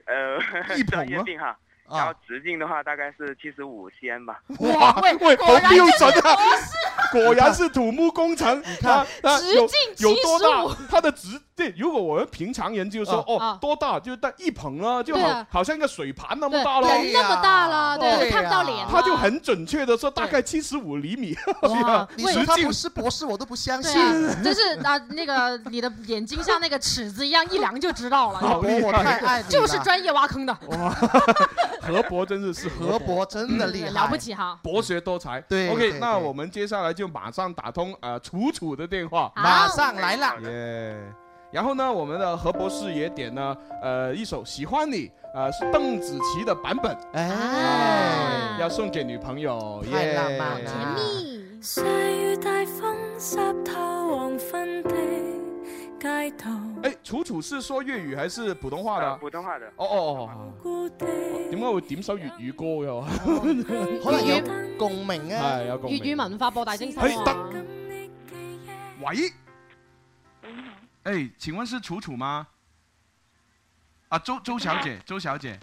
Speaker 10: 呃，
Speaker 6: 一捧
Speaker 10: *laughs*
Speaker 6: 啊
Speaker 10: 专业
Speaker 6: 吗
Speaker 10: 病哈。
Speaker 4: 嗯
Speaker 10: 然后直径的话大概是七十五 cm 吧。
Speaker 4: 哇喂喂好标准啊！ *laughs* 果然是土木工程，它它
Speaker 10: 直
Speaker 4: 有
Speaker 10: 径
Speaker 4: 有多
Speaker 10: 75
Speaker 4: 大？它的直对，如果我们平常人就说
Speaker 10: 啊
Speaker 4: 哦
Speaker 10: 啊
Speaker 4: 多大，就大一捧啊，就
Speaker 5: 对
Speaker 4: 好
Speaker 5: 啊
Speaker 4: 好像一个水盘那么
Speaker 5: 对
Speaker 4: 大了，
Speaker 5: 人那么大
Speaker 6: 哦
Speaker 5: 了，
Speaker 4: 对
Speaker 5: 对，
Speaker 4: 呀
Speaker 5: 看不到脸。
Speaker 4: 他就很准确的说大概七十五厘米， *laughs*
Speaker 6: 你
Speaker 4: 直
Speaker 6: 说他
Speaker 4: 径
Speaker 6: 不是博士，我都不相
Speaker 9: 对
Speaker 4: *laughs*
Speaker 6: 信。
Speaker 9: 啊，就是啊，那个你的眼睛像那个尺子一样，一量就知道
Speaker 4: *laughs*
Speaker 6: 啊
Speaker 9: 了。
Speaker 4: 好厉害我太爱你了
Speaker 9: 就是专业挖坑的，
Speaker 4: 何博真是是
Speaker 6: 何博真的厉害，
Speaker 9: 了不起哈！
Speaker 4: 博学多才。
Speaker 6: 对
Speaker 4: ，OK，
Speaker 6: 对
Speaker 4: 那
Speaker 6: 对
Speaker 4: 我们接下来就马上打通呃楚楚的电话，
Speaker 9: 啊
Speaker 6: 马上来啦！
Speaker 4: 耶！然后呢，我们的何博士也点了呃一首《喜欢你》，呃是邓紫棋的版本，哎，要送给女朋友，
Speaker 6: 嗯太
Speaker 4: 耶！
Speaker 6: 浪漫啦
Speaker 12: 細雨大風濕透黃昏的街道，
Speaker 4: 哎，楚楚是说粤语还是普通话的？普
Speaker 10: 呃通话的。
Speaker 4: 哦哦哦
Speaker 12: 故地
Speaker 4: 哦，點解會點首粵語歌 *laughs* 嘅？
Speaker 6: 可能有共鳴啊！
Speaker 4: 係有共
Speaker 18: 粵
Speaker 4: 鳴。
Speaker 18: 語文化博大精深
Speaker 4: 哎
Speaker 18: 啊！
Speaker 4: 得喂，哎，請問是楚楚嗎？啊，周周小姐，周小姐，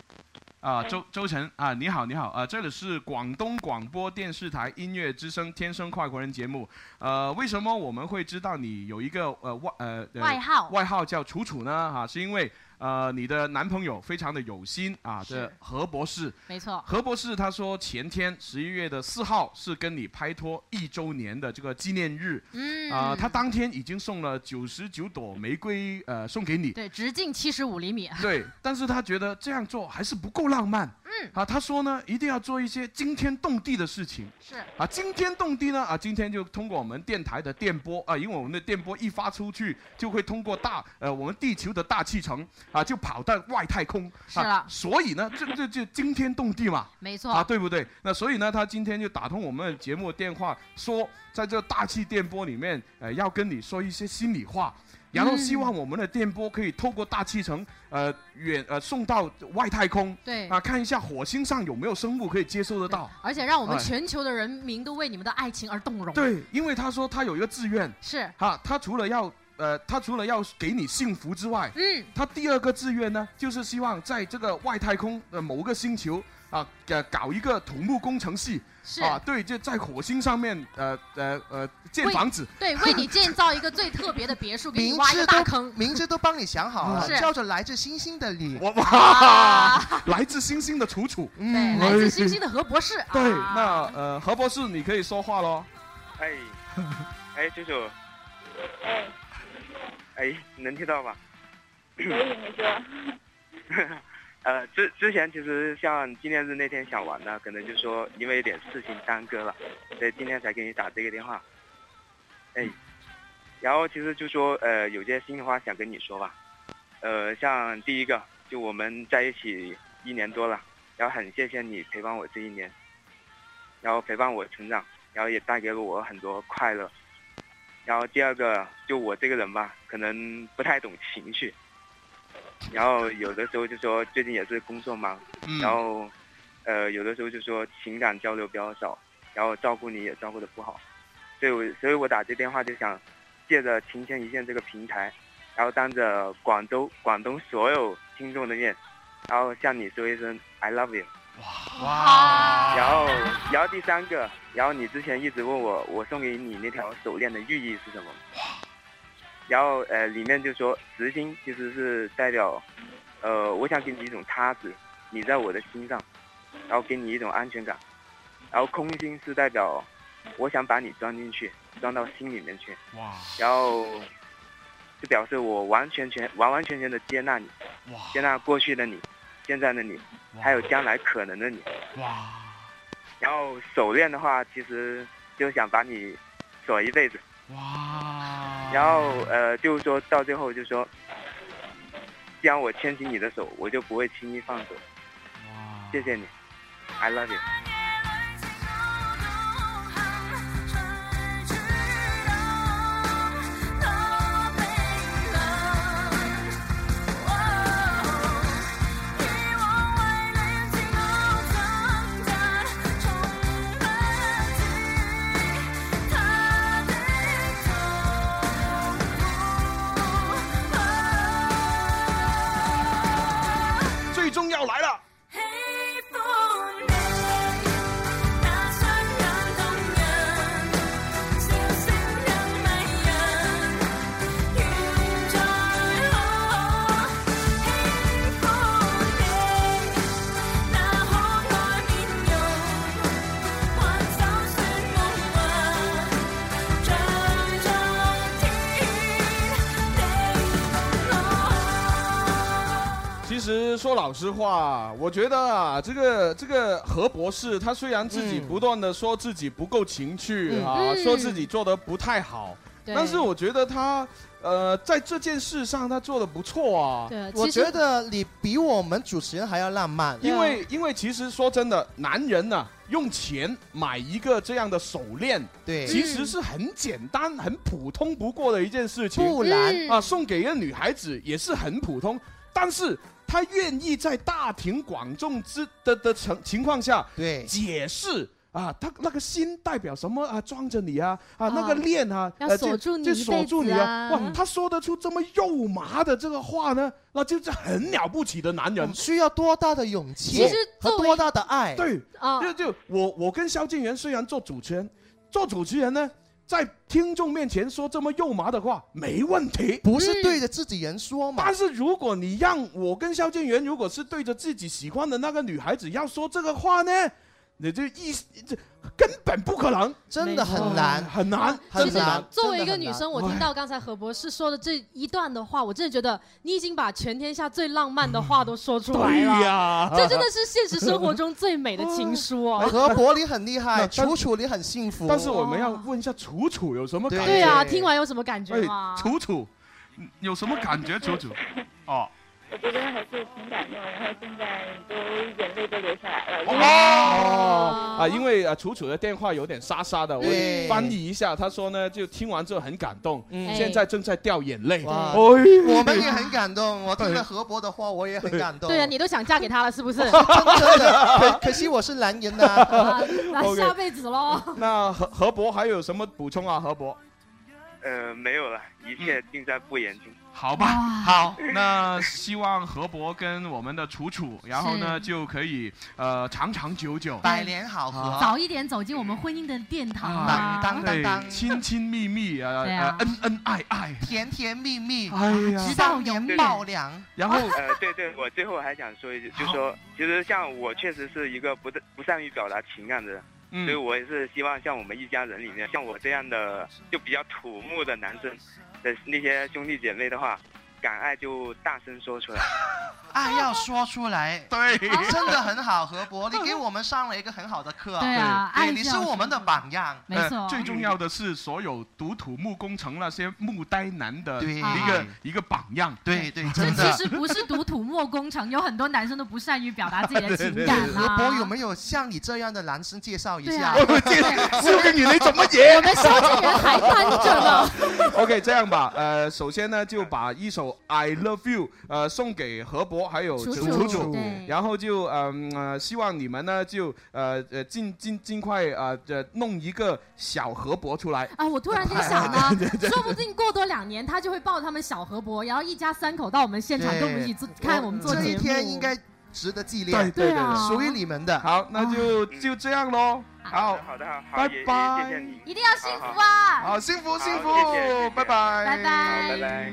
Speaker 4: 啊，周周晨啊，你好，你好，啊，这里是广东广播电视台音乐之声《天生快活人》节目，呃，为什么我们会知道你有一个呃外呃呃
Speaker 9: 外号
Speaker 4: 外号叫楚楚呢？哈、是因为呃你的男朋友非常的有心啊，这
Speaker 9: 是
Speaker 4: 何博士，
Speaker 9: 没错，
Speaker 4: 何博士他说前天十一月的四号是跟你拍拖一周年的这个纪念日，
Speaker 9: 嗯
Speaker 4: 啊、他当天已经送了九十九朵玫瑰，呃，送给你，
Speaker 9: 对，直径七十五厘米。
Speaker 4: 对，但是他觉得这样做还是不够浪漫，
Speaker 9: 嗯，
Speaker 4: 啊，他说呢，一定要做一些惊天动地的事情，
Speaker 9: 是
Speaker 4: 啊，惊天动地呢，啊，今天就通过我们电台的电波啊，因为我们的电波一发出去，就会通过大呃我们地球的大气层啊，就跑到外太空，啊
Speaker 9: 是了
Speaker 4: 所以呢，这这就惊天动地嘛，
Speaker 9: 没错
Speaker 4: 啊，对不对？那所以呢，他今天就打通我们的节目电话，说在这大气电波里面，呃，要跟你说一些心里话。然后希望我们的电波可以透过大气层，呃，远呃送到外太空，
Speaker 9: 对
Speaker 4: 啊，看一下火星上有没有生物可以接收得到。
Speaker 9: 而且让我们
Speaker 4: 哎
Speaker 9: 全球的人民都为你们的爱情而动容。
Speaker 4: 对，因为他说他有一个志愿，
Speaker 9: 是
Speaker 4: 哈，他除了要呃，他除了要给你幸福之外，
Speaker 9: 嗯，
Speaker 4: 他第二个志愿呢，就是希望在这个外太空的某个星球啊，呃，搞一个土木工程系。
Speaker 9: 是
Speaker 3: 啊，对，就在火星上面，呃呃呃，建
Speaker 9: 为
Speaker 3: 房子，
Speaker 9: 对，为你建造一个最特别的别墅，给你
Speaker 6: 明
Speaker 9: 挖一
Speaker 6: 知
Speaker 9: 个
Speaker 6: 都
Speaker 9: 大坑，
Speaker 6: 明知都帮你想好了，
Speaker 9: 是
Speaker 6: 叫着来自星星的你。
Speaker 3: 哇， *laughs* 啊来自星星的楚楚，
Speaker 9: 对，来自星星的何博士啊，
Speaker 3: 对，那呃，何博士，你可以说话喽。
Speaker 10: 哎，哎，叔叔，哎，能听到吧？
Speaker 19: 你说。
Speaker 10: *laughs* 呃，之之前其实像纪念日那天想玩的，可能就说因为一点事情耽搁了，所以今天才给你打这个电话。哎，然后其实就说呃有些心里话想跟你说吧，呃，像第一个就我们在一起一年多了，然后很谢谢你陪伴我这一年，然后陪伴我成长，然后也带给了我很多快乐。然后第二个就我这个人吧，可能不太懂情绪，然后有的时候就说最近也是工作忙，
Speaker 20: 嗯
Speaker 10: 然后呃有的时候就说情感交流比较少，然后照顾你也照顾的不好，所以我所以我打这电话就想借着情牵一线这个平台，然后当着广州广东所有听众的面，然后向你说一声 I love you。哇！然后，然后第三个，然后你之前一直问我，我送给你那条手链的寓意是什么？然后呃，里面就说执心其实是代表，呃，我想给你一种踏实，你在我的心上，然后给你一种安全感，然后空心是代表，我想把你装进去，装到心里面去，
Speaker 4: 哇
Speaker 10: 然后就表示我完全全完完全全的接纳你，接纳过去的你，现在的你，还有将来可能的你。
Speaker 4: 哇
Speaker 10: 然后手链的话，其实就想把你锁一辈子。哇！然后呃，就是说到最后就说，既然我牵起你的手，我就不会轻易放手。谢谢你，I love you。
Speaker 4: 最终要来了。其实说老实话，我觉得啊，这个这个何博士，他虽然自己不断的说自己不够情趣、
Speaker 3: 嗯
Speaker 4: 啊，
Speaker 3: 嗯
Speaker 4: 说自己做的不太好，
Speaker 3: 对
Speaker 4: 但是我觉得他呃在这件事上他做的不错啊。
Speaker 6: 我觉得你比我们主持人还要浪漫，
Speaker 4: 因
Speaker 3: 啊
Speaker 4: 为因为其实说真的，男人呢、用钱买一个这样的手链，
Speaker 6: 对
Speaker 4: 其实是很简单、很普通不过的一件事情。
Speaker 6: 不然嗯
Speaker 4: 啊，送给一个女孩子也是很普通，但是。他愿意在大庭广众之的的情情况下，
Speaker 6: 对
Speaker 4: 解释啊，他那个心代表什么啊，装着你啊啊，那
Speaker 6: 啊
Speaker 4: 个链啊，
Speaker 6: 要
Speaker 4: 呃
Speaker 6: 锁
Speaker 4: 就
Speaker 6: 住你
Speaker 4: 就
Speaker 6: 一
Speaker 4: 锁
Speaker 6: 辈
Speaker 4: 住
Speaker 6: 子
Speaker 4: 你
Speaker 6: 啊
Speaker 4: 哇，他说得出这么肉麻的这个话呢，那就是很了不起的男人，
Speaker 6: 需要多大的勇气
Speaker 4: 我
Speaker 6: 其实和多大的爱
Speaker 4: 对，
Speaker 6: 啊
Speaker 4: 就就我我跟萧敬元虽然做主持人，做主持人呢，在听众面前说这么肉麻的话没问题，
Speaker 6: 不是对着自己人说嘛。
Speaker 4: 但是如果你让我跟萧敬元，如果是对着自己喜欢的那个女孩子要说这个话呢，你就一这根本不可能，
Speaker 6: 真的很
Speaker 4: 哎
Speaker 6: 难
Speaker 4: 很难，
Speaker 5: 其
Speaker 4: 很
Speaker 5: 实
Speaker 4: 难。
Speaker 5: 作为一个女生，我听
Speaker 4: 哎
Speaker 5: 到刚才何博士说的这一段的话，我真的觉得你已经把全天下最浪漫的话都说出来了。
Speaker 4: 对呀
Speaker 5: 这真啊的是现实生活中最美的情
Speaker 4: *laughs*
Speaker 5: 书哦。
Speaker 6: 何博你很厉
Speaker 4: 那
Speaker 6: 害，
Speaker 4: 但
Speaker 6: 楚楚你很幸福。
Speaker 4: 但是我们要问一下楚楚有什么感觉？
Speaker 5: 对啊，听完有什么
Speaker 4: 哎
Speaker 5: 感觉
Speaker 19: 啊
Speaker 5: 吗？
Speaker 3: 楚楚，嗯有什么
Speaker 19: *laughs*
Speaker 3: 感觉？楚楚，哦，
Speaker 19: 我觉得还是挺感动，然后现在都眼泪都流下来了。因为
Speaker 4: 哦啊，因为啊，楚楚的电话有点沙沙的，我
Speaker 6: 对
Speaker 4: 翻译一下，她说呢，就听完之后很感动，
Speaker 6: 嗯
Speaker 4: 现在正在掉眼泪。
Speaker 6: 哇，
Speaker 4: 哎
Speaker 6: 我们也很感动。我听
Speaker 4: 对
Speaker 6: 了何博的话，我也很感动。
Speaker 5: 对啊，你都想嫁给他了，
Speaker 4: *laughs*
Speaker 5: 是不是？
Speaker 6: 真的可可惜我是男人啊呐。
Speaker 5: 啊那
Speaker 4: OK
Speaker 5: 下辈子喽。
Speaker 4: 啊那何何博还有什么补充啊？何博，
Speaker 10: 呃，没有了，一切尽在不言中。
Speaker 21: 好吧，好，那希望何博跟我们的楚楚，然后呢
Speaker 9: 是
Speaker 21: 就可以呃长长久久，
Speaker 9: 百
Speaker 6: 年好
Speaker 21: 合
Speaker 9: 早一点走进我们婚姻的殿堂
Speaker 21: 啊
Speaker 9: 啊！
Speaker 21: 对亲亲密密啊，
Speaker 9: 对
Speaker 21: 呃
Speaker 9: 啊
Speaker 21: 恩恩爱爱，
Speaker 6: 甜甜蜜蜜，
Speaker 21: 哎呀
Speaker 6: 直到年爆凉。
Speaker 21: 然后
Speaker 10: 呃，对对，我最后还想说一句，就说其实像我确实是一个不得不善于表达情感的人，
Speaker 21: 嗯
Speaker 10: 所以我也是希望像我们一家人里面，像我这样的就比较土木的男生的那些兄弟姐妹的话，敢爱就大声说出来。
Speaker 6: 爱哎要说出来，
Speaker 21: 对
Speaker 6: 真的很好，何博，你给我们上了一个很好的课。
Speaker 21: 对啊
Speaker 6: 对
Speaker 21: 爱是
Speaker 6: 你是
Speaker 21: 要
Speaker 6: 我们的榜样，
Speaker 21: 呃最重要的是，所有读土木工程那些木呆男的
Speaker 6: 对
Speaker 21: 一个一个榜样。
Speaker 6: 对 *laughs* 对，
Speaker 9: 这
Speaker 21: 真
Speaker 9: 其实不是读土木工程，有很多男生都不善于表达自己的情感
Speaker 6: 何
Speaker 9: 啊。
Speaker 6: 博有没有像你这样的男生介绍一下？
Speaker 9: 对
Speaker 21: 哦
Speaker 9: 啊
Speaker 6: 肖敬宇你做乜嘢我们收件人还单着呢。
Speaker 21: OK，这样吧，呃，首先呢就把一首《I Love You》呃送给何博还有
Speaker 4: 楚
Speaker 21: 楚
Speaker 4: 楚
Speaker 21: 楚
Speaker 4: 对，
Speaker 21: 然后就嗯呃希望你们呢就呃呃尽尽尽快呃呃弄一个小何博出来。
Speaker 9: 啊！我突然间想呢，说不定过多两年，他就会抱他们小河伯，然后一家三口到我们现场，跟我们一起做看我们做
Speaker 6: 这
Speaker 9: 节
Speaker 6: 一
Speaker 9: 目。啊
Speaker 6: 天应该值得纪
Speaker 21: 对
Speaker 6: 念，
Speaker 21: 对对对啊
Speaker 6: 属于你们的。
Speaker 21: 好，那就就这样喽。好，
Speaker 10: 好的，好，
Speaker 21: 拜
Speaker 10: 也也谢谢
Speaker 21: 拜。
Speaker 10: 你，
Speaker 9: 一定要幸福啊！
Speaker 21: 好，幸福幸福
Speaker 10: 好谢谢谢谢，
Speaker 21: 拜拜，
Speaker 9: 拜拜
Speaker 10: 好拜拜。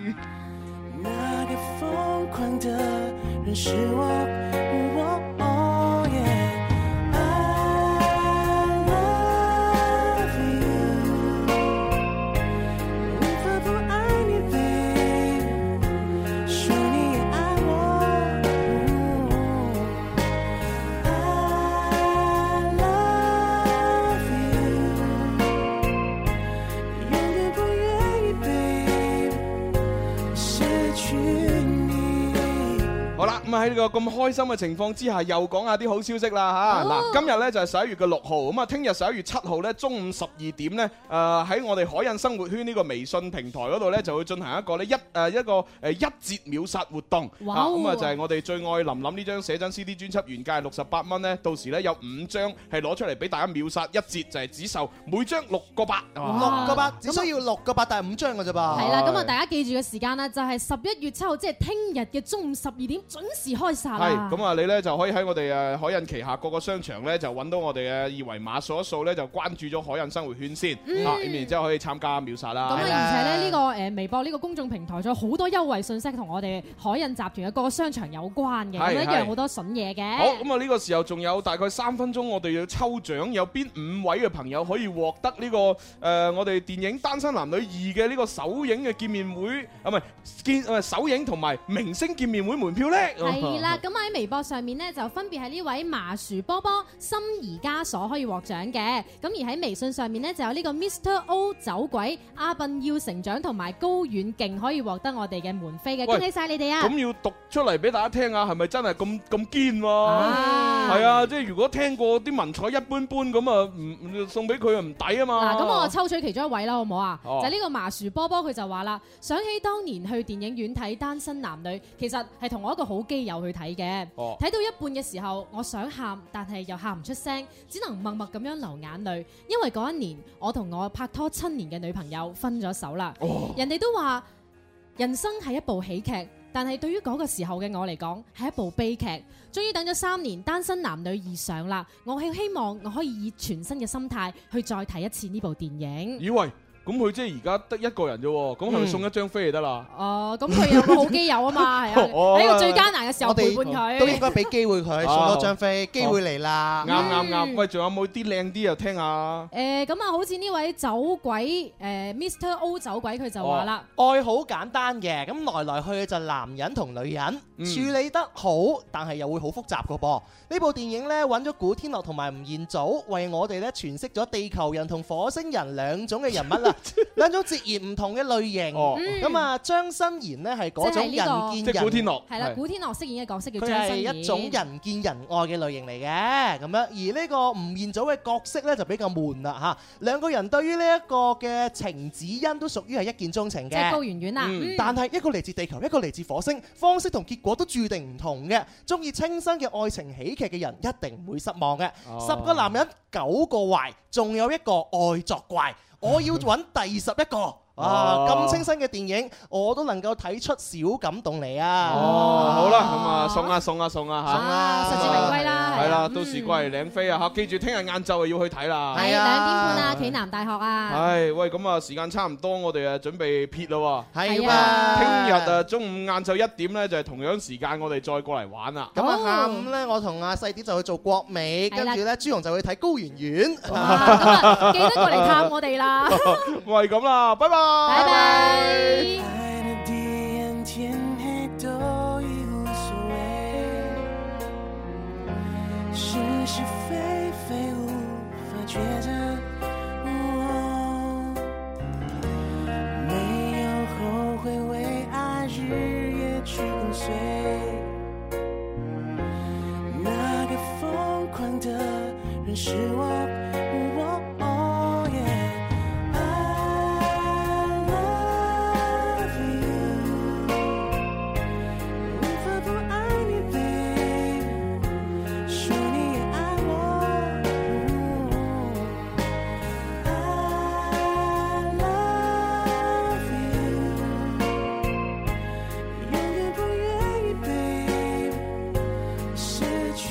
Speaker 12: 那个疯狂的人是我。哦哦耶 I love you，无法不爱你，babe，说你也爱我。I love you，永远不愿意，babe。失去你。
Speaker 4: 好啦，咁喺呢個咁開心嘅情況之下，又講下啲好消息啦吓。嗱、
Speaker 12: 哦
Speaker 4: 今日呢就係十一月嘅六號，咁啊，聽日十一月七號呢，中午十二點呢，诶、喺我哋海印生活圈呢個微信平台嗰度呢，就會進行一個呢一诶、呃一個诶一折秒殺活動。
Speaker 12: 哇
Speaker 4: 啊
Speaker 12: 哦
Speaker 4: 咁啊就係我哋最愛林林呢張寫真 CD 專輯原價六十八蚊呢，到時呢，有五張係攞出嚟俾大家秒殺一折，就係只售每張六個八。
Speaker 6: 六個
Speaker 21: 啊
Speaker 6: 八，只需要六個八，但係五張嘅啫噃。
Speaker 5: 係啦，咁啊，大家記住嘅時間啦，就係十一月七號，即係聽日嘅中午十二點準時開殺
Speaker 4: 係
Speaker 5: 啦。
Speaker 4: 咁啊！你咧就可以喺我哋誒海印旗下各個商場咧就揾到我哋嘅二維碼，掃一掃咧就關注咗海印生活圈先
Speaker 5: 嗯
Speaker 4: 啊，咁然之後可以參加秒殺啦。
Speaker 5: 咁啊，而且咧呢個誒微博呢個公眾平台仲有好多優惠信息同我哋海印集團嘅各個商場有關嘅，咁
Speaker 4: 係
Speaker 5: 一樣
Speaker 4: 係
Speaker 5: 好多筍嘢嘅。
Speaker 4: 好咁啊！呢個時候仲有大概三分鐘，我哋要抽獎，有邊五位嘅朋友可以獲得呢個誒我哋電影《單身男女二》嘅呢個首映嘅見面會啊，唔係見誒首映同埋明星見面會門票咧。
Speaker 5: 係
Speaker 4: 哦
Speaker 5: 啦，咁喺微博上面呢，就分別係呢位麻薯波波、心儀枷鎖可以獲獎嘅，咁而喺微信上面呢，就有呢個 Mr O 走鬼、阿笨要成長同埋高遠勁可以獲得我哋嘅門飛嘅，
Speaker 4: 喂
Speaker 5: 恭喜晒你哋啊！
Speaker 4: 咁要讀出嚟俾大家聽下，係咪真係咁咁堅喎？
Speaker 5: 啊
Speaker 4: 係啊，即係如果聽過啲文采一般般咁啊，唔唔送俾佢啊唔抵啊嘛。
Speaker 5: 嗱，咁我抽取其中一位啦，好唔好啊？
Speaker 4: 哦
Speaker 5: 就呢個麻薯波波佢就話啦，想起當年去電影院睇《單身男女》，其實係同我一個好基友去睇嘅。
Speaker 22: 哦
Speaker 5: 睇到一半嘅時候，我想喊，但係又喊唔出聲，只能默默咁樣流眼淚，因為嗰一年我同我拍拖七年嘅女朋友分咗手啦。人哋都話哦人生係一部喜劇。但係對於嗰個時候嘅我嚟講，係一部悲劇。終於等咗三年，《單身男女》二上啦，我希希望我可以以全新嘅心態去再睇一次呢部電影。
Speaker 4: 以為咁佢即係而家得一個人啫喎，咁係咪送一張飛就得啦？
Speaker 5: 哦，咁佢有個好基友啊嘛， *laughs* 係啊，
Speaker 4: 哦
Speaker 5: 喺個最艱難嘅時候
Speaker 4: 我哋
Speaker 5: 陪伴佢。
Speaker 6: 都應該俾機會佢送多張飛，
Speaker 4: 哦
Speaker 6: 機會嚟啦。
Speaker 4: 啱啱啱，喂，仲有冇啲靚啲又聽下？
Speaker 5: 誒咁啊，好似呢位走鬼誒 Mr O 走鬼佢就話啦。
Speaker 6: 愛好簡單嘅，咁來來去去就男人同女人、
Speaker 21: 嗯
Speaker 6: 處理得好，但係又會好複雜嘅噃。呢部電影呢，揾咗古天樂同埋吳彥祖為我哋呢詮釋咗地球人同火星人兩種嘅人物
Speaker 21: *laughs*
Speaker 6: 啦，兩種截然唔同嘅類型。
Speaker 21: 哦
Speaker 5: 嗯
Speaker 6: 咁啊，張新賢呢係嗰種
Speaker 5: 即係呢個
Speaker 6: 人見人，
Speaker 5: 係啦，古天樂飾演嘅角色叫
Speaker 6: 佢
Speaker 5: 張新
Speaker 6: 係一種人見人愛嘅類型嚟嘅，咁樣而呢個吳彥祖嘅角色呢，就比較悶啦嚇，兩個人對於呢一個嘅程子欣都屬於係一見鍾情嘅，
Speaker 5: 即係高圓圓啊嗯
Speaker 6: 但係一個嚟自地球，一個嚟自火星，方式同結果都注定唔同嘅。中意清新嘅愛情喜劇嘅人一定唔會失望嘅。
Speaker 4: 哦
Speaker 6: 十個
Speaker 4: *laughs*
Speaker 6: 男人九個壞，仲有一個愛作怪，我要揾第十一個。哇，
Speaker 4: 哦
Speaker 6: 咁清新嘅電影，我都能夠睇出少感動你啊！
Speaker 4: 哦，好啦，咁啊，送啊送啊送啊吓，
Speaker 5: 啊實至名歸啦
Speaker 4: 係
Speaker 5: 係
Speaker 4: 啦，
Speaker 5: 啊
Speaker 4: 到時過嚟領飛啊吓，記住聽日晏晝啊要去睇啦，
Speaker 5: 係兩點半啊，暨南大學啊，
Speaker 4: 唉，喂，咁啊，時間差唔多，我哋啊準備撇啦喎。
Speaker 5: 係
Speaker 4: 聽
Speaker 5: 啊
Speaker 4: 日啊，中午晏晝一點咧，就係同樣時間，我哋再過嚟玩啦。
Speaker 6: 咁啊，下午咧，我同阿細啲就去做國美，跟住咧，朱紅就去睇高圓
Speaker 4: 哦
Speaker 6: 圓。
Speaker 5: 啊
Speaker 23: 記得過嚟探我哋
Speaker 5: *laughs*
Speaker 23: 啦。
Speaker 4: 喂，咁啦，拜拜。拜
Speaker 23: 拜。
Speaker 12: 爱的敌人天黑都已无所谓，是是非非无法抉择。我没有后悔，为爱日夜去跟随。那个疯狂的人是我。哦耶 I love you，无法不爱你，babe，说你也爱我。I love you，永远不愿意，babe，失去。